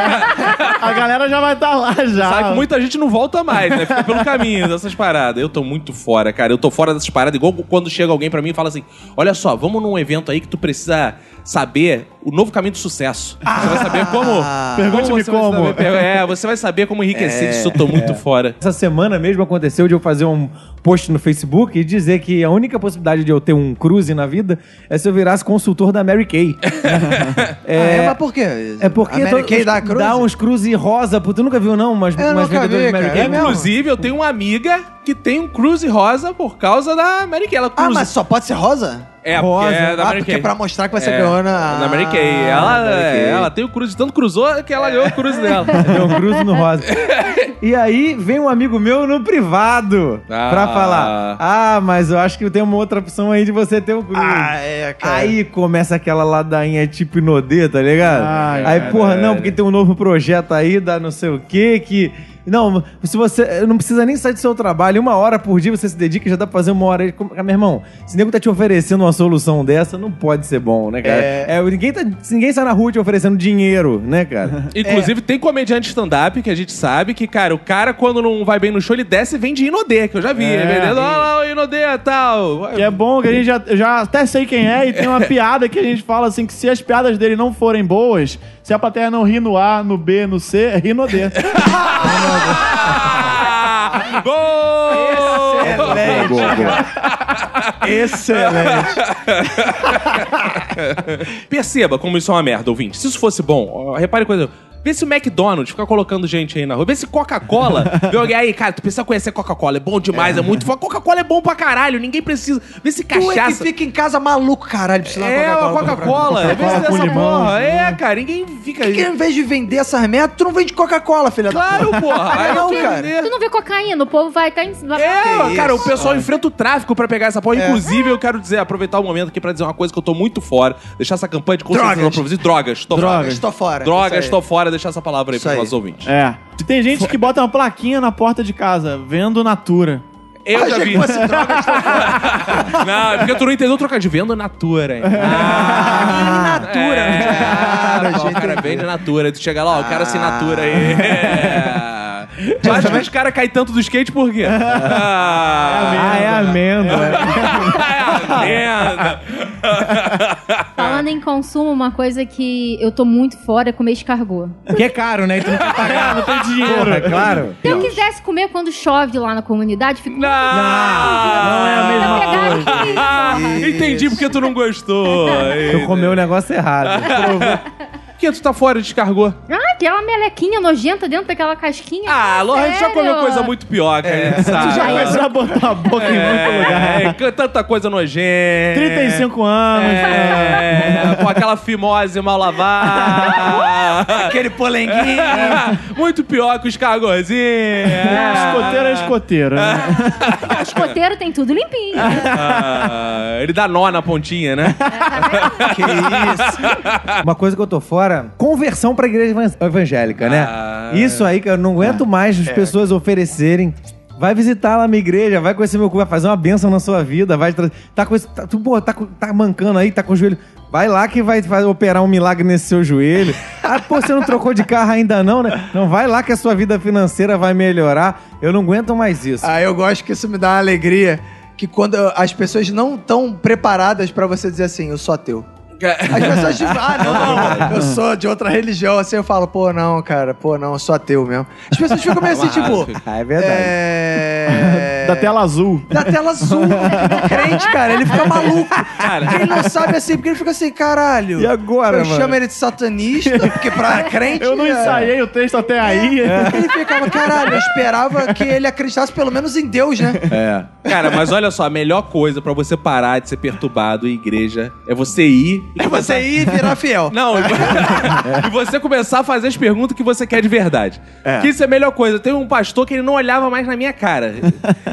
S5: a galera já vai estar lá já.
S1: Sabe É. que muita gente não volta mais, né? Fica pelo caminho dessas paradas. Eu tô muito fora, cara. Eu tô fora dessas paradas. Igual quando chega alguém pra mim e fala assim: Olha só, vamos num evento aí que tu precisa saber o novo caminho do sucesso.
S2: Ah.
S1: Você vai saber como.
S5: Pergunte-me
S1: você vai
S5: como.
S1: saber- é, você vai saber como enriquecer. Isso eu tô muito fora.
S4: Essa semana mesmo aconteceu de eu fazer um post no Facebook e dizer que a única possibilidade de eu ter um cruze na vida é se eu virasse consultor da Mary Kay.
S2: É, mas por quê?
S4: É porque
S2: a Mary
S4: todo-
S2: Kay dá a cruz?
S4: dá uns cruze rosa, pô, tu nunca viu não, mas
S2: É, eu
S4: mas
S2: nunca
S4: vendedoras
S2: vi,
S4: de
S2: cara.
S4: Mary
S2: É
S4: Kay.
S2: mesmo?
S1: Inclusive, eu tenho uma amiga que tem um cruze rosa por causa da Mary Kay. Ela
S2: Ah,
S1: cruza.
S2: mas só pode ser rosa?
S1: É,
S4: rosa.
S1: porque é da
S2: ah,
S1: Mary
S2: porque
S1: Kay.
S2: pra mostrar que vai ser
S1: É,
S2: ganhona.
S1: Da Mary Kay.
S2: Ah,
S1: Ela,
S2: Mary Kay.
S1: é, ela tem o cruze, tanto cruzou que ela ganhou o cruze dela.
S4: Deu um cruze no rosa. E aí vem um amigo meu no privado
S1: Ah.
S4: pra falar: Ah, mas eu acho que tem uma outra opção aí de você ter um cruze.
S2: Ah, é, cara.
S4: Aí começa aquela ladainha tipo Inodê, tá ligado?
S5: Ai,
S4: aí, porra, não, porque tem um novo projeto aí da não sei o quê que. Não, se você. Não precisa nem sair do seu trabalho. Uma hora por dia você se dedica e já dá pra fazer uma hora. aí. Como- Ah, Meu irmão, se o nego tá te oferecendo uma solução dessa, não pode ser bom, né, cara? É, ninguém, tá, ninguém sai na rua te oferecendo dinheiro, né, cara?
S1: Inclusive,
S2: É.
S1: tem comediante stand-up que a gente sabe que, cara, o cara, quando não vai bem no show, ele desce e vende Inodê, que eu já vi.
S5: É.
S1: Ele vendendo, ó lá o Inodê e tal.
S5: Que é bom que a gente já, eu já até sei quem é e tem uma piada que a gente fala assim que se as piadas dele não forem boas, se a plateia não ri no A, no B, no C, ri no D.
S1: Ah! Gol!
S6: Gol, gol.
S5: Excelente.
S1: Perceba como isso é uma merda, ouvinte. Se isso fosse bom, ó, repare coisa. Vê se o McDonald's fica colocando gente aí na rua. Vê se Coca-Cola. Vê alguém aí, cara, tu precisa conhecer Coca-Cola. É bom demais, é, muito foda. Coca-Cola é bom pra caralho, ninguém precisa. Vê se
S2: Tu é que
S1: cachaça.
S2: fica em casa maluco, caralho. Precisa
S1: É,
S2: uma
S1: a Coca-Cola. Vê se
S5: com
S1: dessa
S5: limão,
S1: porra. É, cara, ninguém fica
S2: Porque
S1: aí.
S2: em vez de vender essas merdas, tu não vende Coca-Cola, filha da
S1: Claro, porra. Aí
S2: Não,
S1: tu ia
S2: cara.
S1: vender.
S3: Tu não vê cocaína, o povo vai estar em.
S1: É,
S2: Que
S1: cara,
S2: isso, É.
S1: o pessoal enfrenta o tráfico pra pegar essa porra. Inclusive, eu quero dizer, aproveitar o momento aqui pra dizer uma coisa que eu tô muito fora. Deixar essa campanha de conscientização
S2: Drogas.
S1: pra vocês. Drogas, tô
S2: Drogas,
S1: fora.
S2: tô fora.
S1: Drogas,
S2: Isso aí.
S1: tô fora. Deixar essa palavra aí
S2: Isso
S1: pros
S2: aí.
S1: nossos ouvintes.
S5: É. Tem gente que bota uma plaquinha na porta de casa, vendo Natura.
S1: Eu já
S2: Achei
S1: vi.
S2: que fosse droga.
S1: Não, é porque tu não entendeu o trocadilho. Vendo Natura, hein? Ah,
S2: Natura.
S1: É,
S2: Claro,
S1: Ah, pô, o
S2: gente,
S1: cara
S2: entendi.
S1: vende Natura. Tu chega lá, ó, eu quero assinatura aí.
S2: Ah.
S1: É. Tu acha que os caras caem tanto do skate por
S2: É
S1: quê?
S4: Ah,
S1: Ah,
S4: é amêndoa.
S1: é merda.
S3: Falando em consumo, uma coisa que eu tô muito fora é comer escargot.
S4: Que é caro, né? E tu não quer pagar, não tem dinheiro. Porra, claro.
S3: Se eu quisesse comer quando chove lá na comunidade, fico.
S1: Não, não
S4: é a mesma
S3: pegar aqui.
S1: Ah, Entendi porque tu não gostou.
S4: Tu comeu o negócio errado.
S1: Por que tu tá fora e descargou?
S3: Ah, aquela melequinha nojenta dentro daquela casquinha.
S1: Ah,
S3: Cara,
S1: Lohan, a gente já
S3: sério?
S1: comeu coisa muito pior, cara. É, Sabe?
S5: Já começou a botar a boca em muito lugar.
S1: É, é, tanta coisa nojenta.
S5: 35 anos.
S1: É, com aquela fimose mal lavada. Aquele polenguinho. Muito pior que os cargozinhos.
S5: né? Escoteiro é escoteiro. né?
S3: Escoteiro tem tudo limpinho.
S1: Ah, ele dá nó na pontinha, né?
S2: Que isso.
S4: Uma coisa que eu tô fora, conversão pra igreja evan- evangélica, né?
S1: Ah.
S4: Isso aí que eu não aguento mais as pessoas oferecerem. Vai visitar lá minha igreja, vai conhecer meu cu, vai fazer uma benção na sua vida, vai tra- tá com esse, tá, tu, pô, tá, com- tá mancando aí, tá com o joelho. Vai lá que vai, vai operar um milagre nesse seu joelho. Ah, pô, você não trocou de carro ainda não, né? Não vai lá que a sua vida financeira vai melhorar. Eu não aguento mais isso.
S2: Ah, eu gosto que isso me dá uma alegria. Que quando as pessoas não estão preparadas pra você dizer assim, eu sou ateu. As pessoas dizem, ah, não, eu sou de outra religião. Assim eu falo, pô, não, cara, pô, não, eu sou ateu mesmo. As pessoas ficam meio assim, tipo.
S4: Ah, é verdade.
S2: assim, É.
S5: Da tela azul.
S2: Da tela azul, né? crente, cara. Ele fica maluco.
S1: Cara.
S2: Quem não sabe assim, porque ele fica assim, caralho.
S4: E agora,
S2: Eu
S4: mano?
S2: chamo ele de satanista, porque pra crente.
S5: Eu não
S2: é.
S5: ensaiei o texto até aí.
S2: Ele ficava, caralho, eu esperava que ele acreditasse pelo menos em Deus, né?
S1: É. Cara, mas olha só, a melhor coisa pra você parar de ser perturbado em igreja é você ir.
S2: E você ia virar fiel.
S1: Não, e vo- e você começar a fazer as perguntas que você quer de verdade. Que isso é a melhor coisa. Tem um pastor que ele não olhava mais na minha cara. Ele-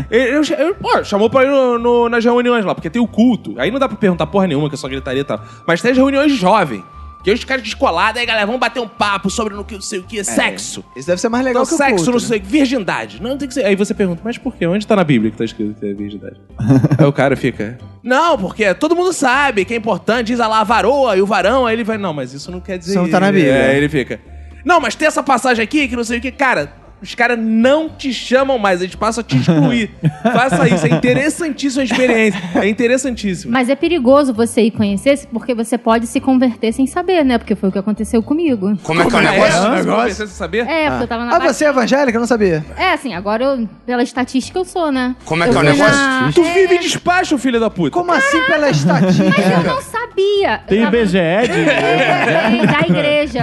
S1: eu, eu- pô, chamou pra ir no- no- nas reuniões lá, porque tem o culto. Aí não dá pra perguntar porra nenhuma, que é só gritaria e tal. Mas tem as reuniões de jovem. Que aí os caras descolados, aí galera, vamos bater um papo sobre não que- não sei o que, sexo.
S2: Isso deve ser mais legal
S1: Então,
S2: que o
S1: sexo,
S2: culto,
S1: não
S2: né?
S1: sei, virgindade. Não, tem que ser. Aí você pergunta, mas por quê? Onde tá na Bíblia que tá escrito que é virgindade? Aí o cara fica. "É." Não, porque todo mundo sabe que é importante, diz a lá a varoa e o varão, aí ele vai, não, mas isso não quer dizer.
S2: Isso não tá na
S1: É,
S2: Bíblia.
S1: Aí ele fica. Não, mas tem essa passagem aqui que não sei o que, cara. Os caras não te chamam mais, eles passam a te excluir. Faça isso, é interessantíssima a experiência. É interessantíssima.
S3: Mas é perigoso você ir conhecer, se- porque você pode se converter sem saber, né? Porque foi o que aconteceu comigo.
S7: Como é que é o
S1: Como
S7: negócio?
S1: esse negócio? Você saber?
S3: É, porque eu tava na
S2: Ah,
S3: base-
S2: você é evangélica? Eu não sabia.
S3: É, assim, agora eu, pela estatística eu sou, né?
S7: Como é
S3: Eu
S7: que é o
S3: fui
S7: negócio?
S3: na- É,
S1: Tu vive em despacho, filho da puta.
S2: Como assim pela
S3: Mas eu
S2: estatística?
S3: não sabia.
S5: Tem
S3: Eu tava-
S5: IBGE
S2: É.
S5: de...
S3: Tem, da igreja.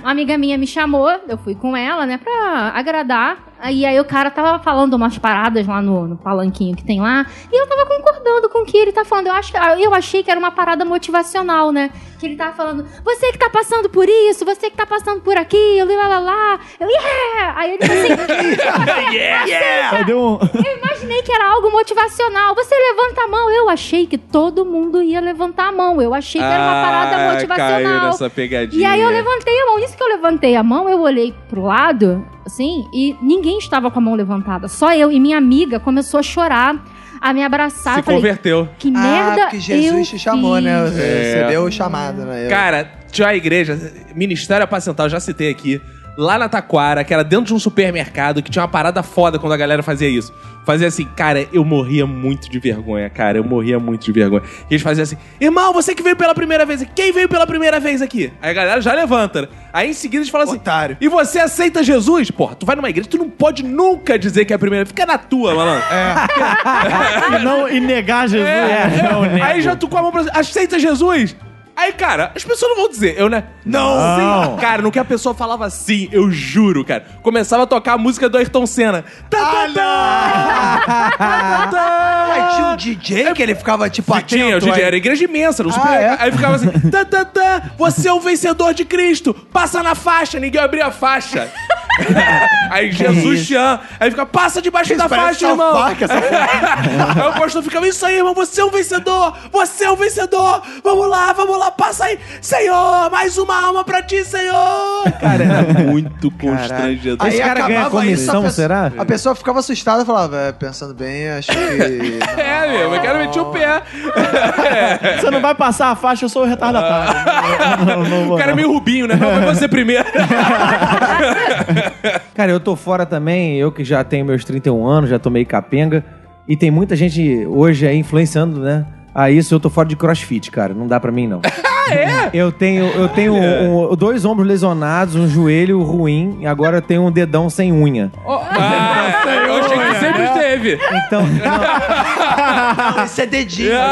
S3: Uma amiga minha me chamou, eu fui com ela, né, pra agradar. E aí o cara tava falando umas paradas lá no, no palanquinho que tem lá. E eu tava concordando com o que ele tá falando. Eu, acho, que- eu achei que era uma parada motivacional, né? Que ele tava falando, você que tá passando por isso, você que tá passando por aquilo, e lá, lá, lá. Eu, yeah! Aí ele falou assim,
S1: Yeah, yeah.
S5: Aí deu um...
S3: eu imaginei que era algo motivacional. Você levanta a mão. Eu achei que todo mundo ia levantar a mão. Eu achei que era uma parada
S1: Ah, Caiu
S3: motivacional.
S1: nessa pegadinha.
S3: E aí eu levantei a mão. Isso que eu levantei a mão, eu olhei pro lado, assim, e ninguém estava com a mão levantada. Só eu e minha amiga começou a chorar, a me abraçar.
S1: Se
S3: eu falei,
S1: converteu.
S3: que
S2: Ah,
S3: merda
S2: porque Jesus
S3: eu
S2: te chamou, né?
S3: fiz."
S2: Você
S1: É.
S2: deu o chamado, né? Eu-
S1: Cara, tinha a igreja, Ministério Apacental, já citei aqui, lá na Taquara, que era dentro de um supermercado, que tinha uma parada foda quando a galera fazia isso. Fazia assim, cara, eu morria muito de vergonha, cara, eu morria muito de vergonha. E eles faziam assim, irmão, você que veio pela primeira vez aqui, quem veio pela primeira vez aqui? Aí a galera já levanta, né? Aí em seguida eles falam assim,
S7: Otário.
S1: e você aceita Jesus? Porra, tu vai numa igreja, tu não pode nunca dizer que é a primeira, fica na tua, malandro.
S5: É. E, não, e negar Jesus.
S1: É,
S5: Não,
S1: é.
S5: nego.
S1: Aí já tu com a mão pra cima, aceita Jesus? Aí, cara, as pessoas não vão dizer, eu, né? Não! Sim. Cara, no que a pessoa falava assim, eu juro, cara. Começava a tocar a música do Ayrton Senna. Tá, tá, tá! Tá, tá, tá!
S2: Ah, tinha um DJ que ele ficava tipo
S1: E tinha,
S2: atento,
S1: gente,
S2: aí.
S1: era igreja imensa, não
S2: Ah,
S1: super...
S2: é?
S1: Aí ficava assim, tá, tá, tá, você é o vencedor de Cristo, passa na faixa, ninguém abria a faixa. aí Jesus te ama. aí fica, passa debaixo da faixa, irmão. aí o pastor ficava, isso aí, irmão, você é o vencedor, você é o vencedor, vamos lá, vamos lá, passa aí, Senhor, mais uma alma pra ti, Senhor. Cara, era muito constrangedor.
S2: Aí
S4: Esse cara ganha
S2: acabava isso, a
S4: comissão,
S2: pessoa-
S4: será?
S2: A pessoa ficava assustada e falava, é, pensando bem, acho que...
S1: É, meu, eu quero meter o pé.
S5: Você não vai passar a faixa, eu sou o retardatário. Não, não, não vou,
S1: Ah. O cara é
S5: não.
S1: meio rubinho, né? Mas vai você primeiro.
S4: Cara, eu tô fora também, eu que já tenho meus 31 anos, já tô meio capenga. E tem muita gente hoje aí influenciando, né? A isso, eu tô fora de crossfit, cara. Não dá pra mim, não. Ah, é? Eu tenho, eu tenho um- um- dois ombros lesionados, um joelho ruim, e agora eu tenho um dedão sem unha.
S1: Ah, eu achei que sempre teve.
S4: Então,
S2: Ah, Isso é dedinho.
S4: Esse é um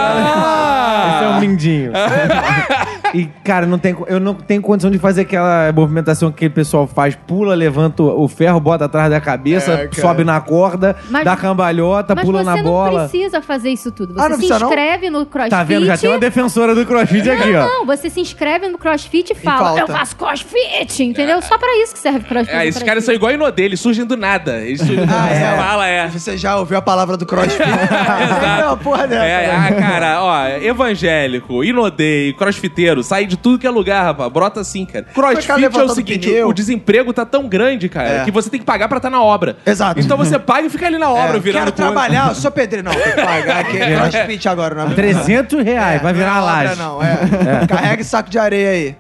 S1: Ah!
S4: lindinho. e, cara, não tem, co- eu não tenho condição de fazer aquela movimentação que aquele pessoal faz. Pula, levanta o o ferro, bota atrás da cabeça, sobe na corda,
S3: Mas-
S4: dá cambalhota,
S3: Mas
S4: pula
S3: você
S4: na
S3: não
S4: bola.
S3: precisa fazer isso tudo.
S2: Ah,
S3: Você
S2: não
S3: se
S2: precisa, não?
S3: inscreve no CrossFit.
S4: Tá vendo? Já tem uma defensora do crossfit aqui, ó.
S3: Não, você se inscreve no CrossFit e fala,
S2: falta. É.
S3: eu faço CrossFit, entendeu? Só pra isso que serve CrossFit.
S1: É, esses caras são igual a Inodê, eles surgem do nada. Eles surgem do nada.
S2: Ah, é.
S1: Você fala, é.
S2: Você já ouviu a palavra do crossfit?
S1: Exato.
S2: Não, porra dessa.
S1: É,
S2: né?
S1: ah, cara, ó, evangélico, inodei, crossfiteiro, sai de tudo que é lugar, rapaz. Brota assim, cara. Crossfit é o
S2: levantando
S1: seguinte,
S2: pneu.
S1: o desemprego tá tão grande, cara,
S2: É.
S1: que você tem que pagar pra tá na obra.
S2: Exato.
S1: Então você paga e fica ali na obra,
S2: É, Quero
S1: virando coisa.
S2: trabalhar, eu sou pedreiro. Não, tem que pagar aqui. é Crossfit agora, não é?
S4: 300 reais, vai
S2: não é
S4: virar
S2: obra,
S4: laje.
S2: Não, é. Carrega esse saco de areia aí.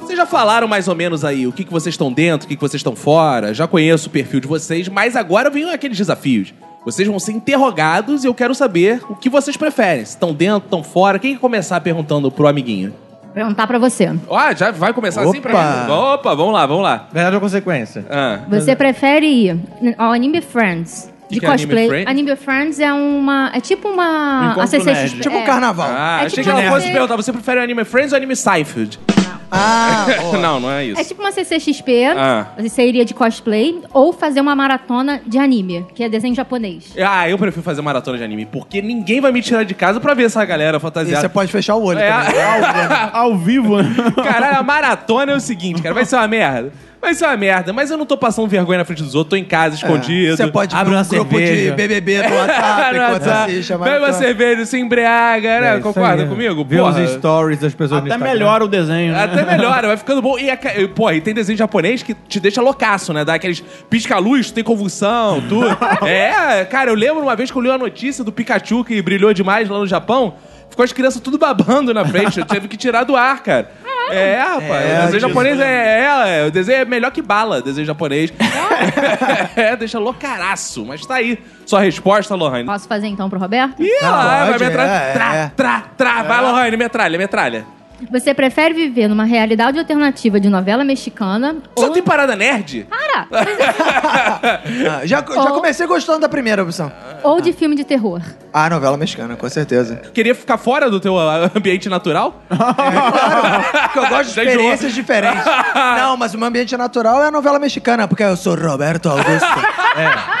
S1: Vocês já falaram mais ou menos aí o que, que vocês estão dentro, o que, que vocês estão fora, já conheço o perfil de vocês, mas agora vem aqueles desafios. Vocês vão ser interrogados e eu quero saber o que vocês preferem. Se estão dentro, estão fora. Quem quer começar perguntando pro amiguinho?
S3: Perguntar pra você.
S1: Ah, já vai começar assim pra
S2: Opa!
S1: mim? Opa, vamos lá, vamos lá.
S4: Verdade ou consequência?
S1: Ah,
S3: Você é prefere ir ao Anime Friends
S1: Que
S3: de
S1: que é Anime
S3: cosplay?
S1: Friends?
S3: Anime Friends é uma. É tipo uma.
S5: encontro nerd.
S2: Tipo
S3: é.
S2: um carnaval.
S1: ah
S3: É tipo
S1: achei que ela
S3: você-
S1: fosse perguntar, você prefere o Anime Friends ou Anime Seinfeld?
S2: Ah, boa.
S1: não, não é isso.
S3: É tipo uma CCXP,
S1: Ah.
S3: você iria de cosplay ou fazer uma maratona de anime, que é desenho japonês.
S1: Ah, eu prefiro fazer maratona de anime, porque ninguém vai me tirar de casa pra ver essa galera
S2: E você
S1: fantasiada.
S2: pode fechar né? o olho
S1: É.
S2: também.
S5: Ao vivo, né?
S1: Caralho, a maratona é o seguinte, cara, vai ser uma merda. Vai ser uma merda, mas eu não tô passando vergonha na frente dos outros, tô em casa, escondido.
S2: É. Você pode
S4: Abre
S2: ver um
S4: uma
S2: grupo
S4: cerveja.
S2: de BBB do WhatsApp
S1: Cara,
S2: enquanto assiste a
S1: Bebe uma
S2: maratona. É
S1: cerveja, se embriaga, né?
S4: É isso
S1: Concorda
S4: aí.
S1: comigo?
S4: Vê
S1: Porra.
S4: os stories das pessoas no
S5: Até
S4: Instagram.
S5: melhora o desenho. né?
S1: Até melhora, vai ficando bom. E, a ca- e, pô, e tem desenho japonês que te deixa loucaço, né? Dá aqueles pisca-luz, tem convulsão, tudo. é, cara, eu lembro uma vez que eu li uma notícia do Pikachu que brilhou demais lá no Japão. Ficou as crianças tudo babando na frente. Eu tive que tirar do ar, cara.
S2: Ah,
S1: É, rapaz. o desenho japonês é, é, é, O desenho é melhor que bala, desenho japonês.
S2: Ah.
S1: é, deixa loucaraço. Mas tá aí. Sua resposta, Lohane.
S3: Posso fazer então pro Roberto?
S1: Ih,
S2: Ah,
S1: lá, vai
S2: pode,
S1: metralha.
S2: é,
S1: Tra,
S2: é.
S1: tra, tra. Vai, Lohane, metralha, metralha.
S3: Você prefere viver numa realidade alternativa de novela mexicana
S1: Só
S3: ou...
S1: tem parada nerd?
S3: Para!
S2: Ah, já, já
S3: Ou-
S2: comecei gostando da primeira opção.
S3: ou de filme de terror?
S2: Ah, novela mexicana, com certeza.
S1: Queria ficar fora do teu ah, ambiente natural?
S2: Porque eu gosto de
S1: Já enjoou.
S2: experiências diferentes. Não, mas o meu ambiente natural é a novela mexicana, porque eu sou Roberto Augusto.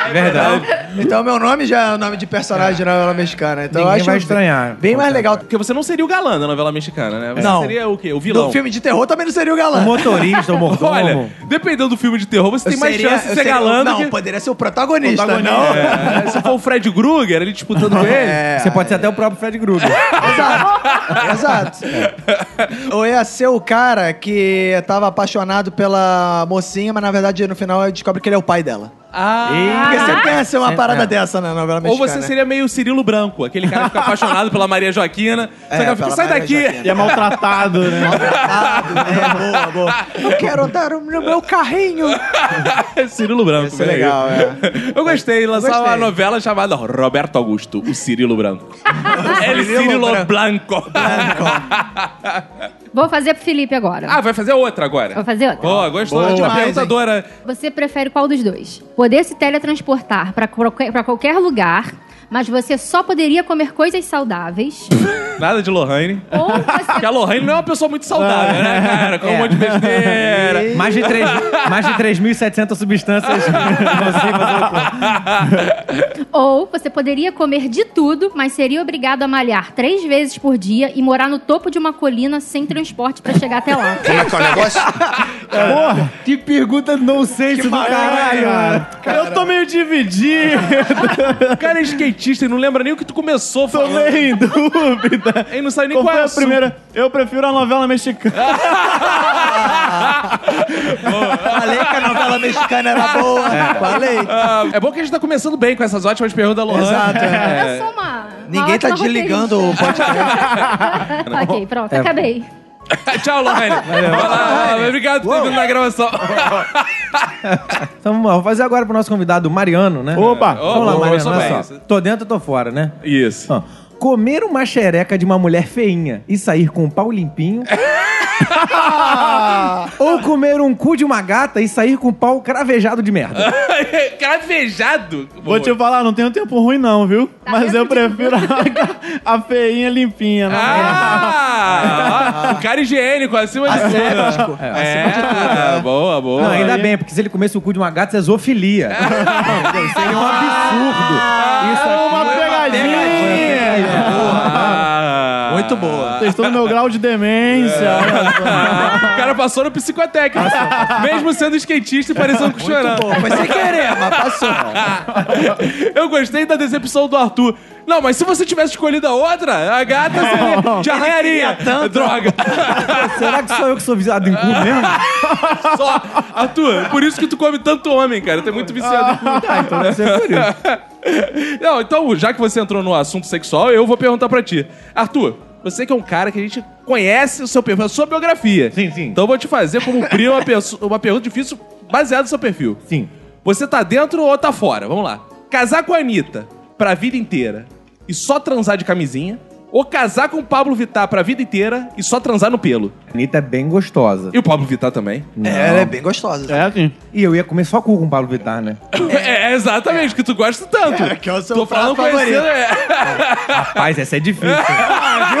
S4: É verdade.
S2: Então meu nome já é o nome de personagem de novela mexicana. Então eu
S4: Ninguém
S2: acho
S4: vai estranhar.
S2: Bem mais legal.
S1: Porque você não seria o galã da novela mexicana, né? Você
S2: Não.
S1: seria o quê? O vilão.
S2: No filme de terror também não seria o
S4: O
S2: galã.
S4: motorista, o mordomo.
S1: Olha, dependendo do filme de terror, você
S2: Eu
S1: tem mais
S2: seria-
S1: chance de
S2: eu
S1: ser
S2: seria-
S1: galã do
S2: Não,
S1: que...
S2: poderia ser o protagonista,
S5: Protagonista.
S2: não.
S1: É, se for o Fred Krueger ali disputando com ele.
S2: É.
S4: Você pode ser até o próprio Fred Gruber.
S2: Exato. Exato.
S1: É.
S2: Ou ia ser o cara que tava apaixonado pela mocinha, mas na verdade no final ele descobre que ele é o pai dela.
S1: Ah.
S2: Porque sempre ia ser uma
S4: Sempre
S2: parada
S4: é.
S2: dessa na novela
S1: Ou
S2: mexicana.
S1: você seria meio Cirilo Branco, aquele cara que fica apaixonado pela Maria Joaquina.
S2: É,
S1: só que ela fica,
S2: pela
S1: sai
S2: Maria
S1: daqui!
S2: Joaquina.
S5: E é maltratado, né?
S2: Maltratado, né? Boa, boa. Eu quero andar no meu carrinho.
S1: É Cirilo Branco.
S2: Ia ser
S1: peraí.
S2: legal, é.
S1: Eu gostei, lançar
S2: Gostei.
S1: uma novela chamada Roberto Augusto, o Cirilo Branco.
S3: é
S1: El Cirilo
S3: né?
S2: Cirilo
S1: Blanco.
S3: Vou fazer pro Felipe agora.
S1: Ah, vai fazer outra agora.
S3: Vou fazer outra.
S1: Boa, gostou.
S2: Boa.
S1: Boa. Uma
S2: Demais,
S1: perguntadora.
S3: Você prefere qual dos dois? Poder se teletransportar pra qualquer, pra qualquer lugar, mas você só poderia comer coisas saudáveis.
S1: Nada de Lohane.
S3: ou
S1: Porque
S3: você...
S1: a Lohane não é uma pessoa muito saudável,
S2: É.
S1: né, cara? Com um monte de besteira.
S4: Mais de três- mais de 3.700 substâncias.
S3: Ou você poderia comer de tudo, mas seria obrigado a malhar três vezes por dia e morar no topo de uma colina sem transporte pra chegar até lá.
S4: Porra, que pergunta não sei se do caralho. mano.
S5: Eu tô meio dividido,
S1: O cara é skatista e não lembra nem o que tu começou
S5: tô
S1: falando.
S5: meio em dúvida.
S1: Ele não sabe nem
S5: Qual
S1: qual é
S5: foi
S1: o
S5: a
S1: Ah.
S5: primeira? Eu prefiro a novela mexicana.
S2: Falei é que a novela mexicana era boa. Falei.
S1: Ah, é bom que a gente tá começando bem com essas ótimas perguntas da Lohane.
S2: Exato, é.
S3: Eu sou uma. uma
S2: Ninguém tá
S3: ótima
S2: desligando o É.
S3: roteirista.
S2: podcast.
S3: ok, pronto, acabei.
S1: É, Tchau, Lohane. Vai lá, Obrigado por ter vindo na gravação.
S4: Então vamos lá, vou fazer agora pro nosso convidado, o Mariano, né?
S5: Opa!
S4: Vamos lá,
S1: Ô, eu
S4: Mariano,
S1: sou
S4: olha
S1: bem.
S4: só. Tô dentro, tô fora, né?
S1: Isso.
S4: Ó, comer uma xereca de uma mulher feinha e sair com o pau limpinho. Ou comer um cu de uma gata e sair com o pau cravejado de merda.
S1: Cravejado.
S5: Vou te falar, não tenho tempo ruim não, viu?
S3: Tá
S5: Mas eu
S3: vendo, tipo?
S5: prefiro a, a feinha limpinha. né?
S1: Ah! ó, o cara higiênico, acima de
S2: Asséptico.
S1: tudo. É, boa, boa.
S4: né? Não, ainda bem, porque se ele comesse o cu de uma gata, isso é zoofilia. Isso seria um absurdo. Isso
S5: Ah, É
S4: aqui
S5: uma pegadinha!
S1: Ah.
S2: Muito boa.
S5: Testando meu grau de demência.
S1: Ah, É. o cara passou no psicotécnico. mesmo sendo skatista e parecendo que chorando.
S2: Pô, foi sem querer, mas passou.
S1: Eu gostei da decepção do Arthur. Não, mas se você tivesse escolhido a outra, a gata seria de arranharia. Droga.
S4: Será que sou eu que sou viciado em cu mesmo?
S1: Só. Arthur, por isso que tu come tanto homem, cara. Tu é muito viciado em cu.
S4: Tá, então deve ser por isso.
S1: Não, então, já que você entrou no assunto sexual, eu vou perguntar pra ti. Arthur, você que é um cara que a gente conhece o seu perfil, a sua biografia.
S4: Sim, sim.
S1: Então eu vou te fazer como primo uma, perso- uma pergunta difícil baseada no seu perfil.
S4: Sim.
S1: Você tá dentro ou tá fora? Vamos lá. Casar com a Anitta pra vida inteira e só transar de camisinha. ou casar com o Pablo Vittar pra vida inteira e só transar no pelo.
S4: Anitta é bem gostosa.
S1: E o Pablo Vittar também.
S2: É, ela é bem gostosa.
S5: É, assim.
S4: E eu ia comer só cu com o Pablo Vittar, né?
S1: É, é exatamente, que tu gosta tanto.
S2: É, que é o seu
S1: Tô falando
S2: prato favorito.
S1: conhecendo. É.
S4: Rapaz, essa é difícil.
S2: Ah,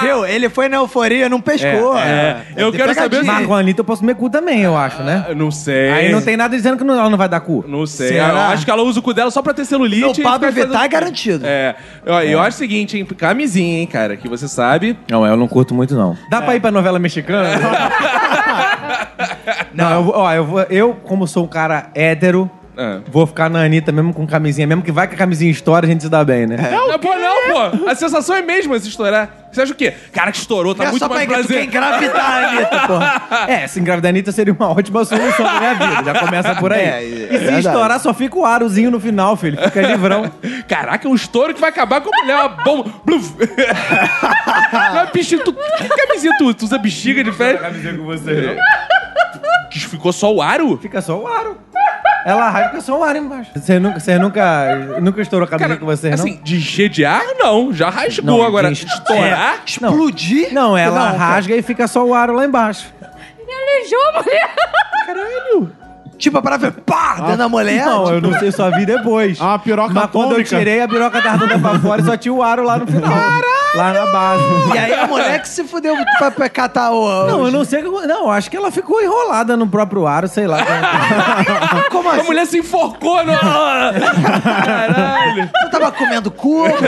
S2: Viu? Ele foi na euforia, não pescou.
S1: é.
S2: É,
S1: Eu
S2: tem
S1: quero
S2: pegadinha.
S1: saber-
S4: Mas com a Anitta eu posso comer cu também, eu acho, né?
S1: Eu Não sei.
S4: Aí não tem nada dizendo que não- ela não vai dar cu.
S1: Não sei.
S2: Será?
S1: Eu acho que ela usa o cu dela só pra ter celulite.
S2: O
S1: e
S2: Pablo
S1: ficar
S2: Vittar é
S1: fazendo-
S2: garantido.
S1: É. Ó, Eu acho o seguinte, hein? Camisinha, hein, cara, que você sabe. É.
S4: Não, eu não curto muito, não. Dá pra ir pra novela mexicana? não, eu, vou- ó, eu, vou- eu, como sou um cara hétero,
S1: É.
S4: vou ficar na Anitta mesmo com camisinha. Mesmo que vai com a camisinha estoura, a gente se dá bem, né?
S1: Não, pô, não, pô. A sensação é mesmo se estourar. Você acha o quê? Cara, que estourou, tá
S2: É
S1: muito
S2: só pra
S1: mais
S2: tu quer
S1: prazer.
S2: engravidar, Anitta, porra.
S4: É, se engravidar a Anitta seria uma ótima solução da minha vida. Já começa por aí.
S2: É, é
S4: e se
S2: verdade.
S4: estourar, só fica o arozinho no final, filho. Fica livrão.
S1: Caraca, é um estouro que vai acabar com a mulher, uma bomba. Bluf. não, é bexiga, tu, que camisinha tu, tu usa bexiga de festa?
S4: Camisinha com você,
S1: Que ficou só o aro?
S4: Fica só o aro. Ela raia, fica só o aro embaixo. Você nunca, você nunca, nunca estourou a camisinha
S1: Cara,
S4: com você, não?
S1: assim, de gedear, não. Já rasgou
S4: Não,
S1: agora.
S4: gente,
S1: Estourar?
S4: Não.
S2: Explodir?
S4: Não, ela
S2: cara.
S4: rasga e fica só o aro lá embaixo.
S3: Me aleijou, mulher.
S2: Tipo, a parada foi pá, dentro da mulher.
S4: Ah, não,
S2: tipo,
S4: eu não sei, só vi depois.
S5: Ah, uma piroca
S4: Mas quando eu
S5: atômica.
S4: tirei, a piroca da redonda pra fora e só tinha o aro lá no final. Lá na base.
S2: E aí a mulher que se fudeu pra, pra catar tá o...
S4: Não, eu não sei. o que- Não, eu acho que ela ficou enrolada no próprio aro, sei lá.
S2: Como
S1: A
S2: assim?
S1: mulher se enforcou no. Caralho.
S2: Você tava comendo cu? Você-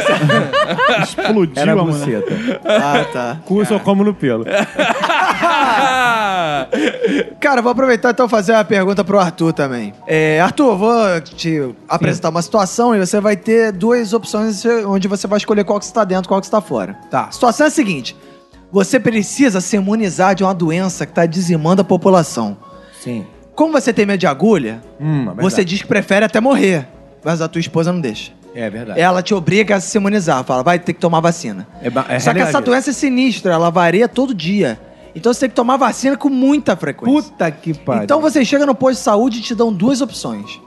S5: Explodiu
S4: Era
S5: a
S4: a
S5: mulher.
S4: buceta.
S2: Ah, tá.
S4: Cu só como no pelo.
S2: Cara, vou aproveitar então e fazer uma pergunta pro Arthur também. É, Arthur, vou te apresentar uma situação e você vai ter duas opções onde você vai escolher qual que está dentro e qual que está fora.
S4: Tá.
S2: A situação é a seguinte: você precisa se imunizar de uma doença que está dizimando a população.
S4: Sim.
S2: Como você tem medo de agulha,
S4: Hum, é
S2: você
S4: verdade.
S2: diz que prefere até morrer, mas a tua esposa não deixa.
S4: É verdade.
S2: Ela te obriga a se imunizar, fala, vai ter que tomar vacina.
S4: É ba- é
S2: Só que
S4: realidade
S2: essa
S4: isso.
S2: doença é sinistra, ela varia todo dia. Então você tem que tomar vacina com muita frequência.
S4: Puta que pariu.
S2: Então você chega no posto de saúde e te dão duas opções.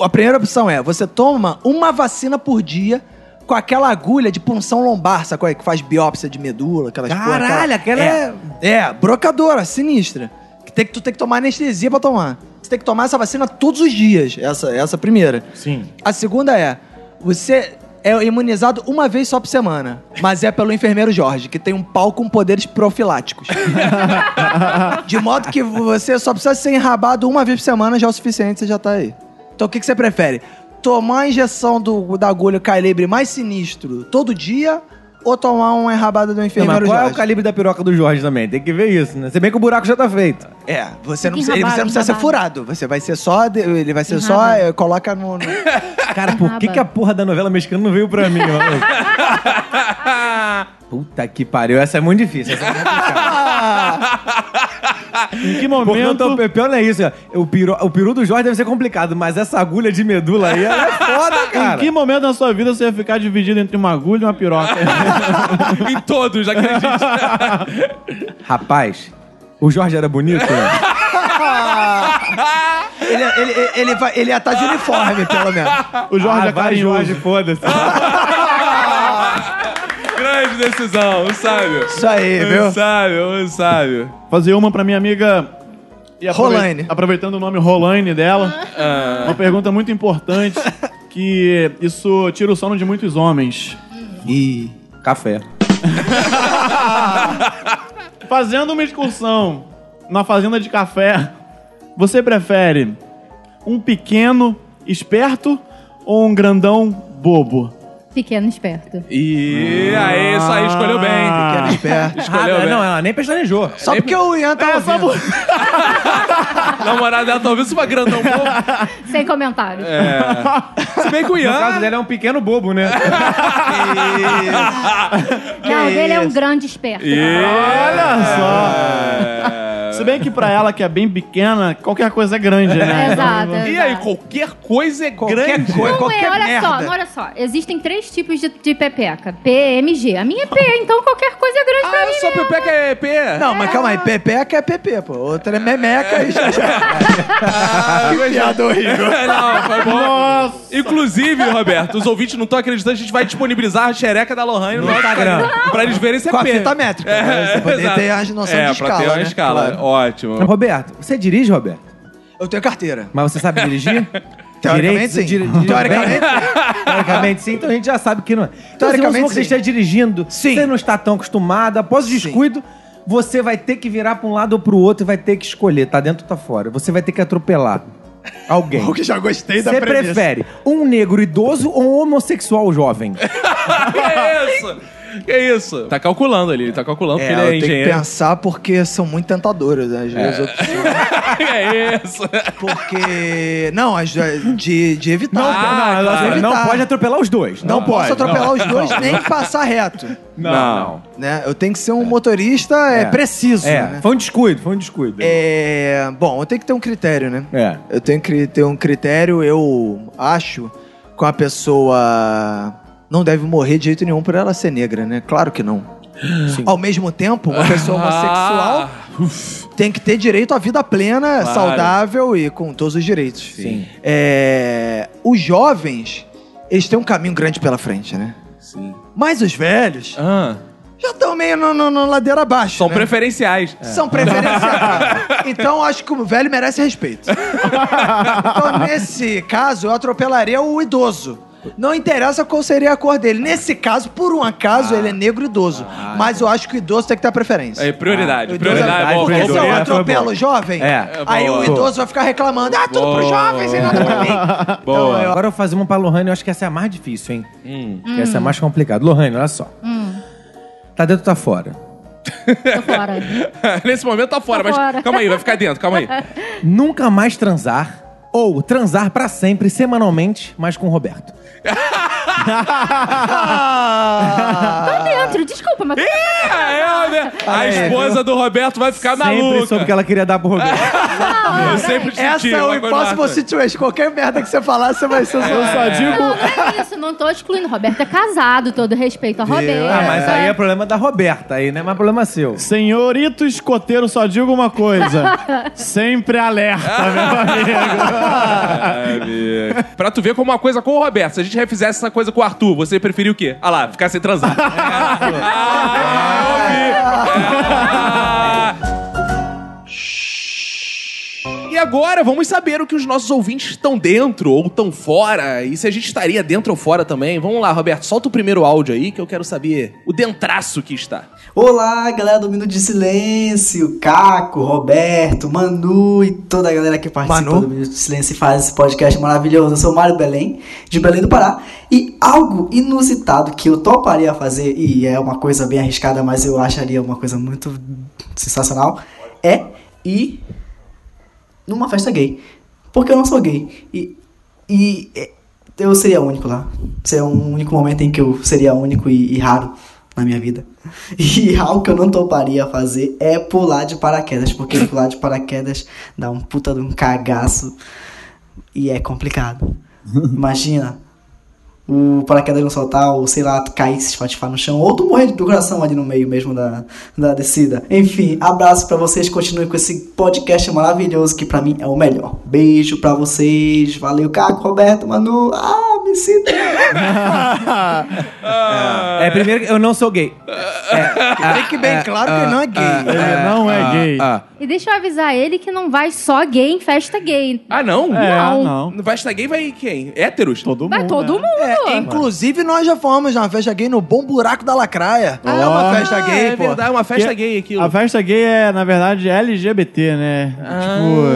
S2: A primeira opção é, você toma uma vacina por dia com aquela agulha de punção lombar, sacou? aí? Que faz biópsia de medula, aquelas
S4: Caralho, aquela
S2: é... É, brocadora, sinistra. Que tem que, tu tem que tomar anestesia pra tomar. Você tem que tomar essa vacina todos os dias, essa, essa primeira.
S4: Sim.
S2: A segunda é, você é imunizado uma vez só por semana, mas é pelo enfermeiro Jorge, que tem um pau com poderes profiláticos. De modo que você só precisa ser enrabado uma vez por semana, já é o suficiente, você já tá aí. Então o que, que você prefere? Tomar a injeção do, da agulha calibre mais sinistro todo dia ou tomar uma enrabada do
S4: Não,
S2: enfermeiro
S4: mas qual é o
S2: Jorge?
S4: calibre da piroca do Jorge também? Tem que ver isso, né? Se bem que o buraco já tá feito.
S2: É, você não,
S3: Tem que
S2: precisa, ele-
S3: enrabar,
S2: você não precisa ser
S3: enrabar.
S2: furado. Você vai ser só. de- Ele vai ser só.
S3: Enrabar.
S2: eh, Coloca no. no-
S4: Cara, por que, que a porra da novela mexicana não veio pra mim, maluco? Puta que pariu, essa é muito difícil. Essa é muito complicada.
S5: Em que
S4: Porque eu tô
S5: momento...
S4: pior não é isso. ó. O peru, o peru do Jorge deve ser complicado, mas essa agulha de medula aí ela é foda,
S5: Em
S4: cara.
S5: que momento da sua vida você ia ficar dividido entre uma agulha e uma piroca?
S1: em todos, acredito.
S4: Rapaz, o Jorge era bonito? né?
S2: ele, ele, ele, ele vai, ele ia estar de uniforme, pelo menos.
S5: O Jorge
S4: ah,
S5: é
S4: vai,
S5: carinhoso.
S4: Jorge, foda-se.
S1: Grande decisão, um sábio.
S2: Isso aí,
S1: Um
S2: viu?
S1: sábio, um sábio.
S5: Fazer uma pra minha amiga... e aprove-
S2: Rolaine.
S5: Aproveitando o nome Rolaine dela. Uma pergunta muito importante. Que isso tira o sono de muitos homens.
S4: E café.
S5: Fazendo uma excursão na fazenda de café, você prefere um pequeno esperto ou um grandão bobo?
S3: Pequeno esperto.
S1: E aí, isso aí, escolheu bem.
S2: Pequeno esperto.
S1: Escolheu
S4: Ah,
S1: bem. É,
S4: não, ela nem pestanejou.
S2: Só porque o Ian tá ouvindo.
S1: Namorada dela tá talvez é uma grandão boa.
S3: Sem comentário.
S2: É.
S1: Se bem que o
S4: No caso
S1: Ian.
S4: dela é um pequeno bobo, né?
S3: Não, ele é um grande esperto.
S5: É. Olha só! Se bem que pra ela, que é bem pequena, qualquer coisa é grande, né?
S3: Exato.
S1: E aí,
S3: exato.
S1: qualquer coisa é grande.
S2: coisa,
S3: Não é, olha só, não, olha só. Existem três tipos de, de pepeca. PMG. A minha é P, então qualquer coisa é grande pra
S1: Ah,
S3: mim.
S1: só pepeca é EP.
S2: Não, mas calma aí, pepeca é PP, pô. Outra é memeca e
S5: que piada horrível.
S1: né? Não, foi bom.
S5: Nossa.
S1: Inclusive, Roberto, os ouvintes não estão acreditando, a gente vai disponibilizar a xereca da Lohane no,
S4: No Instagram.
S1: Pra eles verem se é
S2: Com a
S1: pé.
S2: fita métrica. né? Você poder
S1: exato.
S2: ter a noção
S1: É,
S2: de
S1: pra
S2: escala.
S1: ter uma
S2: né?
S1: escala.
S2: Claro.
S1: Ótimo.
S4: Roberto, você dirige, Roberto?
S2: Eu tenho carteira.
S4: Mas você sabe dirigir?
S2: Teoricamente, sim. Teoricamente,
S4: Teoricamente, Teoricamente, sim. Então a gente já sabe que não é. Então, se
S2: Teoricamente,
S4: você for que
S2: sim.
S4: esteja dirigindo,
S2: Sim.
S4: você não está tão acostumado, após o
S2: Sim.
S4: descuido, você vai ter que virar para um lado ou para o outro e vai ter que escolher, tá dentro ou tá fora. Você vai ter que atropelar alguém.
S5: O que já gostei da
S4: Você
S5: premissa.
S4: prefere um negro idoso ou um homossexual jovem?
S1: Que isso? Que isso? Tá calculando ali, ele tá calculando
S2: É,
S1: porque ele é
S2: eu tenho que
S1: engenheiro. É.
S2: pensar porque são muito tentadoras, né?
S4: É.
S2: As minhas opções.
S1: Que é isso?
S2: Porque. Não, as de, de evitar.
S4: Não,
S1: Ah,
S4: não,
S1: claro.
S4: não, não pode atropelar os dois.
S2: Não, posso
S4: pode,
S2: atropelar
S4: não.
S2: os dois nem passar Tá reto.
S1: Não.
S2: Né? Eu tenho que ser um motorista é,
S4: É.
S2: preciso.
S4: É,
S2: né?
S4: foi um descuido, foi um descuido.
S2: É, Bom, eu tenho que ter um critério, né?
S4: É.
S2: Eu tenho que ter um critério, eu acho que uma pessoa não deve morrer de jeito nenhum por ela ser negra, né? Claro que não.
S1: Ah,
S2: Ao mesmo tempo, uma
S1: é
S2: pessoa homossexual tem que ter direito à vida plena,
S1: Claro.
S2: saudável e com todos os direitos.
S4: Sim.
S2: É, os jovens, eles têm um caminho grande pela frente, né?
S1: Sim.
S2: Mas os velhos
S1: Ah,
S2: já estão meio no, no- no ladeira abaixo.
S1: são
S2: né?
S1: preferenciais.
S2: São preferenciais. então acho que o velho merece respeito. então, nesse caso, eu atropelaria o idoso. Não interessa qual seria a cor dele. Nesse caso, por um acaso, ele é negro idoso. mas eu acho que o idoso tem que ter preferência.
S1: Ah. É, prioridade,
S2: O idoso
S1: prioridade.
S4: é-
S1: bom,
S2: Porque
S1: bom,
S2: se
S1: bom.
S2: eu
S4: foi
S2: atropelo
S4: bom.
S2: o jovem,
S4: É.
S2: aí
S1: Boa.
S2: o idoso vai ficar reclamando. Ah, tudo
S1: Boa.
S2: pro jovem, sem nada pra mim.
S1: Boa.
S2: Então, eu-
S4: Agora eu vou fazer uma pra Lohane, eu acho que essa é a mais difícil, hein?
S1: Hum.
S4: Que Essa é a mais complicada. Lohane, olha só. Tá dentro ou tá fora?
S3: Hum, Tô fora.
S1: Nesse momento tá fora,
S3: Tá
S1: mas
S3: fora.
S1: calma aí, vai ficar dentro, calma aí.
S4: Nunca mais transar ou transar pra sempre, semanalmente, mas com o Roberto.
S3: Tô Tá dentro, desculpa, mas.
S1: É, é, né?
S5: Ah,
S1: A esposa do Roberto vai ficar
S4: Sempre
S1: maluca.
S4: soube que ela queria dar pro
S3: É,
S4: Roberto.
S3: Ah,
S1: Eu sempre senti
S2: Essa é o
S1: uma coisa
S2: impossible
S1: massa.
S2: situation. Qualquer merda que você falar, você vai ser
S5: Eu só digo...
S3: Não, não é isso, não tô excluindo. Roberto é casado, todo respeito a Roberto.
S4: ah, mas aí é problema da Roberta, aí não é mais problema seu.
S5: Senhorito escoteiro, só digo uma coisa. Sempre alerta, meu amigo.
S1: Ai, É, amigo. pra tu ver como uma coisa com o Roberto, se a gente refizesse essa coisa com o Arthur, você preferia o quê? Ah lá, ficar sem transar.
S3: É,
S1: é, ah, eu vi. Ah. E agora vamos saber o que os nossos ouvintes estão dentro ou estão fora. E se a gente estaria dentro ou fora também. Vamos lá, Roberto, solta o primeiro áudio aí que eu quero saber o dentraço que está.
S7: Olá, galera do Minuto de Silêncio, Caco, Roberto, Manu e toda a galera que participa
S2: Manu?
S7: do Minuto de Silêncio e faz esse podcast maravilhoso. Eu sou Mário Belém, de Belém do Pará, e algo inusitado que eu toparia fazer, e é uma coisa bem arriscada, mas eu acharia uma coisa muito sensacional, é ir numa festa gay. Porque eu não sou gay. E, e é, eu seria único lá. Seria um único momento em que eu seria único e, e raro na minha vida. E algo que eu não toparia fazer é pular de paraquedas. Porque pular de paraquedas dá um puta de um cagaço. E é complicado. Imagina. O paraquedas não soltar, ou sei lá, tu cair, se espatifar no chão, ou tu morrer do coração ali no meio mesmo da, da descida. Enfim, abraço pra vocês, continuem com esse podcast maravilhoso que pra mim é o melhor. Beijo pra vocês, valeu, Caco, Roberto, Manu, ah, me sinto.
S4: É, primeiro, eu não sou gay.
S2: Tem que bem claro que não é gay.
S5: Ele não é gay.
S4: Ah,
S3: E deixa eu avisar ele que não vai só gay em festa gay.
S1: Ah, não?
S5: É,
S3: não.
S5: não.
S1: Vai estar gay, vai quem? Héteros?
S5: Todo mundo.
S3: Vai todo
S5: né?
S3: mundo.
S2: É, inclusive, nós já fomos na festa gay no Bom Buraco da Lacraia. é uma festa gay,
S1: é
S2: pô.
S1: verdade, é uma festa
S5: Que-
S1: gay aquilo.
S5: A festa gay é, na verdade, LGBT, né? Tipo,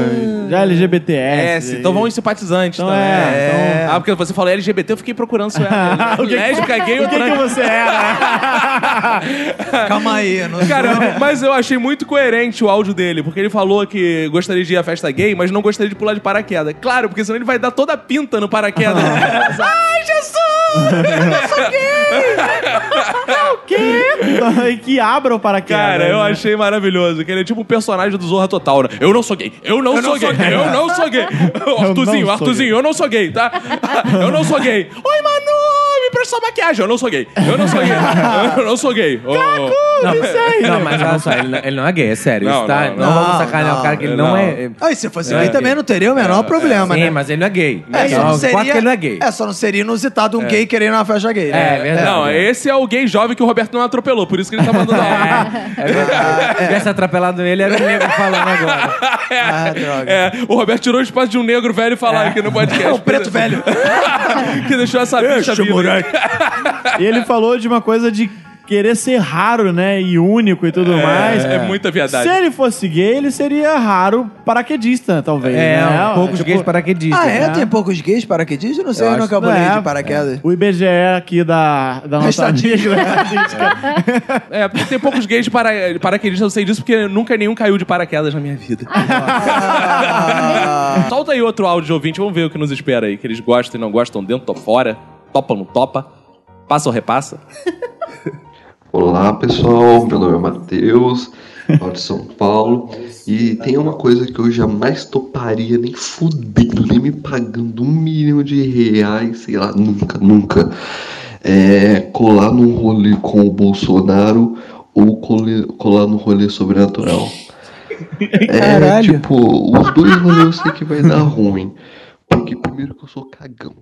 S5: já LGBTS.
S1: S, então vão os simpatizantes
S5: Então
S1: também.
S5: é,
S1: Ah, porque você falou LGBT, eu fiquei procurando se eu era
S5: O que que-
S1: lésbica, é gay ou
S5: O que, que
S1: trans.
S5: você é, né? era?
S2: Calma aí, eu não
S1: Cara, mas eu achei muito coerente o áudio dele, porque ele falou que gostaria de ir à festa gay, mas não gostaria de pular de paraquedas. Claro, porque senão ele vai dar toda a pinta no paraquedas. Ai, Jesus!
S5: É E que abra o paraquedas.
S1: Cara, eu
S5: né?
S1: achei maravilhoso, que ele é tipo um personagem do Zorra Total, né? Eu não sou gay, eu não, sou, gay, eu não sou gay. Ô,
S5: não
S1: Artuzinho,
S5: sou
S1: Artuzinho,
S5: gay.
S1: eu não sou gay, tá? Eu não sou gay. Oi, Manu, me prestou maquiagem. Eu não sou gay, eu não sou gay, eu não sou gay. Ô,
S8: Não, não, mas olha só, ele não, ele não é gay, é sério.
S1: Não,
S8: Isso tá-
S1: não,
S8: não, vamos sacanear o cara que ele não, é.
S2: Ah, e se fosse
S8: É.
S2: gay também não teria o menor problema,
S8: Sim,
S2: né?
S8: mas ele não é gay.
S2: É, só
S8: Então,
S2: não
S8: o fato é
S2: seria,
S8: que ele não é gay.
S2: É, só não seria inusitado um gay querendo uma festa gay. né?
S8: É, verdade.
S1: Não, esse é o gay jovem que o Roberto não atropelou, por isso que ele tá mandando aula.
S8: É verdade. Se tivesse atrapalhado ele, era o negro falando agora.
S2: Ah, droga.
S1: É, o Roberto tirou o espaço de um negro velho
S8: É.
S1: falar aqui no podcast.
S2: Um preto velho.
S1: que deixou essa bicha viva. aí.
S5: E ele falou de uma coisa de querer ser raro, né? E único e tudo mais.
S1: É muita
S5: Se
S1: verdade.
S5: ele fosse gay, ele seria raro paraquedista, talvez.
S8: É,
S5: né?
S8: um poucos
S5: Tipo,
S8: gays paraquedistas.
S2: Ah, é?
S8: né?
S2: Tem poucos gays paraquedistas? Eu Não sei, eu, nunca bolei
S5: É,
S2: de paraquedas. tá
S5: O IBGE é aqui da, da nossa
S2: Estatística.
S1: né? É, porque tem poucos gays de para, paraquedistas, eu sei disso, porque nunca nenhum caiu de paraquedas na minha vida.
S2: Ah,
S1: Solta aí outro áudio de ouvinte, vamos ver o que nos espera aí. Que eles gostam e não gostam, dentro ou fora, topa ou não topa, passa ou repassa.
S9: Olá pessoal, meu nome é Matheus, falo de São Paulo e tem uma coisa que eu jamais toparia, nem fudendo, nem me pagando um milhão de reais, sei lá, nunca, nunca. É colar num rolê com o Bolsonaro ou cole- colar num rolê sobrenatural. É
S2: Caralho.
S9: tipo, os dois rolês eu sei que vai dar ruim, porque primeiro que eu sou cagão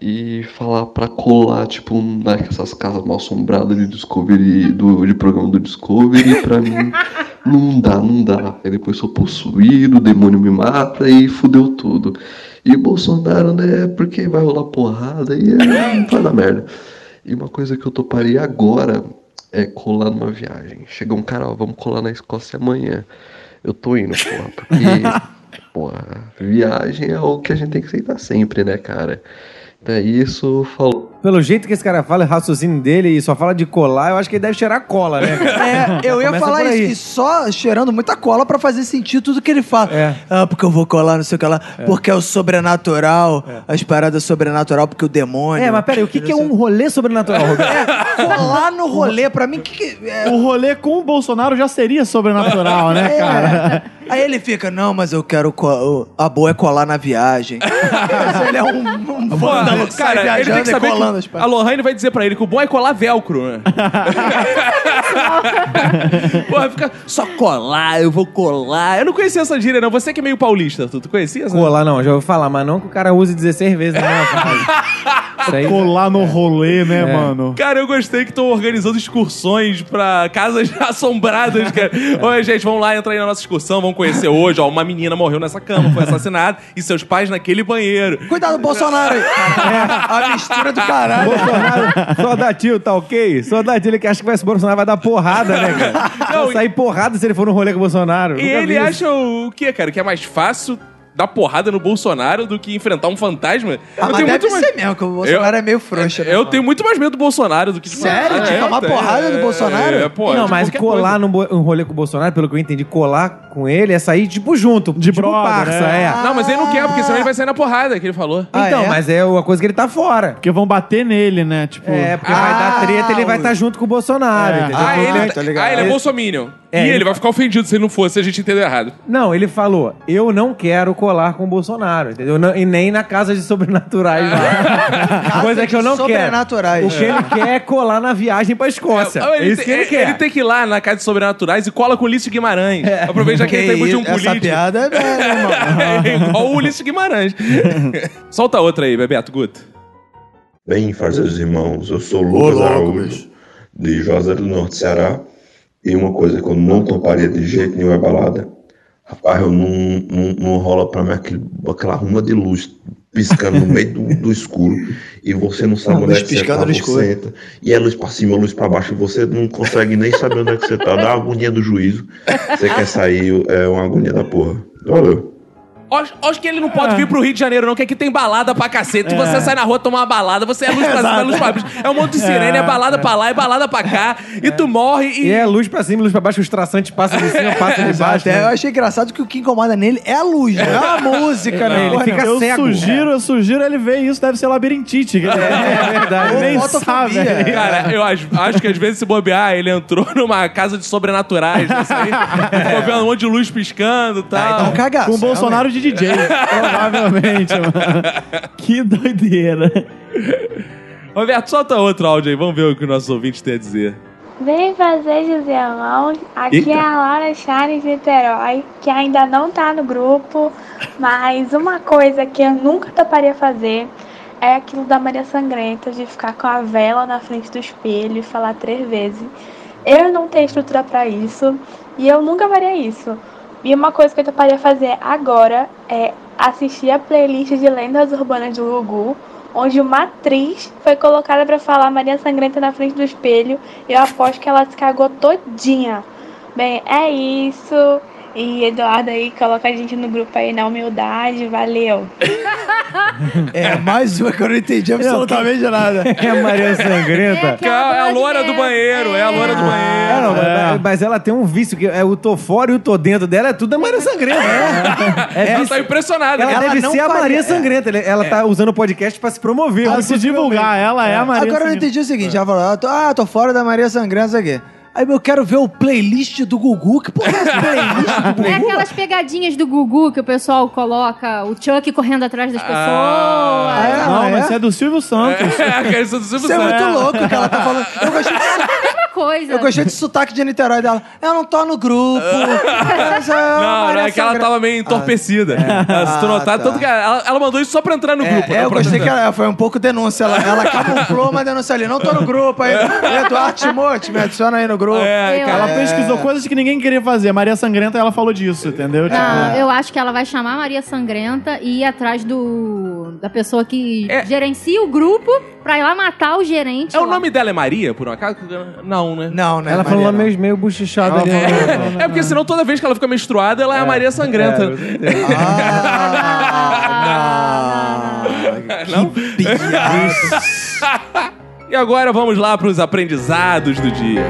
S9: e falar pra colar, tipo, nessas casas mal assombradas de Discovery, do, de programa do Discovery, pra mim, não dá, não dá. Aí depois sou possuído, o demônio me mata e fudeu tudo. E Bolsonaro, né, porque vai rolar porrada e é, vai dar merda. E uma coisa que eu toparia agora é colar numa viagem. Chega um cara, ó, vamos colar na Escócia amanhã. Eu tô indo, porra, porque, porra, viagem é o que a gente tem que aceitar sempre, né, cara? Então é isso, falou.
S4: Pelo jeito que esse cara fala, o raciocínio dele e só fala de colar, eu acho que ele deve cheirar cola, né? cara?
S2: É, eu ia
S4: Começa
S2: falar
S4: por aí.
S2: isso, e só cheirando muita cola pra fazer sentido tudo que ele fala.
S4: É.
S2: Ah, porque eu vou colar, não sei o que lá, porque é o sobrenatural, as paradas sobrenatural, porque o demônio.
S4: É, mas peraí, o que, que é um rolê sobrenatural, Roberto?
S2: É, Colar no rolê, pra mim, que que. é,
S5: O rolê com o Bolsonaro já seria sobrenatural, né, cara?
S2: Aí ele fica, não, mas eu quero. co- o- A boa é colar na viagem. Mas ele é um, um vândalo que sai
S1: cara, ele
S2: viajando
S1: tem que
S2: e
S1: saber
S2: colando as
S1: que a
S2: paradas.
S1: Lohane vai dizer pra ele que o bom é colar velcro, né? Porra, fica só colar, eu vou colar. Eu não conhecia essa gíria, não. Você que é meio paulista, tu, tu conhecia essa?
S4: Colar não, já ouvi falar, mas não que o cara use 16 vezes na mesma frase. Isso aí-
S5: Colar no rolê, né, mano?
S1: Cara, eu gostei que estão organizando excursões pra casas assombradas, cara. Oi, gente, vamos lá, entrar aí na nossa excursão, vamos conhecer hoje. Ó, uma menina morreu nessa cama, foi assassinada, e seus pais naquele banheiro.
S4: É.
S2: Cuidado, Bolsonaro! aí. a mistura do caralho.
S4: Bolsonaro, só dá tio, tá ok? Só dá tio, ele que acha que vai, se o Bolsonaro vai dar porrada, né, cara?
S1: Não,
S4: vai sair porrada se ele for no rolê com o Bolsonaro.
S1: E
S4: Nunca vi
S1: ele
S4: isso.
S1: acha o quê, cara? Que é mais fácil dar porrada no Bolsonaro do que enfrentar um fantasma?
S2: Ah, mas deve ser mesmo, que o Bolsonaro é meio frouxo, né?
S1: Eu tenho muito mais medo do Bolsonaro do que de
S2: Sério? De tomar porrada do Bolsonaro?
S1: É, pô,
S4: não,
S1: de
S4: mas
S1: qualquer
S4: colar
S1: coisa.
S4: num, bo- um rolê com o Bolsonaro, pelo que eu entendi, colar com ele é sair, tipo, junto. De tipo,
S5: brother,
S4: parça,
S5: né?
S4: é.
S1: Não, mas ele não quer, porque senão ele vai sair na porrada, que ele falou.
S2: Ah,
S4: então,
S2: é?
S4: mas é uma coisa que ele tá fora.
S5: Porque vão bater nele, né? Tipo,
S4: É, porque vai
S2: Ah,
S4: dar treta, ele vai
S2: o-
S4: estar junto com o Bolsonaro,
S5: É.
S4: entendeu?
S1: Ah,
S2: tô
S1: ele,
S2: ligado, tô tá ligado.
S1: ah, ele é
S2: Ele-
S1: bolsominion.
S4: É,
S1: e ele
S4: ele-
S1: vai ficar ofendido se ele não for, se a gente entender errado.
S4: Não, ele falou, eu não quero colar com o Bolsonaro, entendeu? Não- e nem na casa de sobrenaturais lá. Coisa que eu não quero.
S2: Sobrenaturais.
S4: O que ele quer é colar na viagem pra Escócia.
S1: Ah,
S4: É, isso que ele
S1: tem,
S4: quer.
S1: ele tem que ir lá na Casa de Sobrenaturais e cola com o Ulisses Guimarães. Aproveita que ele tá em busca de um
S2: isso, Essa
S1: político.
S2: piada é velha, irmão.
S1: É igual o Ulisses Guimarães. Solta outra aí, Bebeto Guto.
S10: Bem, fazeres irmãos, eu sou Lucas Araújo, de José do Norte, Ceará, e uma coisa que eu não toparia de jeito nenhum é balada. Rapaz, eu não, não, não rola pra mim aquele, aquela ruma de luz piscando no meio do, do escuro, e você não
S2: Ah,
S10: sabe onde
S2: luz
S10: é que você
S2: piscando
S10: tá,
S2: no
S10: você
S2: escuro.
S10: entra, e é luz pra cima, luz pra baixo, e você não consegue nem saber onde é que você tá, dá uma agonia do juízo, você quer sair, é uma agonia da porra. Valeu.
S1: Acho, acho que ele não pode vir pro Rio de Janeiro, não, que aqui tem balada pra cacete. Se você sai na rua tomar uma balada, você é luz pra cima, é luz pra baixo. É um monte de sirene, é, balada pra lá, é balada pra cá. E tu morre e.
S4: E é luz pra cima, luz pra baixo, os traçantes passam de cima, passam de baixo.
S2: Até é, eu
S4: né?
S2: achei engraçado que o que incomoda nele é a luz, não é a música, né?
S4: Ele
S2: Porra,
S4: fica
S2: não.
S5: eu
S4: cego.
S5: sugiro, eu sugiro ele ver isso, deve ser labirintite. que ele-
S4: É verdade.
S2: Ou
S5: nem
S2: fotofobia.
S5: sabe, né?
S1: Cara, eu acho, acho que às vezes se bobear, ele entrou numa casa de sobrenaturais, não sei. Ficou vendo um monte de luz piscando e
S2: Dá um
S1: tal.
S2: cagaço.
S5: Com o Bolsonaro de DJ, provavelmente, mano. Que doideira.
S1: Roberto, solta outro áudio aí, vamos ver o que o nosso ouvinte tem a dizer.
S11: Vem fazer José Lounge. Aqui
S1: Eita.
S11: é a Laura Charles Niterói, que ainda não tá no grupo, mas uma coisa que eu nunca toparia fazer é aquilo da Maria Sangrenta, de ficar com a vela na frente do espelho e falar três vezes. Eu não tenho estrutura pra isso e eu nunca faria isso. E uma coisa que eu toparia fazer agora é assistir a playlist de lendas urbanas do Gugu, onde uma atriz foi colocada pra falar Maria Sangrenta na frente do espelho e eu aposto que ela se cagou todinha. Bem, é isso. E Eduardo aí coloca a gente no grupo aí na humildade. Valeu.
S2: É mais uma que eu não entendi absolutamente nada.
S4: É Maria Sangrenta.
S1: É a loira do banheiro, é a loira do banheiro.
S4: É, não, mas, mas ela tem um vício que é o tô fora e o tô dentro dela, é tudo a Maria Sangrenta. É,
S1: ela
S4: vici-
S1: tá impressionada.
S4: Ela,
S1: cara.
S4: deve ser a Maria Sangrenta. Ela- Ela
S1: É.
S4: tá usando o podcast pra se promover.
S5: Pra
S4: muito
S5: se divulgar,
S4: possivelmente.
S5: ela é a Maria
S2: Agora eu
S5: Sangrenta.
S2: entendi o seguinte: ela falou, ah, tô, ah, tô fora da Maria Sangrenta, isso aqui. Aí eu quero ver o playlist do Gugu. Que porra é essa playlist do
S3: É
S2: Gugu?
S3: aquelas pegadinhas do Gugu que o pessoal coloca o Chuck correndo atrás das pessoas.
S2: Ah,
S5: não,
S1: Ah,
S5: mas isso é do Silvio Santos.
S1: É, cara, isso é do Silvio
S2: Você é
S1: Santos.
S2: muito louco que ela tá falando. Eu gostei de
S3: É Mesma coisa.
S2: Eu gostei de sotaque de Niterói dela. Eu não tô no grupo. Essa é uma
S1: Não, não,
S2: Maria
S1: é que ela
S2: Sangrenta.
S1: tava meio entorpecida. Ela se tornou-
S2: Ah,
S1: tá-
S2: tá.
S1: Tanto que ela, ela mandou isso só pra entrar no grupo.
S2: É,
S1: né,
S2: eu
S1: pra-
S2: gostei que ela foi um pouco denúncia. Ela, ela camuflou uma denúncia ali. Não tô no grupo aí. Eduardo Timote, me adiciona aí no grupo.
S1: É, cara.
S5: Ela pesquisou coisas que ninguém queria fazer. Maria Sangrenta, ela falou disso, entendeu?
S1: tipo,
S5: Tipo,
S3: Não, Ah, eu acho que ela vai chamar a Maria Sangrenta e ir atrás do da pessoa que
S1: É.
S3: gerencia o grupo pra ir lá matar o gerente.
S1: É, o
S3: lá.
S1: nome dela é Maria, por um acaso? Não, né?
S2: Não, né?
S4: Ela falou
S2: Maria,
S4: meio, meio bochichada
S5: Ela
S4: ali.
S1: É porque senão toda vez que ela fica menstruada, ela é, a Maria Sangrenta.
S2: não. Ah,
S1: Não?
S2: que piada.
S1: E agora vamos lá para os aprendizados do dia.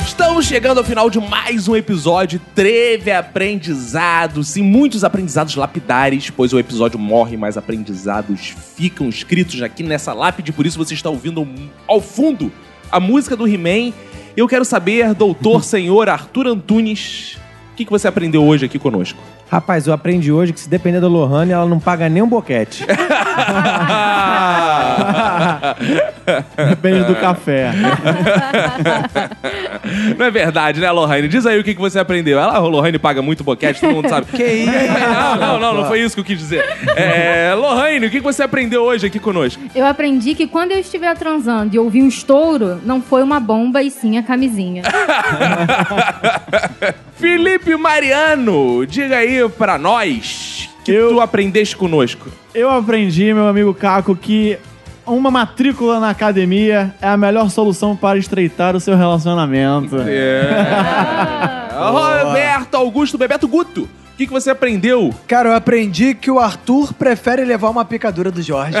S1: Estamos chegando ao final de mais um episódio Treve Aprendizado. Sim, muitos aprendizados lapidares, pois o episódio morre, mas aprendizados ficam escritos aqui nessa lápide, por isso você está ouvindo ao fundo a música do He-Man. Eu quero saber, doutor senhor Arthur Antunes, o que, que você aprendeu hoje aqui conosco?
S4: Rapaz, eu aprendi hoje que se depender da Lohane, ela não paga nem um boquete.
S5: Depende do café.
S1: Não é verdade, né, Lohane? Diz aí o que, que você aprendeu. Ela, Lohane paga muito boquete, todo mundo sabe. que
S2: isso?
S1: Não, não, não, não foi isso que eu quis dizer. É, Lohane, o que, que você aprendeu hoje aqui conosco?
S3: Eu aprendi que quando eu estiver transando e ouvir um estouro, não foi uma bomba e sim a camisinha.
S1: Felipe Mariano, diga aí pra nós que
S5: Eu-
S1: tu aprendeste conosco.
S5: Eu aprendi, meu amigo Caco, que uma matrícula na academia é a melhor solução para estreitar o seu relacionamento.
S1: É. Roberto Augusto Bebeto Guto, o que, que você aprendeu?
S2: Cara, eu aprendi que o Arthur prefere levar uma picadura do Jorge.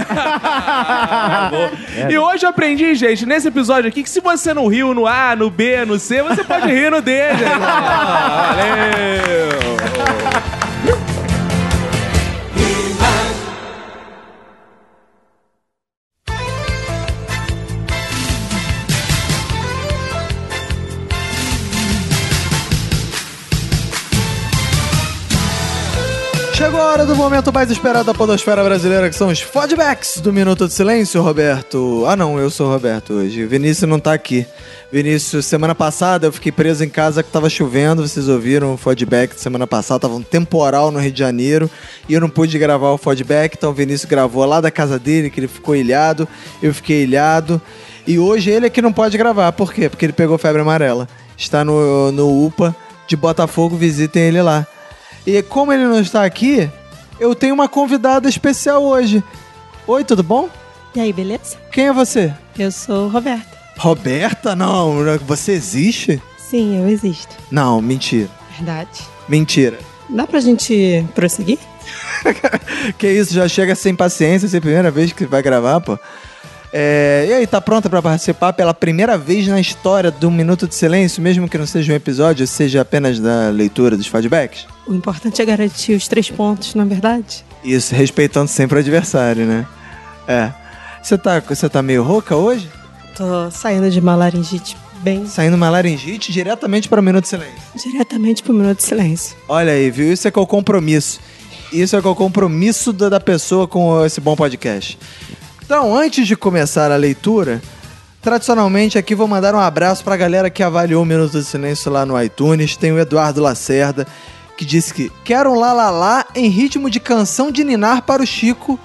S5: É.
S1: E hoje eu aprendi, gente, nesse episódio aqui, que se você não riu no A, no B, no C, você pode rir no D, gente. Ah, Valeu!
S2: Chegou a hora do momento mais esperado da podosfera brasileira, que são os fodbacks do Minuto de Silêncio, Roberto. Ah não, eu sou o Roberto hoje. O Vinícius não tá aqui. Vinícius, semana passada eu fiquei preso em casa que tava chovendo, vocês ouviram o fodback de semana passada, tava um temporal no Rio de Janeiro e eu não pude gravar o fodback, então o Vinícius gravou lá da casa dele, que ele ficou ilhado, eu fiquei ilhado. E hoje ele é que não pode gravar, por quê? Porque ele pegou febre amarela. Está no, no UPA de Botafogo, visitem ele lá. E como ele não está aqui, eu tenho uma convidada especial hoje. Oi, tudo bom?
S12: E aí, beleza?
S2: Quem é você?
S12: Eu sou Roberta.
S2: Roberta? Não, você existe?
S12: Sim, eu existo.
S2: Não, mentira.
S12: Verdade.
S2: Mentira.
S12: Dá pra gente prosseguir?
S2: Que isso, já chega sem paciência, essa é a primeira vez que vai gravar, pô. É, e aí, tá pronta pra participar pela primeira vez na história do Minuto de Silêncio, mesmo que não seja um episódio, seja apenas da leitura dos feedbacks?
S12: O importante é garantir os três pontos, não é verdade?
S2: Isso, respeitando sempre o adversário, né? É. Você tá, você tá meio rouca hoje?
S12: Tô saindo de uma laringite bem
S2: Saindo uma laringite diretamente para o Minuto de Silêncio.
S12: diretamente pro minuto de silêncio.
S2: Olha aí, viu? Isso é que é o compromisso. Isso é que é o compromisso da da pessoa com esse bom podcast. Então, antes de começar a leitura, Tradicionalmente, aqui vou mandar um abraço pra galera que avaliou o Minuto de Silêncio lá no iTunes. Tem o Eduardo Lacerda, que disse que quero um lalalá em ritmo de canção de ninar para o Chico.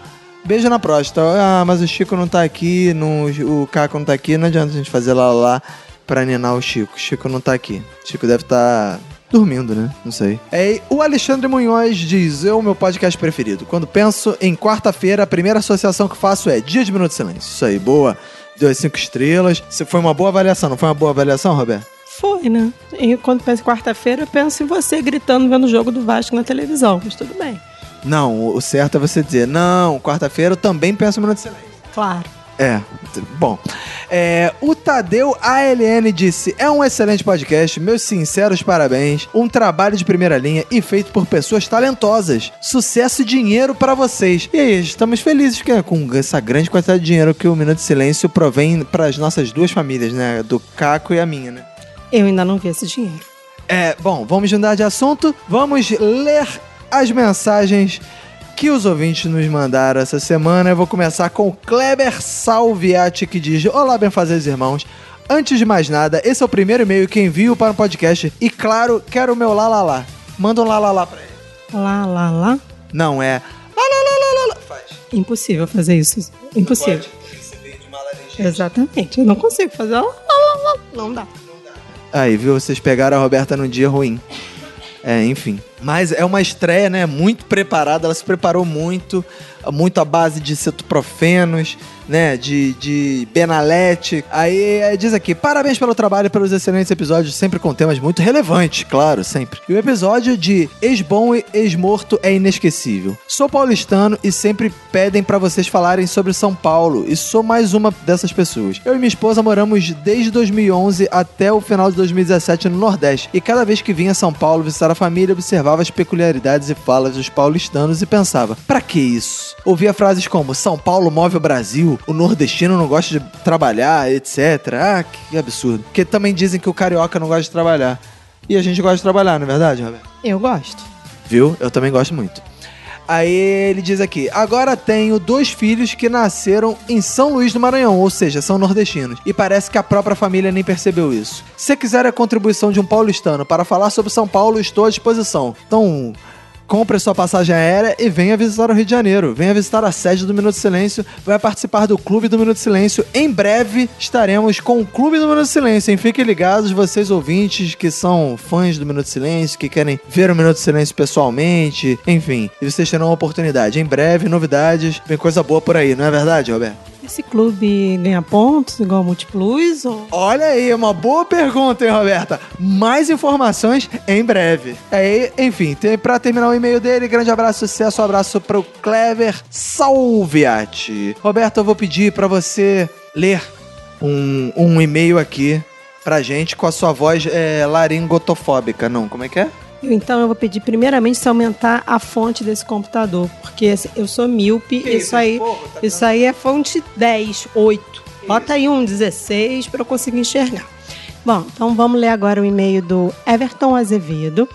S2: Beijo na próstata. Ah, mas o Chico não tá aqui, não, o Caco não tá aqui, não adianta a gente fazer lalalá pra ninar o Chico. Chico não tá aqui. Chico deve tá estar dormindo, né? Não sei. É, o Alexandre Munhoz diz: Eu, meu podcast preferido. Quando penso em quarta-feira, a primeira associação que faço é Dia de Minuto de Silêncio. Isso aí, boa. Deu as cinco estrelas. Se foi uma boa avaliação, não foi uma boa avaliação, Roberto?
S12: Foi, né? E quando penso em quarta-feira, eu penso em você gritando vendo o jogo do Vasco na televisão, mas tudo bem.
S2: Não, o- o certo é você dizer: Não, quarta-feira eu também penso em Minuto de Silêncio.
S12: Claro.
S2: É, t- bom. É, o Tadeu ALN disse: é um excelente podcast, meus sinceros parabéns. Um trabalho de primeira linha e feito por pessoas talentosas. Sucesso e dinheiro pra vocês. E aí, estamos felizes que, é com essa grande quantidade de dinheiro que o Minuto de Silêncio provém pras nossas duas famílias, né? Do Caco e a minha, né?
S12: Eu ainda não vi esse dinheiro.
S2: É, bom, vamos mudar de assunto. Vamos ler as mensagens que os ouvintes nos mandaram essa semana. Eu vou começar com o Kleber Salviati, que diz: Olá, benfazeiros irmãos. Antes de mais nada, esse é o primeiro e-mail que envio para o podcast. E claro, quero o meu lá, lá, lá. Manda um lá, lá, lá pra ele.
S12: Lá, lá, lá.
S2: Não é.
S12: Impossível fazer isso. Impossível. Exatamente. Eu não consigo fazer. Lá, lá, lá, lá. Não dá.
S2: Aí, viu? Vocês pegaram a Roberta num dia ruim. É, enfim. Mas é uma estreia, né? Muito preparada. Ela se preparou muito. Muito à base de cetoprofenos, né? De, de Benalete. Aí é, diz aqui: parabéns pelo trabalho e pelos excelentes episódios, sempre com temas muito relevantes, claro, sempre. E o episódio de Ex-Bom e Ex-Morto é inesquecível. Sou paulistano e sempre pedem pra vocês falarem sobre São Paulo, e sou mais uma dessas pessoas. Eu e minha esposa moramos desde 2011 até o final de 2017 no Nordeste, e cada vez que vinha a São Paulo visitar a família, observava as peculiaridades e falas dos paulistanos e pensava: pra que isso? Ouvia frases como: São Paulo move o Brasil, o nordestino não gosta de trabalhar, etc. Ah, que absurdo. Porque também dizem que o carioca não gosta de trabalhar. E a gente gosta de trabalhar, não é verdade, Roberto?
S12: Eu gosto.
S2: Viu? Eu também gosto muito. Aí ele diz aqui: agora tenho dois filhos que nasceram em São Luís do Maranhão, ou seja, são nordestinos. E parece que a própria família nem percebeu isso. Se quiser a contribuição de um paulistano para falar sobre São Paulo, estou à disposição. Então, compre sua passagem aérea e venha visitar o Rio de Janeiro. Venha visitar a sede do Minuto de Silêncio. Vai participar do Clube do Minuto de Silêncio. Em breve estaremos com o Clube do Minuto de Silêncio. hein? Fiquem ligados, vocês ouvintes que são fãs do Minuto de Silêncio, que querem ver o Minuto de Silêncio pessoalmente. Enfim, e vocês terão uma oportunidade. Em breve, novidades. Vem coisa boa por aí, não é verdade, Roberto?
S12: Esse clube ganha pontos, igual a Multiplus, ou
S2: Olha aí, é uma boa pergunta, hein, Roberta? Mais informações em breve. Aí, enfim, tem, pra terminar o e-mail dele, grande abraço, sucesso, um abraço pro Clever Salviati. Roberta, eu vou pedir pra você ler um, um e-mail aqui pra gente com a sua voz é, laringotofóbica, não? Como é que é?
S12: Então eu vou pedir primeiramente se aumentar a fonte desse computador, porque assim, eu sou míope, isso, aí, isso aí é fonte 10, 8. Bota aí um 16 para eu conseguir enxergar. Bom, então vamos ler agora o e-mail do Everton Azevedo.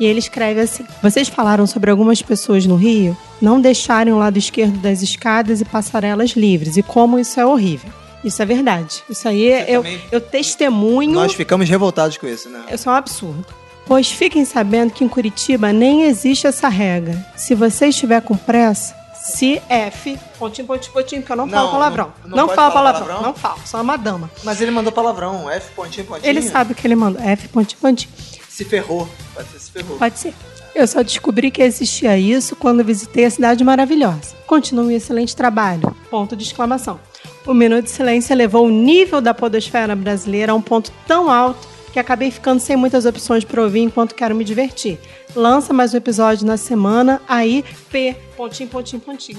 S12: E ele escreve assim: Vocês falaram sobre algumas pessoas no Rio não deixarem o lado esquerdo das escadas e passarelas livres, e como isso é horrível. Isso é verdade. Isso aí eu, eu testemunho.
S2: Nós ficamos revoltados com isso, né?
S12: Isso é um absurdo. Pois fiquem sabendo que em Curitiba nem existe essa regra. Se você estiver com pressa, se F, pontinho, pontinho, pontinho, porque eu não, falo palavrão. Não,
S2: pode
S12: falo
S2: falar
S12: palavrão.
S2: palavrão?
S12: Não falo, sou uma dama.
S2: Mas ele mandou palavrão, F pontinho, pontinho.
S12: Ele sabe o que ele mandou. É, F, pontinho, pontinho.
S2: Se ferrou. Pode ser se ferrou.
S12: Pode ser. Eu só descobri que existia isso quando visitei a Cidade Maravilhosa. Continue um excelente trabalho. Ponto de exclamação. O Minuto de Silêncio elevou o nível da podosfera brasileira a um ponto tão alto que acabei ficando sem muitas opções para ouvir enquanto quero me divertir. Lança mais um episódio na semana, aí P, pontinho, pontinho, pontinho.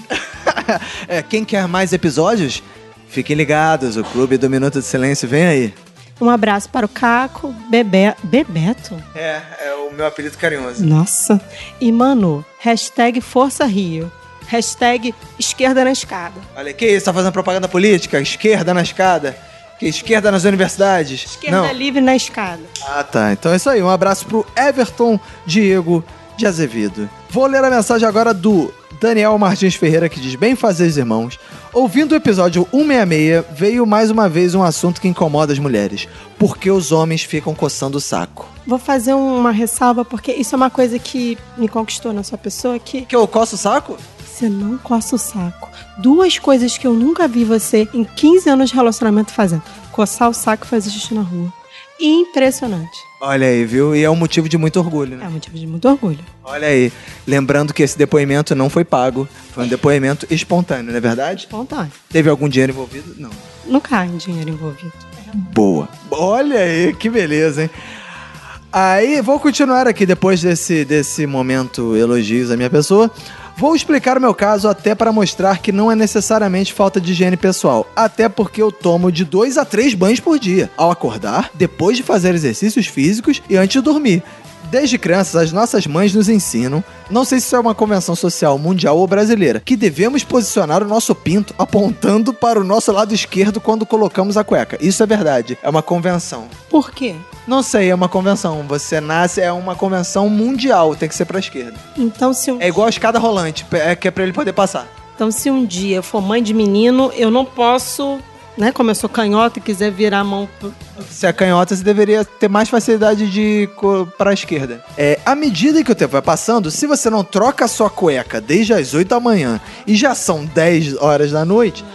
S2: É, quem quer mais episódios? Fiquem ligados, o Clube do Minuto de Silêncio vem aí.
S12: Um abraço para o Caco, Bebe... Bebeto?
S2: É, é o meu apelido carinhoso.
S12: Nossa. E Manu, hashtag Força Rio, hashtag Esquerda na Escada.
S2: Olha, que isso? Tá fazendo propaganda política? Esquerda na escada? Que esquerda nas universidades?
S12: Esquerda
S2: Não.
S12: livre na escada.
S2: Ah, tá. Então é isso aí. Um abraço pro Everton Diego de Azevedo. Vou ler a mensagem agora do Daniel Martins Ferreira que diz: Bem fazer, irmãos. Ouvindo o episódio 166, veio mais uma vez um assunto que incomoda as mulheres. Por que os homens ficam coçando o saco?
S12: Vou fazer uma ressalva, porque isso é uma coisa que me conquistou na sua pessoa, que...
S2: Que eu coço o saco?
S12: Você não coça o saco. Duas coisas que eu nunca vi você, em 15 anos de relacionamento, fazendo. Coçar o saco e fazer xixi na rua. Impressionante.
S2: Olha aí, viu? E é um motivo de muito orgulho, né?
S12: É um motivo de muito orgulho.
S2: Olha aí. Lembrando que esse depoimento não foi pago. Foi um depoimento espontâneo, não é verdade?
S12: Espontâneo.
S2: Teve algum dinheiro envolvido? Não.
S12: Nunca há dinheiro envolvido.
S2: Boa. Olha aí, que beleza, hein? Aí, vou continuar aqui depois desse, desse momento elogios à minha pessoa. Vou explicar o meu caso até para mostrar que não é necessariamente falta de higiene pessoal, até porque eu tomo de 2 a 3 banhos por dia, ao acordar, depois de fazer exercícios físicos e antes de dormir. Desde crianças, as nossas mães nos ensinam, não sei se isso é uma convenção social mundial ou brasileira, que devemos posicionar o nosso pinto apontando para o nosso lado esquerdo quando colocamos a cueca. Isso é verdade, é uma convenção.
S12: Por quê?
S2: Não sei, é uma convenção. Você nasce, é uma convenção mundial, tem que ser pra esquerda.
S12: Então se, um,
S2: É igual a escada rolante, é que é pra ele poder passar.
S12: então, se um dia eu for mãe de menino, eu não posso, né? Como eu sou canhota e quiser virar a mão pro-
S2: Se é canhota, você deveria ter mais facilidade de co- pra esquerda. É, à medida que o tempo vai passando, se você não troca a sua cueca desde as 8 da manhã e já são 10 horas da noite,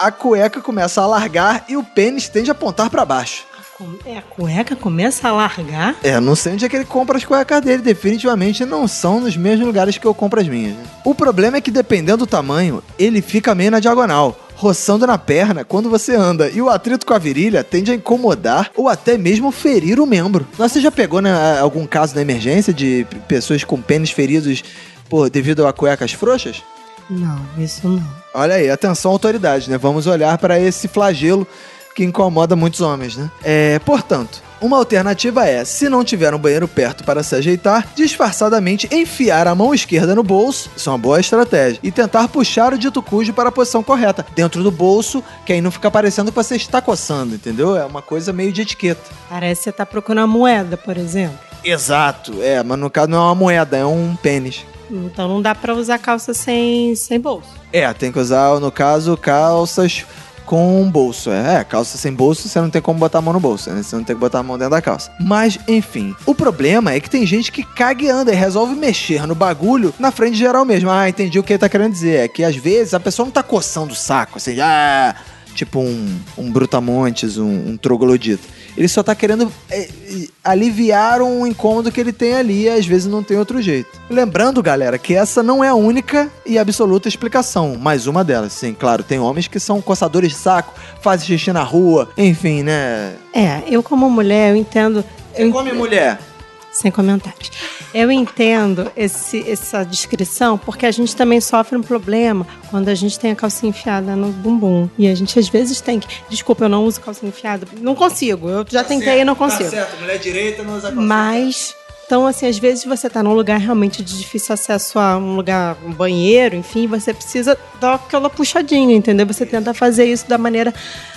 S2: a cueca começa a alargar e o pênis tende a apontar pra baixo.
S12: Como- É, a cueca começa a largar.
S2: É, não sei onde é que ele compra as cuecas dele. Definitivamente não são nos mesmos lugares que eu compro as minhas. né? O problema é que, dependendo do tamanho, ele fica meio na diagonal, roçando na perna quando você anda. E o atrito com a virilha tende a incomodar ou até mesmo ferir o membro. Nossa, Você já pegou né, algum caso na emergência de p- pessoas com pênis feridos por, devido a cuecas frouxas?
S12: Não, isso não.
S2: Olha aí, atenção autoridade, né? Vamos olhar para esse flagelo que incomoda muitos homens, né? É, portanto, uma alternativa é, se não tiver um banheiro perto para se ajeitar, disfarçadamente enfiar a mão esquerda no bolso, isso é uma boa estratégia, e tentar puxar o dito cujo para a posição correta, dentro do bolso, que aí não fica parecendo que você está coçando, entendeu? É uma coisa meio de etiqueta.
S12: Parece que você tá procurando a moeda, por exemplo.
S2: Exato, é, mas no caso não é uma moeda, é um pênis.
S12: Então não dá pra usar calça sem, sem bolso.
S2: É, tem que usar, no caso, calças com bolso. É, calça sem bolso, você não tem como botar a mão no bolso, né? Você não tem que botar a mão dentro da calça. Mas, enfim. O problema é que tem gente que caga e anda e resolve mexer no bagulho na frente geral mesmo. Ah, entendi o que ele tá querendo dizer. É que às vezes a pessoa não tá coçando o saco, assim, ah, tipo um, um brutamontes, um, um troglodito. Ele só tá querendo é, é, aliviar um incômodo que ele tem ali e às vezes não tem outro jeito. Lembrando, galera, que essa não é a única e absoluta explicação, mas uma delas, sim, claro. Tem homens que são coçadores de saco, fazem xixi na rua, enfim, né?
S12: É, eu como mulher, eu entendo. Eu
S2: Come mulher.
S12: Sem comentários. Eu entendo esse- essa descrição porque a gente também sofre um problema quando a gente tem a calcinha enfiada no bumbum. E a gente às vezes tem que. Desculpa, eu não uso calcinha enfiada. Não consigo. Eu
S2: Tá
S12: já tentei e não consigo.
S2: mulher direita não usa
S12: Mas. Então, assim, às vezes você tá num lugar realmente de difícil acesso a um lugar, um banheiro, enfim, você precisa dar aquela puxadinha, entendeu? Você tenta fazer isso da maneira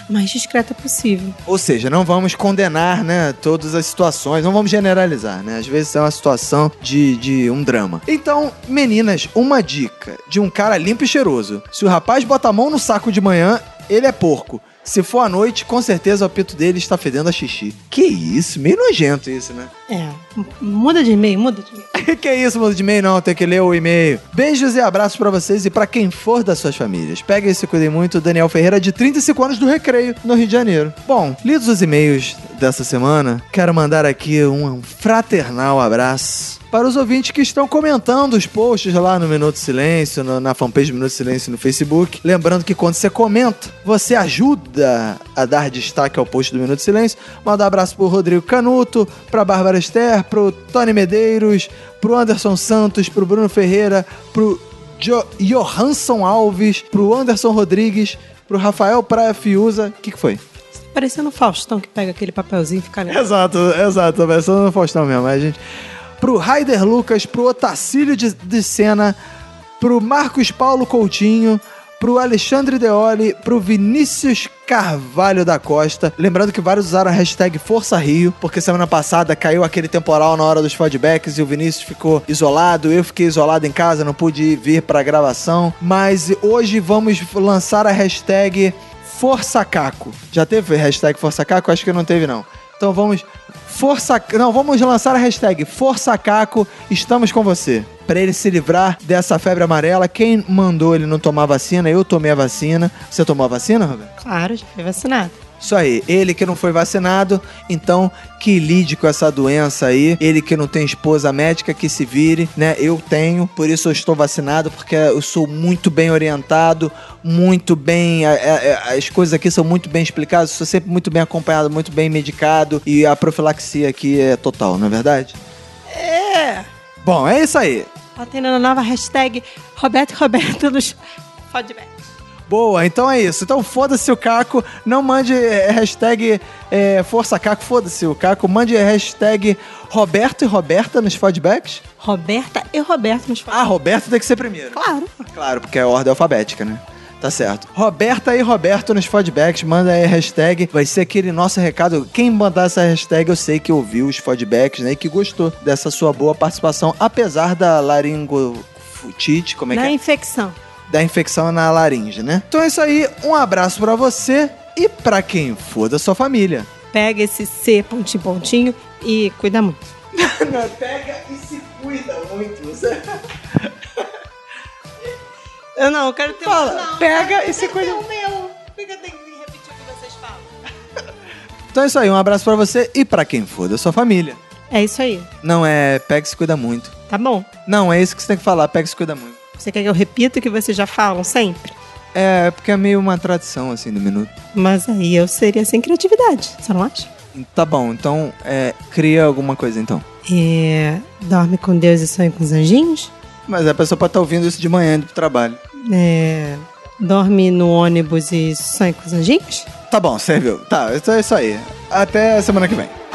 S12: mais discreta possível.
S2: Ou seja, não vamos condenar, né, todas as situações, não vamos generalizar, né? Às vezes é uma situação de, de um drama. Então, meninas, uma dica de um cara limpo e cheiroso. Se o rapaz bota a mão no saco de manhã, ele é porco. Se for à noite, com certeza o apito dele está fedendo a xixi. Que isso, meio nojento isso, né?
S12: É. M- Muda de e-mail, muda de e-mail.
S2: que isso, mundo de e-mail não, tem que ler o e-mail. Beijos e abraços pra vocês e pra quem for das suas famílias. Peguem e se cuidem muito. Daniel Ferreira, de 35 anos do Recreio, no Rio de Janeiro. Bom, lidos os e-mails dessa semana, quero mandar aqui um fraternal abraço para os ouvintes que estão comentando os posts lá no Minuto Silêncio, no- na fanpage Minuto Silêncio no Facebook. Lembrando que quando você comenta, você ajuda a dar destaque ao post do Minuto Silêncio. Mandar abraço pro Rodrigo Canuto, pra Bárbara Esther, pro Tony Medeiros, pro Anderson Santos, pro Bruno Ferreira, pro jo Johansson Alves, pro Anderson Rodrigues, pro Rafael Praia Fiuza. O que, que foi?
S12: Parecendo o Faustão que pega aquele papelzinho e fica ali.
S2: Exato, exato. Tô pensando no Faustão mesmo, mas, gente. Pro Raider Lucas, pro Otacílio de, de Senna, pro Marcos Paulo Coutinho, pro Alexandre Deoli, pro Vinícius Carvalho da Costa. Lembrando que vários usaram a hashtag Força Rio, porque semana passada caiu aquele temporal na hora dos feedbacks e o Vinícius ficou isolado, eu fiquei isolado em casa, não pude vir pra gravação. Mas hoje vamos lançar a hashtag Força Caco. Já teve hashtag Força Caco? Acho que não teve, não. Então vamos. Força. Não, vamos lançar a hashtag Força Caco, estamos com você. Pra ele se livrar dessa febre amarela. Quem mandou ele não tomar vacina, eu tomei a vacina. Você tomou a vacina, Roberto?
S12: Claro, já foi vacinado.
S2: Isso aí, ele que não foi vacinado, então que lide com essa doença aí. Ele que não tem esposa médica, que se vire, né? Eu tenho, por isso eu estou vacinado, porque eu sou muito bem orientado, muito bem. é, é, as coisas aqui são muito bem explicadas, sou sempre muito bem acompanhado, muito bem medicado e a profilaxia aqui é total, não é verdade?
S12: É!
S2: Bom, é isso aí.
S12: Tá tendo a nova hashtag Roberto e Roberto nos feedbacks.
S2: Boa, então é isso. Então foda-se o Caco, não mande eh, hashtag eh, Força Caco, foda-se o Caco, mande hashtag Roberto e Roberta nos feedbacks.
S12: Roberta e Roberto nos
S2: feedbacks. Ah, Roberto tem que ser primeiro.
S12: Claro.
S2: Claro, porque é ordem alfabética, né? Tá certo. Roberta e Roberto nos feedbacks, manda aí a hashtag. Vai ser aquele nosso recado. Quem mandar essa hashtag, eu sei que ouviu os feedbacks, né? E que gostou dessa sua boa participação, apesar da laringofutite, como é que
S12: Na
S2: é?
S12: infecção.
S2: da infecção na laringe, né? Então é isso aí, um abraço pra você e pra quem for da sua família.
S12: Pega esse C pontinho pontinho e cuida muito.
S2: Pega e se cuida muito. Zé.
S12: Eu não, eu quero ter
S2: Fala,
S12: um. Não,
S2: pega e se cuida.
S12: Quero ter o meu. Por que eu tenho que repetir o que vocês falam?
S2: Então é isso aí, um abraço pra você e pra quem for da sua família.
S12: É isso aí.
S2: Não é pega e se cuida muito.
S12: Tá bom.
S2: Não, é isso que você tem que falar, pega e se cuida muito.
S12: Você quer que eu repita o que vocês já falam sempre?
S2: É, porque é meio uma tradição assim do minuto.
S12: Mas aí eu seria sem criatividade, você não acha?
S2: Tá bom, então é, cria alguma coisa então.
S12: É. Dorme com Deus e sonha com os anjinhos?
S2: Mas a pessoa pode estar ouvindo isso de manhã indo pro trabalho.
S12: É. Dorme no ônibus e sonha com os anjinhos?
S2: Tá bom, serviu. Tá, então é isso aí. Até semana que vem.